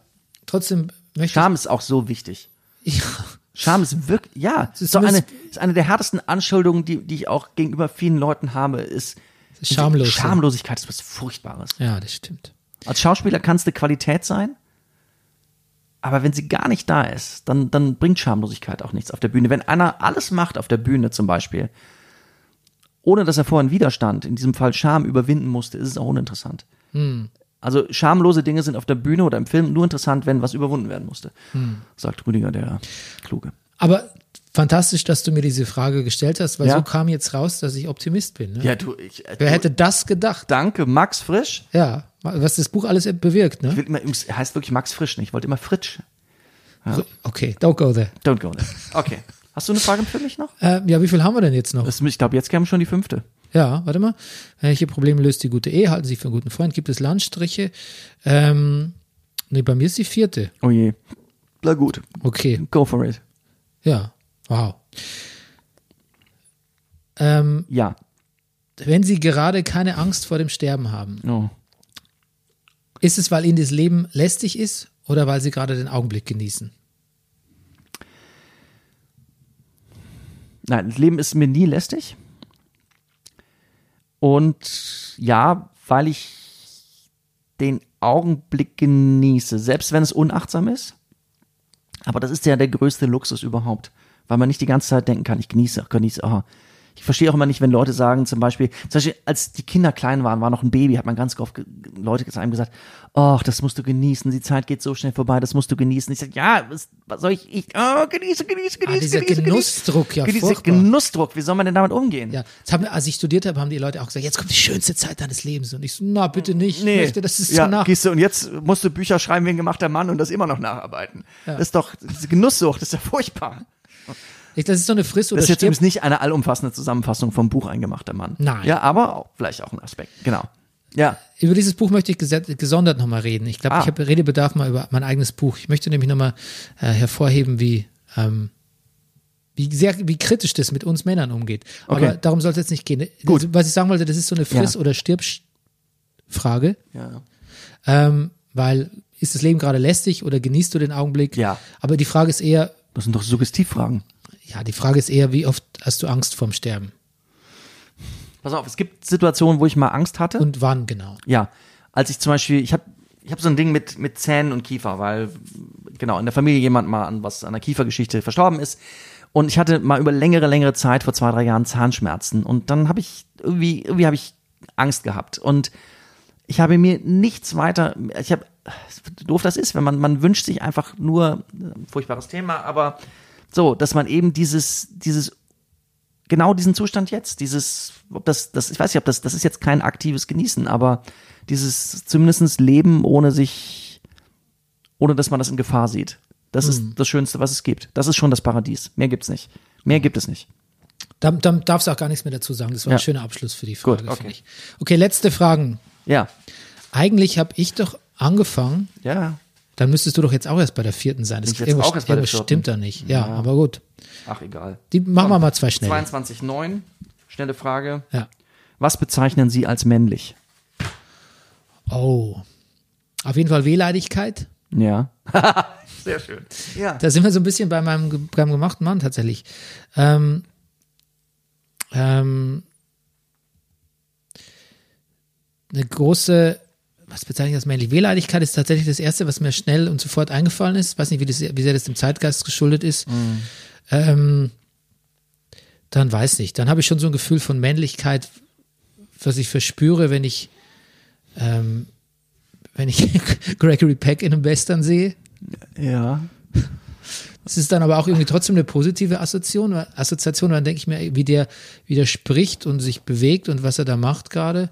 Speaker 1: trotzdem möchte
Speaker 2: Scham ist auch so wichtig.
Speaker 1: ich. (laughs) Ja.
Speaker 2: Scham ist wirklich, ja, ist, so eine,
Speaker 1: zumindest-
Speaker 2: ist eine der härtesten Anschuldigungen, die, die ich auch gegenüber vielen Leuten habe, ist
Speaker 1: Schamlos.
Speaker 2: Schamlosigkeit ist was Furchtbares.
Speaker 1: Ja, das stimmt.
Speaker 2: Als Schauspieler kannst du Qualität sein, aber wenn sie gar nicht da ist, dann, dann bringt Schamlosigkeit auch nichts auf der Bühne. Wenn einer alles macht auf der Bühne zum Beispiel, ohne dass er vorher einen Widerstand, in diesem Fall Scham, überwinden musste, ist es auch uninteressant. Also schamlose Dinge sind auf der Bühne oder im Film nur interessant, wenn was überwunden werden musste, sagt Rüdiger, der Kluge.
Speaker 1: Aber fantastisch, dass du mir diese Frage gestellt hast, weil
Speaker 2: Ja.
Speaker 1: so kam jetzt raus, dass ich Optimist bin. Ne?
Speaker 2: Ja, du, ich, äh,
Speaker 1: Wer
Speaker 2: du,
Speaker 1: hätte das gedacht?
Speaker 2: danke, Max Frisch.
Speaker 1: Ja, was das Buch alles bewirkt.
Speaker 2: Ich
Speaker 1: Ne?
Speaker 2: will immer, übrigens, er heißt wirklich Max Frisch, nicht? Ich wollte immer Fritsch.
Speaker 1: Okay, don't go there.
Speaker 2: Don't go there. Okay. Hast du eine Frage für mich noch?
Speaker 1: Äh, ja, wie viel haben wir denn jetzt noch?
Speaker 2: Das, ich glaube, jetzt kämen schon die fünfte.
Speaker 1: Ja, warte mal. Welche Probleme löst die gute Ehe? Halten Sie für einen guten Freund? Gibt es Landstriche? Ähm, nee, bei mir ist die vierte.
Speaker 2: Oh je. Na gut.
Speaker 1: Okay,
Speaker 2: Go for it.
Speaker 1: ja. Wow. Ähm,
Speaker 2: Ja.
Speaker 1: wenn Sie gerade keine Angst vor dem Sterben haben,
Speaker 2: Oh.
Speaker 1: Ist es, weil ihnen das Leben lästig ist oder weil sie gerade den Augenblick genießen?
Speaker 2: Nein, das Leben ist mir nie lästig. Und ja, weil ich den Augenblick genieße, selbst wenn es unachtsam ist. Aber das ist ja der größte Luxus überhaupt, weil man nicht die ganze Zeit denken kann, ich genieße, genieße, aha. Ich verstehe auch immer nicht, wenn Leute sagen, zum Beispiel, zum Beispiel, als die Kinder klein waren, war noch ein Baby, hat man ganz oft ge- Leute zu einem gesagt, ach, das musst du genießen, die Zeit geht so schnell vorbei, das musst du genießen. Ich sage, ja, was, was soll ich, ich, oh, genieße, genieße, genieße,
Speaker 1: Ah, dieser
Speaker 2: genieße,
Speaker 1: Genussdruck, ja,
Speaker 2: genieße,
Speaker 1: furchtbar.
Speaker 2: Genussdruck, wie soll man denn damit umgehen?
Speaker 1: Ja, das haben, als ich studiert habe, haben die Leute auch gesagt, jetzt kommt die schönste Zeit deines Lebens. Und ich so, na bitte nicht, ich möchte, dass es
Speaker 2: Mm, ja,
Speaker 1: danach
Speaker 2: Gehst du, und jetzt musst du Bücher schreiben wie ein gemachter Mann und das immer noch nacharbeiten. Das ist doch das ist Genusssucht, das ist ja furchtbar.
Speaker 1: Ich- Das ist so eine Frist oder
Speaker 2: Das ist jetzt
Speaker 1: stirb.
Speaker 2: übrigens nicht eine allumfassende Zusammenfassung vom Buch Ein gemachter Mann.
Speaker 1: Nein.
Speaker 2: Ja, aber auch, vielleicht auch ein Aspekt. Genau. Ja.
Speaker 1: Über dieses Buch möchte ich geset- gesondert nochmal reden. Ich glaube,
Speaker 2: Ah.
Speaker 1: ich habe Redebedarf mal über mein eigenes Buch. Ich möchte nämlich nochmal äh, hervorheben, wie, ähm, wie, sehr, wie kritisch das mit uns Männern umgeht. Aber
Speaker 2: Okay.
Speaker 1: darum sollte es jetzt nicht gehen. Also,
Speaker 2: Gut.
Speaker 1: Was ich sagen wollte, das ist so eine Friss-
Speaker 2: Ja.
Speaker 1: oder Stirb-Frage. Äh.
Speaker 2: Ja.
Speaker 1: Ähm, weil ist das Leben gerade lästig oder genießt du den Augenblick?
Speaker 2: Ja.
Speaker 1: Aber die Frage ist eher,
Speaker 2: Das sind doch Suggestivfragen.
Speaker 1: ja, die Frage ist eher, wie oft hast du Angst vorm Sterben?
Speaker 2: Pass auf, es gibt Situationen, wo ich mal Angst hatte.
Speaker 1: Und wann genau?
Speaker 2: Ja, als ich zum Beispiel, ich habe ich hab so ein Ding mit, mit Zähnen und Kiefer, weil genau in der Familie jemand mal an was an der Kiefergeschichte verstorben ist. Und ich hatte mal über längere, längere Zeit vor zwei, drei Jahren Zahnschmerzen. Und dann habe ich irgendwie, irgendwie habe ich Angst gehabt. Und ich habe mir nichts weiter, ich habe doof das ist, wenn man, man wünscht sich einfach nur, äh, furchtbares Thema, aber so, dass man eben dieses, dieses, genau diesen Zustand jetzt, dieses, ob das, das, ich weiß nicht, ob das, das ist jetzt kein aktives Genießen, aber dieses zumindestens Leben ohne sich, ohne dass man das in Gefahr sieht. Das ist das Schönste, was es gibt. Das ist schon das Paradies. Mehr gibt's nicht. Mehr gibt es nicht.
Speaker 1: Dann, dann darfst du auch gar nichts mehr dazu sagen. Das war
Speaker 2: Ja.
Speaker 1: ein schöner Abschluss für die Frage,
Speaker 2: Gut, okay.
Speaker 1: finde ich. Okay, letzte Fragen.
Speaker 2: Ja.
Speaker 1: Eigentlich habe ich doch angefangen,
Speaker 2: Ja.
Speaker 1: dann müsstest du doch jetzt auch erst bei der vierten sein. Das
Speaker 2: Bin ich jetzt
Speaker 1: irgendwas
Speaker 2: auch erst bei der
Speaker 1: irgendwas
Speaker 2: vierten?
Speaker 1: stimmt da nicht. Ja, aber gut.
Speaker 2: Ach, egal.
Speaker 1: Die machen wir mal zwei schnell.
Speaker 2: 22,9. Schnelle Frage.
Speaker 1: Ja.
Speaker 2: Was bezeichnen Sie als männlich?
Speaker 1: Oh. Auf jeden Fall Wehleidigkeit.
Speaker 2: Ja. (laughs) Sehr schön. Ja.
Speaker 1: Da sind wir so ein bisschen bei meinem, ge- beim gemachten Mann tatsächlich. Ähm, ähm, eine große, was bezeichne ich als männlich? Wehleidigkeit ist tatsächlich das Erste, was mir schnell und sofort eingefallen ist. Weiß nicht, wie, das, wie sehr das dem Zeitgeist geschuldet ist. Ähm, dann weiß nicht. Dann habe ich schon so ein Gefühl von Männlichkeit, was ich verspüre, wenn ich, ähm, wenn ich (laughs) Gregory Peck in einem Western sehe.
Speaker 2: Ja.
Speaker 1: Es ist dann aber auch irgendwie trotzdem eine positive Assoziation, weil- Assoziation weil dann denke ich mir, ey, wie der, wie der spricht und sich bewegt und was er da macht gerade.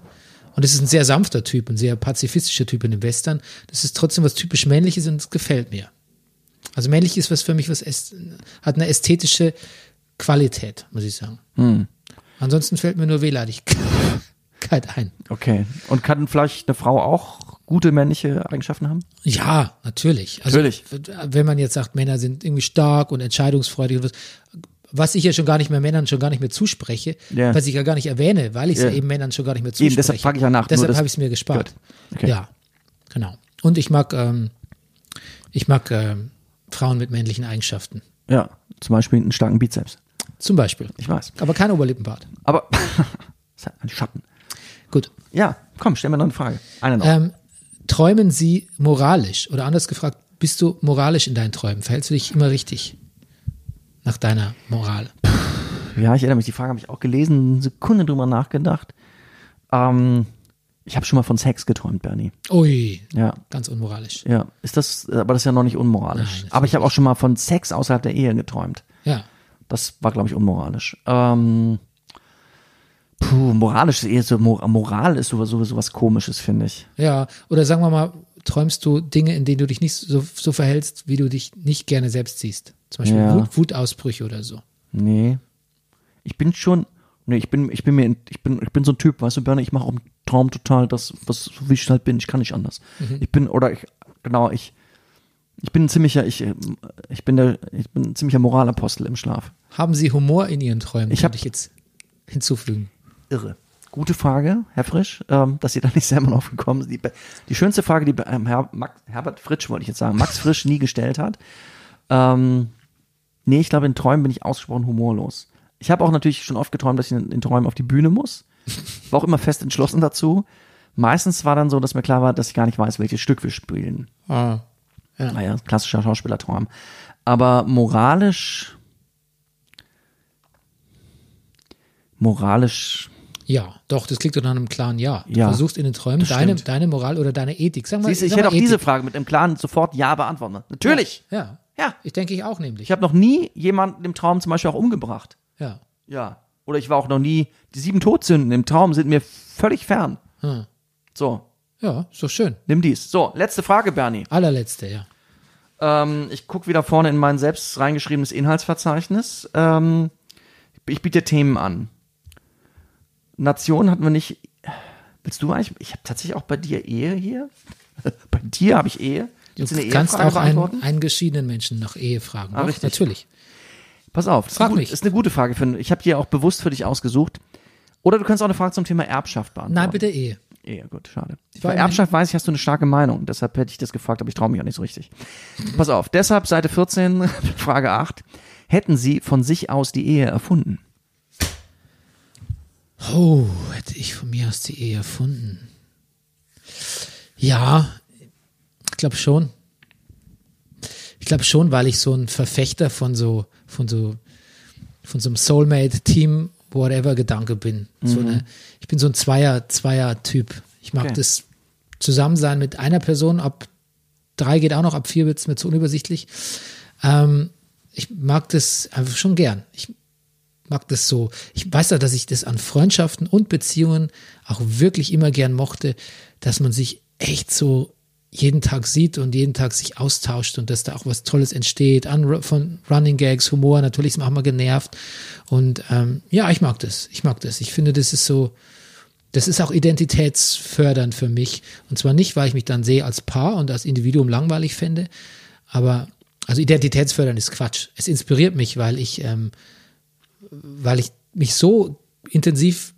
Speaker 1: Und es ist ein sehr sanfter Typ, ein sehr pazifistischer Typ in den Western. Das ist trotzdem was typisch Männliches und es gefällt mir. Also männlich ist was für mich, was äst- hat eine ästhetische Qualität, muss ich sagen. Ansonsten fällt mir nur Wehleidigkeit (laughs) ein.
Speaker 2: Okay. Und kann vielleicht eine Frau auch gute männliche Eigenschaften haben?
Speaker 1: Ja, natürlich. Also,
Speaker 2: Natürlich.
Speaker 1: Wenn man jetzt sagt, Männer sind irgendwie stark und entscheidungsfreudig und was, was ich ja schon gar nicht mehr Männern schon gar nicht mehr zuspreche,
Speaker 2: Ja.
Speaker 1: was ich ja gar nicht erwähne, weil ich es
Speaker 2: Ja.
Speaker 1: ja eben Männern schon gar nicht mehr zuspreche.
Speaker 2: Eben, deshalb frage ich ja nach, nur
Speaker 1: Deshalb
Speaker 2: das-
Speaker 1: habe ich es mir gespart.
Speaker 2: Gut. Okay.
Speaker 1: Ja, genau. Und ich mag, ähm, ich mag ähm, Frauen mit männlichen Eigenschaften.
Speaker 2: Ja. Zum Beispiel einen starken Bizeps.
Speaker 1: Zum Beispiel.
Speaker 2: Ich weiß.
Speaker 1: Aber kein Oberlippenbart.
Speaker 2: Aber (laughs) es hat einen Schatten.
Speaker 1: Gut.
Speaker 2: Ja, komm, stell mir noch eine Frage. Eine noch.
Speaker 1: Ähm, träumen Sie moralisch? Oder anders gefragt, bist du moralisch in deinen Träumen? Verhältst du dich immer richtig nach deiner Moral?
Speaker 2: Ja, ich erinnere mich, die Frage habe ich auch gelesen, eine Sekunde drüber nachgedacht. Ähm, ich habe schon mal von Sex geträumt, Bernie.
Speaker 1: Ui,
Speaker 2: Ja.
Speaker 1: ganz unmoralisch.
Speaker 2: Ja, ist das, aber das ist ja noch nicht unmoralisch.
Speaker 1: Nein, das
Speaker 2: aber ich habe auch schon mal von Sex außerhalb der Ehe geträumt.
Speaker 1: Ja.
Speaker 2: Das war, glaube ich, unmoralisch. Ähm, puh, moralisch ist eher so, Mor- Moral ist sowieso, sowieso was komisches, finde ich.
Speaker 1: Ja, oder sagen wir mal, träumst du Dinge, in denen du dich nicht so, so verhältst, wie du dich nicht gerne selbst siehst? Zum Beispiel
Speaker 2: Ja.
Speaker 1: Wut, Wutausbrüche oder so.
Speaker 2: Nee. Ich bin schon, nee, ich bin, ich bin mir, ich bin, ich bin so ein Typ, weißt du, Bernie, ich mache im Traum total das, was, so wie ich halt bin, ich kann nicht anders. Ich bin, oder ich, genau, ich, ich bin ein ziemlicher, ich, äh, ich bin der, ich bin ein ziemlicher Moralapostel im Schlaf.
Speaker 1: Haben sie Humor in ihren Träumen?
Speaker 2: Ich hab-
Speaker 1: würde ich jetzt hinzufügen.
Speaker 2: Irre. Gute Frage, Herr Frisch, ähm, dass Sie (laughs) da nicht selber drauf gekommen sind. Die, be- die schönste Frage, die be- ähm, Herr, Max, Herbert Fritsch, wollte ich jetzt sagen, Max Frisch nie gestellt hat. Ähm, nee, ich glaube, in Träumen bin ich ausgesprochen humorlos. Ich habe auch natürlich schon oft geträumt, dass ich in, in Träumen auf die Bühne muss. War auch immer fest entschlossen dazu. Meistens war dann so, dass mir klar war, dass ich gar nicht weiß, welches Stück wir spielen.
Speaker 1: Ah.
Speaker 2: Naja, klassischer Schauspielertraum. Aber moralisch. Moralisch
Speaker 1: Ja, doch, das klingt doch nach einem klaren Ja. Du
Speaker 2: Ja,
Speaker 1: versuchst in den Träumen
Speaker 2: das
Speaker 1: deine,
Speaker 2: stimmt.
Speaker 1: deine Moral oder deine Ethik. Sag mal,
Speaker 2: Siehst du, ich
Speaker 1: sag
Speaker 2: hätte auch
Speaker 1: mal
Speaker 2: diese
Speaker 1: Ethik.
Speaker 2: Frage mit einem klaren sofort Ja beantworten. Natürlich.
Speaker 1: Ja.
Speaker 2: Ja.
Speaker 1: Ich denke ich auch nämlich.
Speaker 2: Ich habe noch nie jemanden im Traum zum Beispiel auch umgebracht.
Speaker 1: ja.
Speaker 2: Ja. Oder ich war auch noch nie. Die sieben Todsünden im Traum sind mir völlig fern.
Speaker 1: Hm.
Speaker 2: So,
Speaker 1: Ja, ist doch schön.
Speaker 2: nimm dies. So, letzte Frage, Bernie.
Speaker 1: Allerletzte, ja.
Speaker 2: Ähm, ich gucke wieder vorne in mein selbst reingeschriebenes Inhaltsverzeichnis. Ähm, ich biete Themen an. Nation hatten wir nicht. Willst du eigentlich? Ich habe tatsächlich auch bei dir Ehe hier. (laughs) bei dir habe ich Ehe.
Speaker 1: Du
Speaker 2: Willst eine
Speaker 1: kannst
Speaker 2: Ehefrage
Speaker 1: auch einen,
Speaker 2: beantworten?
Speaker 1: einen geschiedenen Menschen nach Ehe fragen.
Speaker 2: Ah,
Speaker 1: doch,
Speaker 2: richtig.
Speaker 1: natürlich.
Speaker 2: Pass auf, das
Speaker 1: Frag
Speaker 2: ist, eine,
Speaker 1: mich.
Speaker 2: Gut, ist eine gute Frage. Für, ich habe die auch bewusst für dich ausgesucht. Oder du kannst auch eine Frage zum Thema Erbschaft beantworten.
Speaker 1: Nein, bitte eh. Ehe.
Speaker 2: Eher gut, schade.
Speaker 1: war
Speaker 2: Bei Erbschaft weiß ich, hast du eine starke Meinung. Deshalb hätte ich das gefragt, aber ich traue mich auch nicht so richtig. Pass auf, deshalb Seite 14, (laughs) Frage 8. Hätten Sie von sich aus die Ehe erfunden?
Speaker 1: Oh, hätte ich von mir aus die Ehe erfunden. Ja, ich glaube schon. Ich glaube schon, weil ich so ein Verfechter von so, von so, von so einem Soulmate-Team, whatever Gedanke bin. So eine, ich bin so ein Zweier, Zweier-Typ. Ich mag
Speaker 2: Okay.
Speaker 1: das Zusammensein mit einer Person, ob 3 geht auch noch, ab 4 wird's mir zu unübersichtlich. Ähm, ich mag das einfach schon gern. Ich mag das so. Ich weiß ja, dass ich das an Freundschaften und Beziehungen auch wirklich immer gern mochte, dass man sich echt so jeden Tag sieht und jeden Tag sich austauscht und dass da auch was Tolles entsteht an, von Running Gags, Humor, natürlich ist man auch mal genervt und ähm, ja, ich mag das, ich mag das. Ich finde, das ist so, das ist auch identitätsfördernd für mich und zwar nicht, weil ich mich dann sehe als Paar und als Individuum langweilig fände, aber also identitätsfördernd ist Quatsch. Es inspiriert mich, weil ich ähm, weil ich mich so intensiv,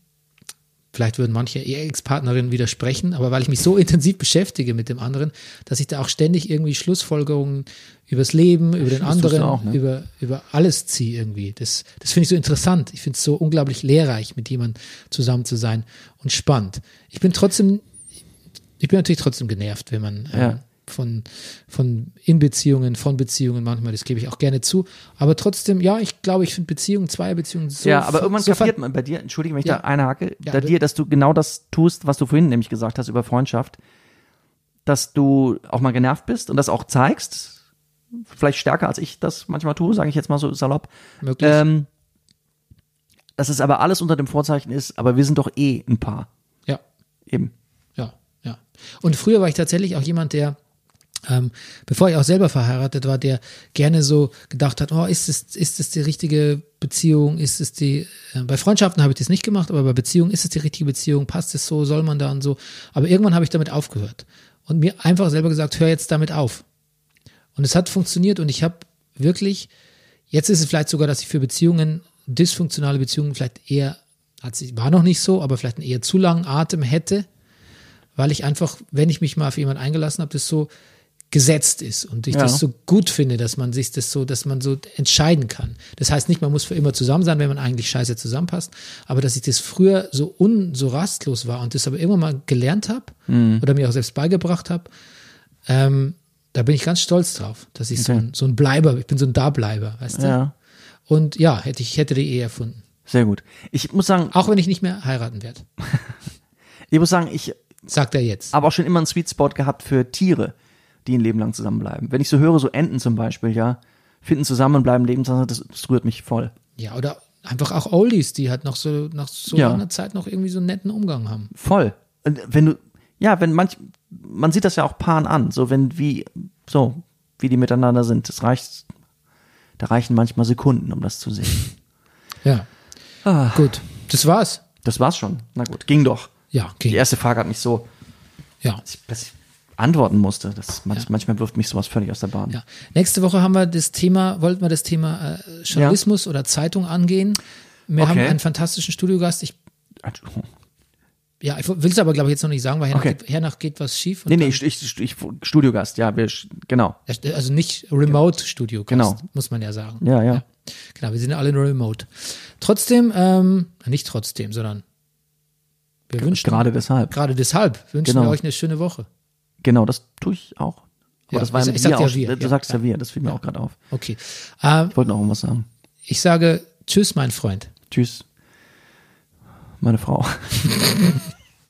Speaker 1: vielleicht würden manche Ex-Partnerinnen widersprechen, aber weil ich mich so intensiv beschäftige mit dem anderen, dass ich da auch ständig irgendwie Schlussfolgerungen übers Leben, über den
Speaker 2: das tust du
Speaker 1: anderen,
Speaker 2: auch, ne?
Speaker 1: über, über alles ziehe irgendwie. Das, das finde ich so interessant. Ich finde es so unglaublich lehrreich, mit jemandem zusammen zu sein und spannend. Ich bin trotzdem, ich bin natürlich trotzdem genervt, wenn man äh,
Speaker 2: Ja.
Speaker 1: von, von In-Beziehungen, von Beziehungen manchmal, das gebe ich auch gerne zu. Aber trotzdem, ja, ich glaube, ich finde Beziehungen, Zweierbeziehungen so.
Speaker 2: ja, aber irgendwann
Speaker 1: so
Speaker 2: kapiert man bei dir, entschuldige, wenn ich
Speaker 1: Ja.
Speaker 2: da eine hake,
Speaker 1: Ja,
Speaker 2: bei
Speaker 1: bitte.
Speaker 2: dir, dass du genau das tust, was du vorhin nämlich gesagt hast über Freundschaft, dass du auch mal genervt bist und das auch zeigst, vielleicht stärker als ich das manchmal tue, sage ich jetzt mal so salopp.
Speaker 1: Möglich.
Speaker 2: Ähm, dass es aber alles unter dem Vorzeichen ist, aber wir sind doch eh ein Paar.
Speaker 1: Ja,
Speaker 2: Eben.
Speaker 1: ja, ja. Und früher war ich tatsächlich auch jemand, der, ähm, bevor ich auch selber verheiratet war, der gerne so gedacht hat, oh, ist es, ist es die richtige Beziehung, ist es die, äh, bei Freundschaften habe ich das nicht gemacht, aber bei Beziehungen ist es die richtige Beziehung, passt es so, soll man da und so. Aber irgendwann habe ich damit aufgehört und mir einfach selber gesagt, hör jetzt damit auf. Und es hat funktioniert und ich habe wirklich, jetzt ist es vielleicht sogar, dass ich für Beziehungen, dysfunktionale Beziehungen vielleicht eher, hat sie- war noch nicht so, aber vielleicht einen eher zu langen Atem hätte, weil ich einfach, wenn ich mich mal auf jemanden eingelassen habe, das so gesetzt ist und ich
Speaker 2: Ja.
Speaker 1: das so gut finde, dass man sich das so, dass man so entscheiden kann. Das heißt nicht, man muss für immer zusammen sein, wenn man eigentlich scheiße zusammenpasst, aber dass ich das früher so un, so rastlos war und das aber immer mal gelernt habe oder mir auch selbst beigebracht habe, ähm, da bin ich ganz stolz drauf, dass ich so,
Speaker 2: Okay.
Speaker 1: ein, so ein Bleiber, ich bin so ein Dableiber, weißt du?
Speaker 2: Ja.
Speaker 1: Und ja, hätte ich hätte die Ehe erfunden.
Speaker 2: Sehr gut. Ich muss sagen,
Speaker 1: Auch wenn ich nicht mehr heiraten werde,
Speaker 2: ich muss sagen, ich
Speaker 1: sagt er jetzt.
Speaker 2: aber auch schon immer einen Sweet Spot gehabt für Tiere, die ein Leben lang zusammenbleiben. Wenn ich so höre, so Enten zum Beispiel, ja, finden zusammen und bleiben lebenslang, das, das rührt mich voll.
Speaker 1: Ja, oder einfach auch Oldies, die halt noch so nach so
Speaker 2: Ja.
Speaker 1: langer Zeit noch irgendwie so einen netten Umgang haben.
Speaker 2: Voll. Und wenn du, ja, wenn manch, man sieht das ja auch Paaren an, so wenn wie, so, wie die miteinander sind. Das reicht, da reichen manchmal Sekunden, um das zu sehen.
Speaker 1: Ja.
Speaker 2: Ah.
Speaker 1: Gut, das war's.
Speaker 2: Das war's schon. Na gut, ging doch.
Speaker 1: Ja,
Speaker 2: Die
Speaker 1: ging.
Speaker 2: erste Frage hat mich so,
Speaker 1: Ja.
Speaker 2: dass ich, dass ich antworten musste. Das, manch, Manchmal wirft mich sowas völlig aus der Bahn.
Speaker 1: ja. Nächste Woche haben wir das Thema, wollten wir das Thema äh, Journalismus oder Zeitung angehen. Wir
Speaker 2: Okay.
Speaker 1: haben einen fantastischen Studiogast. Ich, ja, ich will es aber, glaube ich, jetzt noch nicht sagen, weil hernach,
Speaker 2: Okay.
Speaker 1: geht, hernach geht was schief. und
Speaker 2: Nee, nee, ich, ich, ich, Studiogast, ja, wir, genau.
Speaker 1: Ja, Also nicht Remote-Studio,
Speaker 2: Genau.
Speaker 1: muss man ja sagen.
Speaker 2: Ja, ja.
Speaker 1: Genau, wir sind ja alle nur remote. Trotzdem, ähm, nicht trotzdem, sondern wir wünschen
Speaker 2: Gerade deshalb.
Speaker 1: gerade deshalb wünschen
Speaker 2: Genau.
Speaker 1: wir euch eine schöne Woche.
Speaker 2: Genau, das tue ich auch. Aber
Speaker 1: Ja,
Speaker 2: das war
Speaker 1: ich-
Speaker 2: ja mit
Speaker 1: ich sag
Speaker 2: dir
Speaker 1: ja
Speaker 2: auch.
Speaker 1: wir,
Speaker 2: Du
Speaker 1: ja,
Speaker 2: sagst ja,
Speaker 1: ja.
Speaker 2: wir, das fiel mir auch gerade auf.
Speaker 1: Okay. Ähm,
Speaker 2: Ich wollte noch irgendwas sagen.
Speaker 1: ich sage Tschüss, mein Freund.
Speaker 2: Tschüss, meine Frau.